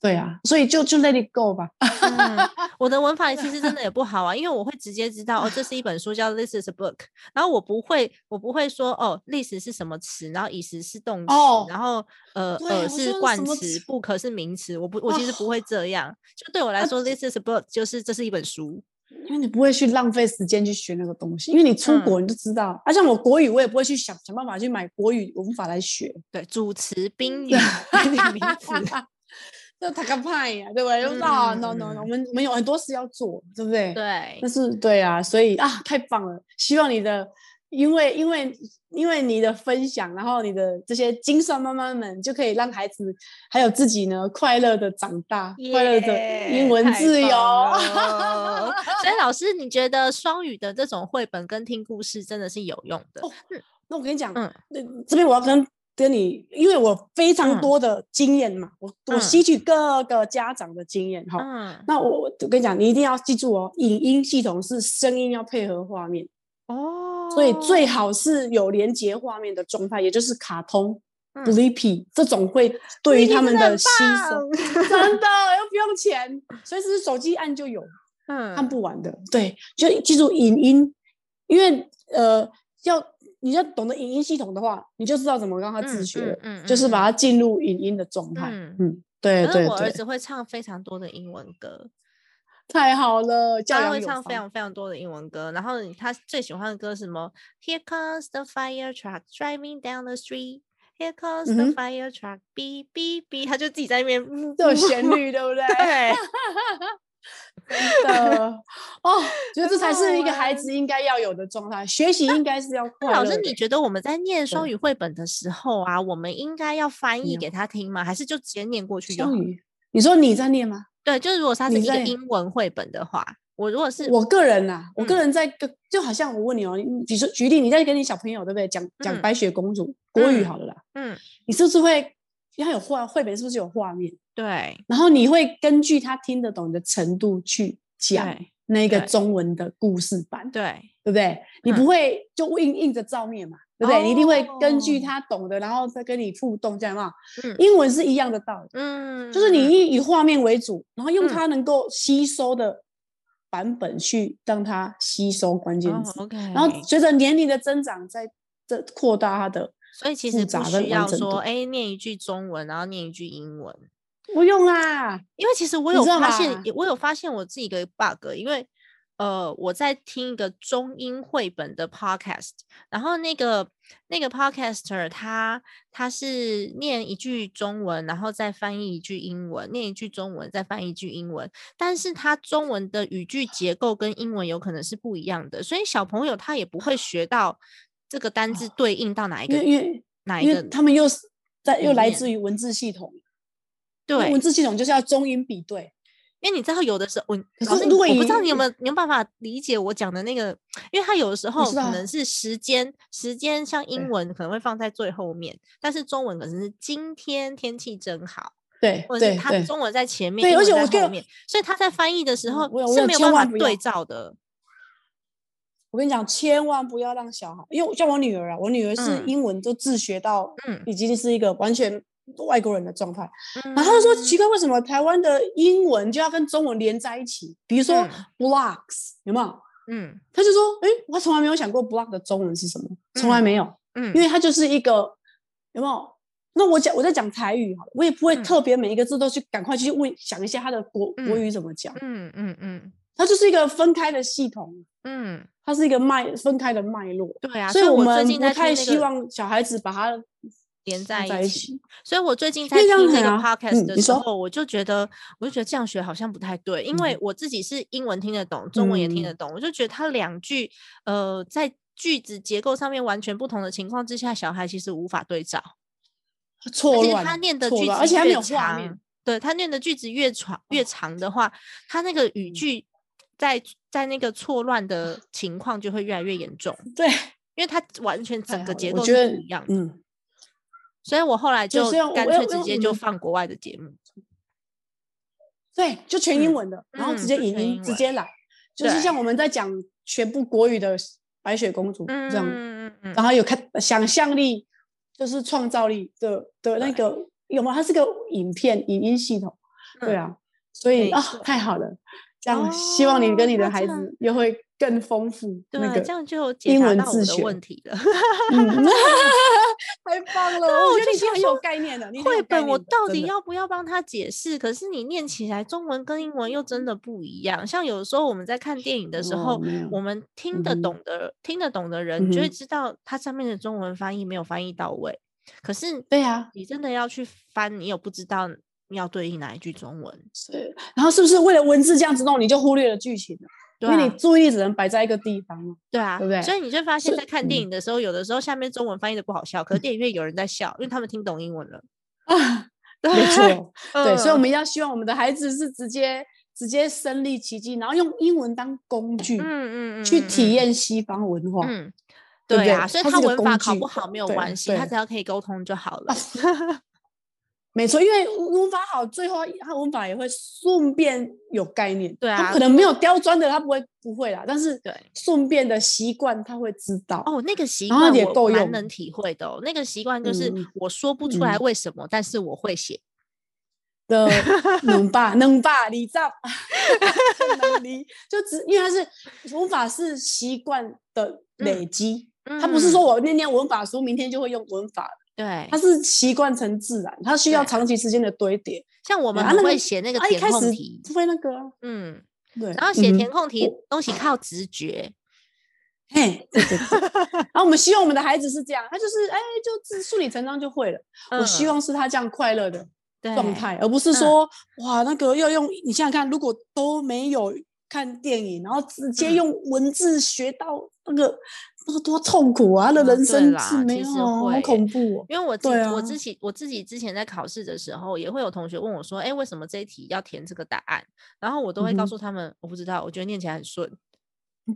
C: 对啊，所以就就 let it go 吧，
A: 嗯我的文法其实真的也不好啊，因为我会直接知道哦，这是一本书叫 This is a book，然后我不会，我不会说哦，this 是什么词，然后以时是动词，
C: 哦
A: 然后呃
C: 对
A: 呃
C: 我说
A: 是
C: 是什
A: 冠
C: 么
A: 词
C: 词
A: ，book 是名词，我不，我其实不会这样，就对我来
C: 啊
A: 说，this is a book 就是这是一本书，
C: 因为你不会去浪费时间去学那个东西，因为你出国你就知道，啊，像我国语我也不会去想想办法去买国语文法来学，
A: 对，主
C: 嗯
A: 词、宾语、
C: 对
A: 名词，
C: 就他个派呀，对不对？就是啊，no no no，我们我们有很多事要做，对不 对？
A: 对
C: 但，是对啊，所以啊，太棒了！希望你的，因为因为因为你的分享，然后你的这些精算妈妈们，就可以让孩子还有自己呢快乐的长大快乐的英
A: 耶
C: 文
A: 太
C: 自由。
A: 棒了 所以老师，你觉得双语的这种绘本跟听故事真的是有用的？
C: 哦那我跟你讲，
A: 嗯
C: 那这边我要跟跟你，因为我非
A: 嗯
C: 常多的经验嘛，我我
A: 嗯
C: 吸取各个家长的经验哈。
A: 嗯，
C: 那我我跟你讲，你一定要记住哦，影音系统是声音要配合画面。
A: 哦
C: 所以最好是有连接画面的状态，也就是卡通、
A: 嗯
C: Blippi 这种会对于他们的吸收，
A: 收，
C: 真的又不用钱，随时手机按就有，看
A: 嗯，
C: 不完的。对，就记住影音，因为呃，要你要懂得影音系统的话，你就知道怎么让它自
A: 嗯
C: 学了，
A: 嗯嗯
C: 就是
A: 嗯
C: 把它进入影音的状态。
A: 嗯
C: 嗯，对
A: 可是
C: 对
A: 我儿
C: 对，
A: 子会唱非常多的英文歌，
C: 太好了，教
A: 他
C: 养
A: 会
C: 有
A: 唱非
C: 方。
A: 常非常多的英文歌，然后他最喜欢的歌是什么？Here comes the fire truck driving down the street。Here comes
C: 嗯
A: the
C: 哼
A: fire truck, b b b，他就自己在那边呜
C: 这有
A: 呜
C: 旋律，对不对？
A: 对，
C: 的哦，觉得这才是一个孩
A: 玩
C: 子应该要有的状态。学习应该是要
A: 那
C: 快乐
A: 老
C: 的。
A: 师，你觉得我们在念双
C: 对
A: 语绘本的时候啊，我们应该要翻译
C: 有
A: 给他听吗？还是就直接念过去就好嗯
C: 双？语？你说你在念吗？
A: 对，就是如果它是
C: 你
A: 一个
C: 在
A: 英文绘本的话，我如果是
C: 我个人呐、我个
A: 嗯
C: 人在跟就好像我问你哦，你比如说举例，你在跟你小朋友对不对讲讲
A: 嗯
C: 白雪公主国语
A: 嗯
C: 好了啦，
A: 嗯，
C: 你是不是会要有画绘本是不是有画面？
A: 对
C: 然后你会根据他听得懂的程度去讲
A: 对
C: 那个
A: 对
C: 中文的故事版，
A: 对，
C: 对不对？你
A: 嗯
C: 不会就硬硬着照面嘛，对不对？你一定会根据
A: 哦
C: 他懂的，然后再跟你互动，这样嘛。
A: 嗯
C: 英文是一样的道理，
A: 嗯，
C: 就是你以以画面为主，然后用
A: 嗯
C: 它能够吸收的版本去让它吸收关键
A: 嗯
C: 词，
A: ，OK，
C: 然后随着年龄的增长，在这扩大它的。
A: 所以其
C: 复
A: 实
C: 杂
A: 不
C: 跟
A: 需
C: 完
A: 要
C: 整
A: 说，
C: 度
A: 哎，念一句中文，然后念一句英文，
C: 不用啦，
A: 因为其实我
C: 你
A: 有
C: 知道
A: 发现
C: 吧，
A: 我有发现我自己一个 bug，因为呃，我在听一个中英绘本的 podcast，然后那个那个 podcaster 他他是念一句中文，然后再翻译一句英文，念一句中文再翻译一句英文，但是他中文的语句结构跟英文有可能是不一样的，所以小朋友他也不会学到这个单字对应到哪一
C: 哦
A: 个
C: 因为因为
A: 哪一
C: 因为
A: 个
C: 他们又是在又
A: 理
C: 来
A: 念
C: 自于文字系统，因为
A: 对
C: 文字系统就是要中英比对。
A: 因为你知道，有的时候我
C: 可
A: 老
C: 是
A: 师你
C: 如果
A: 我不知道
C: 以
A: 你有没有你有办法理解我讲的那个，因为他有的时候
C: 知
A: 可
C: 道
A: 能是时间，时间像英
C: 对
A: 文可能会放在最后面，但是中文可能是今天天气真好，
C: 对
A: 或者
C: 对
A: 是他
C: 对
A: 中文在前面，
C: 对
A: 英
C: 而
A: 文
C: 且
A: 在
C: 我跟
A: 后面，所以他在翻译的时候
C: 我有我
A: 是
C: 有
A: 没有
C: 千
A: 办
C: 万
A: 法
C: 不要
A: 对照的。
C: 我跟你讲，千万不要让小孩，因为像我女儿啊，我女儿是
A: 嗯
C: 英文都自学到
A: 嗯
C: 已经是一个完全外国人的状态。嗯然后他说
A: 嗯
C: 奇怪，为什么台湾的英文就要跟中文连在一起？比如说
A: 嗯
C: blocks 有没有？
A: 嗯
C: 他就说，诶，我从来没有想过 block 的中文是什么，从来
A: 嗯
C: 没有，
A: 嗯，
C: 因为它就是一个有没有？那我讲我在讲台语好了，我也不会
A: 嗯
C: 特别每一个字都去赶快去问想一下它的国国
A: 嗯
C: 语怎么讲，
A: 嗯嗯嗯
C: 它就是一个分开的系统，
A: 嗯，
C: 它是一个脉分开的脉络。
A: 对啊，
C: 所以
A: 我
C: 们
A: 最近
C: 不
A: 在听
C: 太
A: 那
C: 希
A: 个
C: 望小孩子把它
A: 连
C: 放
A: 在
C: 在
A: 一
C: 一
A: 起
C: 起。
A: 所以我最近
C: 因
A: 在
C: 为这样
A: 听那
C: 很
A: 个
C: 啊
A: podcast
C: 嗯
A: 的
C: 你
A: 时
C: 说
A: 候，我就觉得，我就觉得这样学好像不太对，因为
C: 嗯
A: 我自己是英文听得懂，中文也听得懂，我就觉得它两句，呃，在句子结构上面完全不同的情况之下，小孩其实无法对照，而
C: 错
A: 且
C: 乱，
A: 他念的
C: 错
A: 句子
C: 乱，而且他没
A: 越
C: 有画面哦
A: 长，，对他念的句子越长越长的话，他那个语
C: 嗯
A: 句在在那个错乱的情况就会越来越严重，
C: 对，
A: 因为他完全整
C: 太
A: 个
C: 好了
A: 结
C: 我
A: 构
C: 觉
A: 是
C: 得
A: 不一样的。
C: 嗯，
A: 所以我后来
C: 就
A: 就是
C: 要我
A: 干
C: 要嗯
A: 脆
C: 因
A: 直
C: 为
A: 接
C: 我
A: 就
C: 们
A: 放国外的节目。
C: 对，就全英
A: 嗯
C: 文的，然后
A: 嗯
C: 直接
A: 就
C: 影
A: 全
C: 音
A: 英
C: 直
A: 文
C: 接来，就是
A: 对
C: 像我们在讲全部国语的《白雪公主》
A: 嗯
C: 这样，
A: 嗯嗯
C: 然后有看想象力，就是创造力的的那
A: 对
C: 个有吗？它是个影片影音系统，对
A: 嗯
C: 啊，所以
A: 没
C: 啊
A: 错，
C: 太好了，这样希望你跟
A: 哦
C: 你的
A: 那
C: 孩
A: 这样
C: 子又会更丰富那
A: 对，啊
C: 个
A: 这样就解
C: 英
A: 答
C: 文
A: 到我
C: 自
A: 的
C: 学。
A: 问题了。
C: 嗯，太 棒了！我
A: 我
C: 觉
A: 就
C: 得你已经
A: 想
C: 很有
A: 说
C: 概念 了。你已经有
A: 绘
C: 概
A: 本我
C: 念了
A: 到
C: 真
A: 底
C: 的
A: 要不要帮他解释？可是你念起来中文跟英文又真的不一样。像有时候我们在看电影的时
C: 嗯哦
A: 候，
C: 没有
A: 我们听
C: 嗯
A: 得
C: 哼
A: 懂的、听得懂的人，就
C: 嗯
A: 会
C: 哼
A: 知道它上面的中文翻译没有翻译到位。可是
C: 对啊，
A: 你真的要去翻，你又不知道要对应哪一句中文。
C: 是。然后是不是为了文字这样子弄，你就忽略了剧情了？
A: 对
C: 因为
A: 啊
C: 你注意力只能摆在一个地方了。
A: 对啊，
C: 对不对
A: 所以你就发现，
C: 是
A: 在看电
C: 嗯
A: 影的时候，有的时候下面中文翻译的不好笑，可是电影院有人在笑，因为他们听懂英文了。
C: 啊，没 错，
A: 对
C: 对。所以我
A: 嗯
C: 们要希望我们的孩子是直接直接身临其境，然后用英文当工具、
A: 嗯嗯嗯
C: 去
A: 嗯
C: 体
A: 嗯
C: 验西方文化。
A: 嗯，
C: 对不
A: 对啊，
C: 对
A: 所以
C: 它
A: 他
C: 是个
A: 文法
C: 工
A: 考
C: 具
A: 不好没有
C: 对
A: 关系，他
C: 对
A: 只要可以沟通就好了。
C: 没错，因为文法好，最后他文法也会顺便有概念。
A: 对
C: 他
A: 啊
C: 可能没有刁钻的，他不会不会啦，但是
A: 对
C: 顺便的习惯他会知道。
A: 哦，那个习
C: 然后
A: 惯
C: 也
A: 我
C: 够
A: 蛮
C: 用
A: 能体会的哦。那个习惯就是
C: 嗯
A: 我说不出来
C: 嗯
A: 为什么，但是我会写。
C: 的能吧能吧，你这能力就只因为他是文法是习惯的累积，他不是说
A: 嗯
C: 我念念文法书，明天就会用文法，
A: 对
C: 他，是习惯成自然，他需要
A: 对
C: 长期时间的堆叠。
A: 像我们
C: 啊
A: 很
C: 那个
A: 会写那个
C: 啊，一
A: 填
C: 开
A: 空
C: 始
A: 题，
C: 不会那个啊，
A: 嗯，
C: 对，
A: 然后写
C: 嗯
A: 填
C: 哼
A: 空题
C: 我
A: 东西靠直觉，
C: 嘿，对对对。然后我们希望我们的孩子是这样，他就是哎，就自顺理成章就会了。我希
A: 嗯
C: 望是他这样快乐的状
A: 对
C: 态，而不是
A: 嗯
C: 说哇那个要用你想想看，如果都没有看电影，然后直接
A: 嗯
C: 用文字学到那个那个多痛苦啊！他的
A: 哦
C: 人
A: 对
C: 生
A: 啦
C: 是没
A: 其
C: 有，
A: 实
C: 好
A: 会
C: 恐怖哦。
A: 因为我自己、
C: 对
A: 我
C: 啊
A: 自己我自己之前在考试的时候，也会有同学问我说：“哎，为什么这一题要填这个答案？”然后我都会
C: 嗯
A: 告
C: 哼
A: 诉他们，我不知道，我觉得念起来很顺。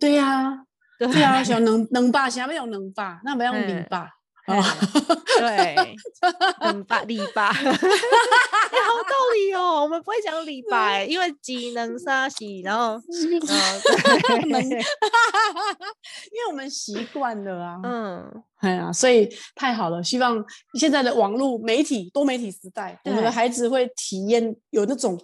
C: 对呀，
A: 对
C: 对啊呀，想能能吧，想要用能吧，那不要用理
A: 嗯
C: 吧。
A: 嘿
C: 啊
A: 对，理吧理吧，哎、好道理哦。我们不会讲李白，
C: 嗯
A: 因为技能杀喜，然 后呃，
C: 能
A: 对
C: 因为我们习惯了啊，
A: 嗯，
C: 哎呀，所以太好了！希望现在的网络媒体、多媒体时代，我们
A: 对
C: 的孩子会体验有那种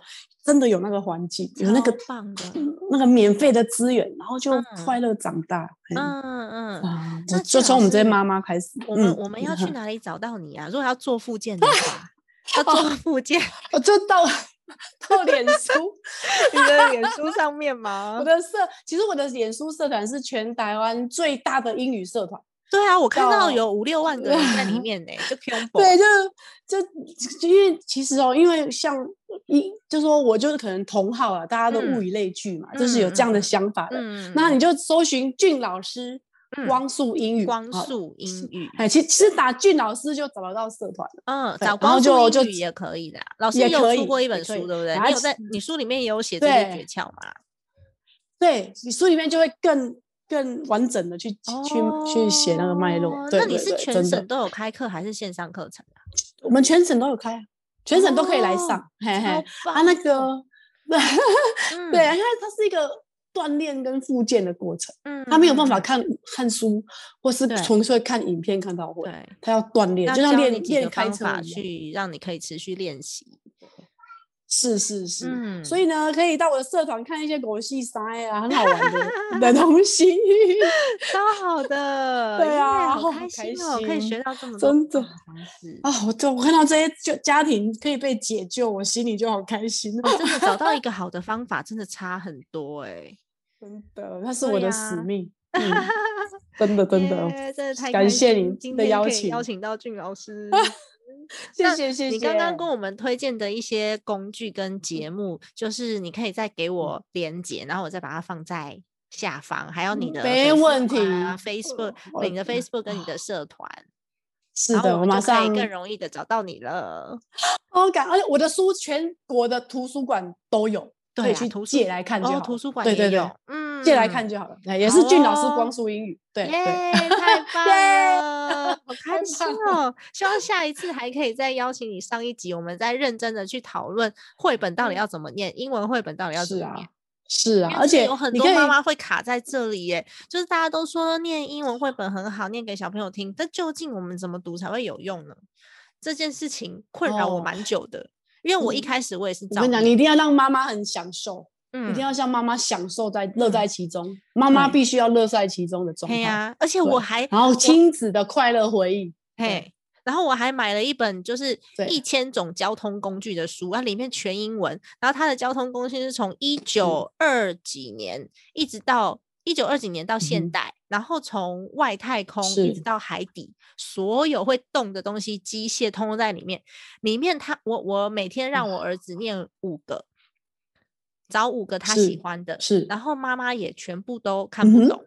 C: 真的有那个环境，有那个
A: 超棒的，
C: 那个免费的资源，然后就
A: 嗯
C: 快乐长大。哎
A: 嗯嗯。
C: 啊，
A: 那
C: 就就
A: 最好
C: 从我们这些
A: 是
C: 妈妈开始，
A: 我们、
C: 嗯
A: 我们
C: 嗯
A: 要去
C: 哼
A: 哪里找到你啊？如果要做复 健的话，要
C: 哦
A: 做复健，
C: 我就到到脸书，
A: 你的脸书上面吗
C: 我？的社，其实我的脸书社团是全台湾最大的英语社团。
A: 对啊，我看到
C: 到
A: 有五六万个人在 里面呢、就 c o m b
C: 对，就就就因为其实哦，因为像一就说我就是可能同好啊，大家都物
A: 嗯
C: 以类聚嘛，就是有
A: 嗯
C: 这样的
A: 嗯
C: 想法的。
A: 嗯，
C: 那你就搜寻俊老师
A: 嗯
C: 光速英语，
A: 光
C: 啊
A: 速英语，
C: 哎，其其实打俊老师就找得到社团了，
A: 嗯，
C: 对
A: 找
C: 然后
A: 光
C: 就
A: 速
C: 就
A: 英语也可以的。老师
C: 也
A: 也有
C: 可
A: 出
C: 以
A: 过一
C: 也
A: 本书，
C: 可以
A: 对不对？
C: 然
A: 你
C: 后
A: 有在
C: 其
A: 你书里面也有写这些诀
C: 对
A: 窍嘛？
C: 对，你书里面就会更更完整的去、去去写那个脉络
A: 哦。
C: 对
A: 那你
C: 对
A: 是
C: 对
A: 全
C: 真
A: 省
C: 的，
A: 都有开课还是线上课程啊？
C: 我们全省都有开啊，全省都可以来上，
A: 哦
C: 嘿嘿
A: 好，
C: 啊那
A: 棒哦
C: 个，
A: 嗯
C: 对，因啊为它是一个锻炼跟复健的过程，
A: 嗯
C: 他没有办法
A: 嗯
C: 看看书或是
A: 对
C: 纯粹看影片看到会，
A: 对，
C: 他要锻炼，就像
A: 教
C: 练
A: 你几
C: 练
A: 个
C: 开
A: 方
C: 车
A: 法
C: 一样，
A: 去让你可以持续练习。
C: 是是是，
A: 嗯，
C: 所
A: 以
C: 以呢，可以到我的社团看一些狗戏塞啊，很好玩 的的东西。
A: 超好的，
C: 对
A: 耶
C: 啊
A: 好
C: 好
A: 开
C: 开
A: 心哦，可以学
C: 心
A: 到这么多
C: 真的
A: 不同方式。
C: 啊，我就我看到这些就家庭可以被解救，我心里就好开心哦。
A: 哦， 真的找到一个好的方法，真的差很多哎、
C: 真的，那是我的使
A: 对啊
C: 命。嗯，真的 真的，
A: 耶真的太
C: 感
A: 开
C: 谢
A: 心
C: 你
A: 今
C: 的
A: 天
C: 邀
A: 可以
C: 请
A: 邀请到俊老 师。
C: 谢
A: 那
C: 谢谢谢。
A: 你刚刚跟我们推荐的一些工具跟节目，就是你可以再
C: 嗯
A: 给我连接，然后我再把它放在下方，还有你的
C: 嗯没
A: 粉丝
C: 问
A: 团啊
C: 题
A: Facebook，
C: 我
A: 你的 Facebook 跟你的社团，
C: 是
A: 然后
C: 的，
A: 我
C: 我
A: 们
C: 马
A: 就可以
C: 上
A: 更容易的找到你了。
C: 哦，感而且我的书全国的图书馆都有，可
A: 对
C: 以
A: 啊
C: 去
A: 图书
C: 借来看就好
A: 哦，
C: 了。
A: 图书馆
C: 对
A: 也
C: 对对
A: 有，，嗯，
C: 借来看就好了。哎也是
A: 好
C: 俊老师
A: 哦
C: 光速英语，对对。
A: 耶，太棒
C: 耶
A: 了， 好开心哦！希望下一次还可以再邀请你上一集，我们再认真的去讨论绘本到底要怎么念，英文绘本到底要怎
C: 嗯是
A: 么
C: 啊
A: 念。，
C: 是啊
A: 因，为
C: 而
A: 真的
C: 且
A: 有很
C: 你
A: 多
C: 可以
A: 妈妈会卡在这里耶，就是大家都说念英文绘本很好，念给小朋友听，但究竟我们怎么读才会有用呢？这件事情困扰我
C: 哦
A: 蛮久的，因为我一
C: 嗯
A: 开始我也是
C: 我
A: 照
C: 跟你讲，你
A: 念
C: 一定要让妈妈很享受，
A: 嗯
C: 一定要让妈妈享受在乐
A: 嗯
C: 在其中，妈妈
A: 对
C: 必须要乐在其中的状
A: 嘿
C: 态，
A: 呀、而且
C: 对啊
A: 我还
C: 然后
A: 我
C: 亲子的快乐回忆。对
A: 嘿，然后我还买了一本就是
C: 对
A: 一千种交通工具的书，它里面全英文。然后它的交通工具是从
C: 嗯
A: 一九二几年一直到一九二几年到
C: 嗯
A: 现
C: 哼
A: 代，然后从外太空一直
C: 是
A: 到海底，所有会动的东西，机械通通在里面。里面他我我每天
C: 嗯
A: 让我儿子念五个，找五个他喜
C: 是
A: 欢的，
C: 是
A: 然后妈妈也全部都看不
C: 嗯哼
A: 懂，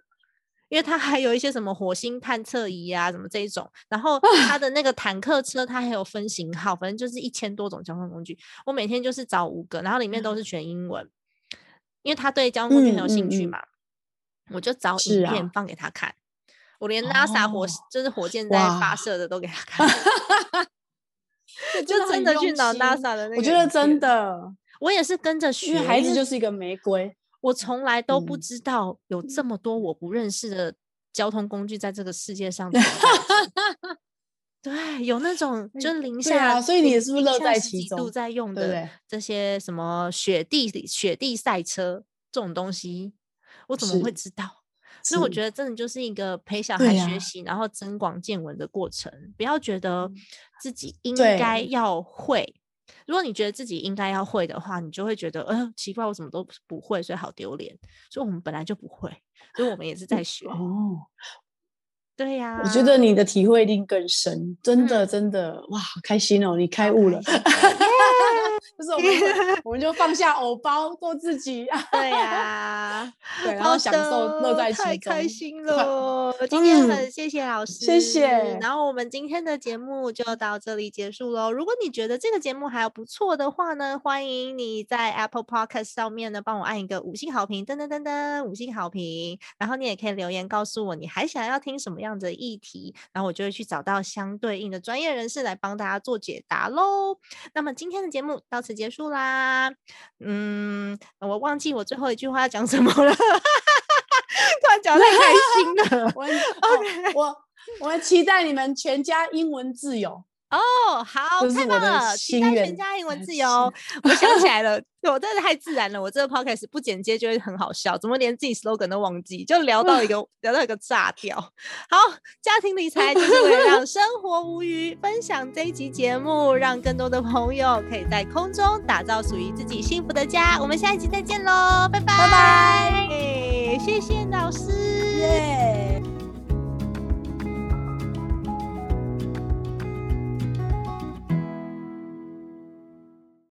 A: 因为它还有一些什么火星探测仪啊，什么这一种，然
C: 啊
A: 后它的那个坦克车，它还有分型号，反正就是一千多种交通工具。我每天就是找五个，然后里面都是全英文，因为他对交通工具很有
C: 啊嗯
A: 兴趣
C: 嗯嗯
A: 嘛，我就找影
C: 是啊
A: 片放给他看。我连 NASA 火、
C: 哦
A: 就是火箭在发
C: 哇
A: 射的都给他 看，就真
C: 很
A: 的去
C: 用
A: 找
C: 心
A: NASA 的那个。
C: 我觉得真，的，
A: 我也是跟着学，
C: 因为孩子就是一个玫瑰，
A: 我从来都不
C: 嗯
A: 知道有这么多我不认识的交通工具在这个世界上存在着。 对，有那种就
C: 嗯
A: 零
C: 对
A: 下，
C: 啊所以你
A: 零
C: 也是不是乐
A: 下
C: 在
A: 十
C: 其
A: 几度
C: 中
A: 在用
C: 对不
A: 的
C: 对？
A: 这些什么雪地里雪地赛车这种东西，我怎么会
C: 是
A: 知道？所以我
C: 是
A: 觉得真的就是一个陪小
C: 对
A: 孩
C: 呀嗯
A: 学习，然后增广见闻的过程。不要觉得自己应
C: 对
A: 该要会。如果你觉得自己应该要会的话，你就会觉得，呃，奇怪，我怎么都不会，所以好丢脸。所以我们本来就不会，所以我们也是在 学。
C: 哦。
A: 对呀、
C: 我觉得你的体会一定更深，真
A: 啊
C: 的
A: 嗯
C: 真的，哇，好开心哦，你开
A: 好
C: 悟
A: 开
C: 了。
A: 心哦
C: 就是我们就我们就放下偶包，做自己 啊，
A: 对呀、
C: 对， 然
A: 好
C: 后享受乐
A: 的
C: 在其
A: 太
C: 中，
A: 开心
C: 快
A: 了！今天
C: 嗯
A: 很谢谢老师，
C: 谢谢
A: 然后我们今天的节目就到这里结束喽。如果你觉得这个节目还不错的话呢，欢迎你在 Apple Podcast 上面呢帮我按一个五星好评，噔噔噔噔，五星好评。然后你也可以留言告诉我你还想要听什么样的议题，然后我就会去找到相对应的专业人士来帮大家做解答喽。那么今天的节目到此结束啦。嗯，我忘记我最后一句话要讲什么了， 突然讲得
C: 。
A: 太开心了
C: 我很哦我我们期待你们全家英文自由，
A: 哦，好，
C: 这
A: 太
C: 是
A: 棒
C: 我的
A: 了！期
C: 心
A: 待全
C: 愿
A: 家英文
C: 哎
A: 自
C: 是
A: 由。我想起来了，我真的太自然了。我这个 podcast 不剪接就会很好笑，怎么连自己 slogan 都忘记，就聊到一个聊到一个炸掉。好，家庭 理财就是为了让生活无虞。分享这一集节目，让更多的朋友可以在空中打造属于自己幸福的家。我们下一集再见喽，拜拜拜拜！谢谢老师，
C: 耶、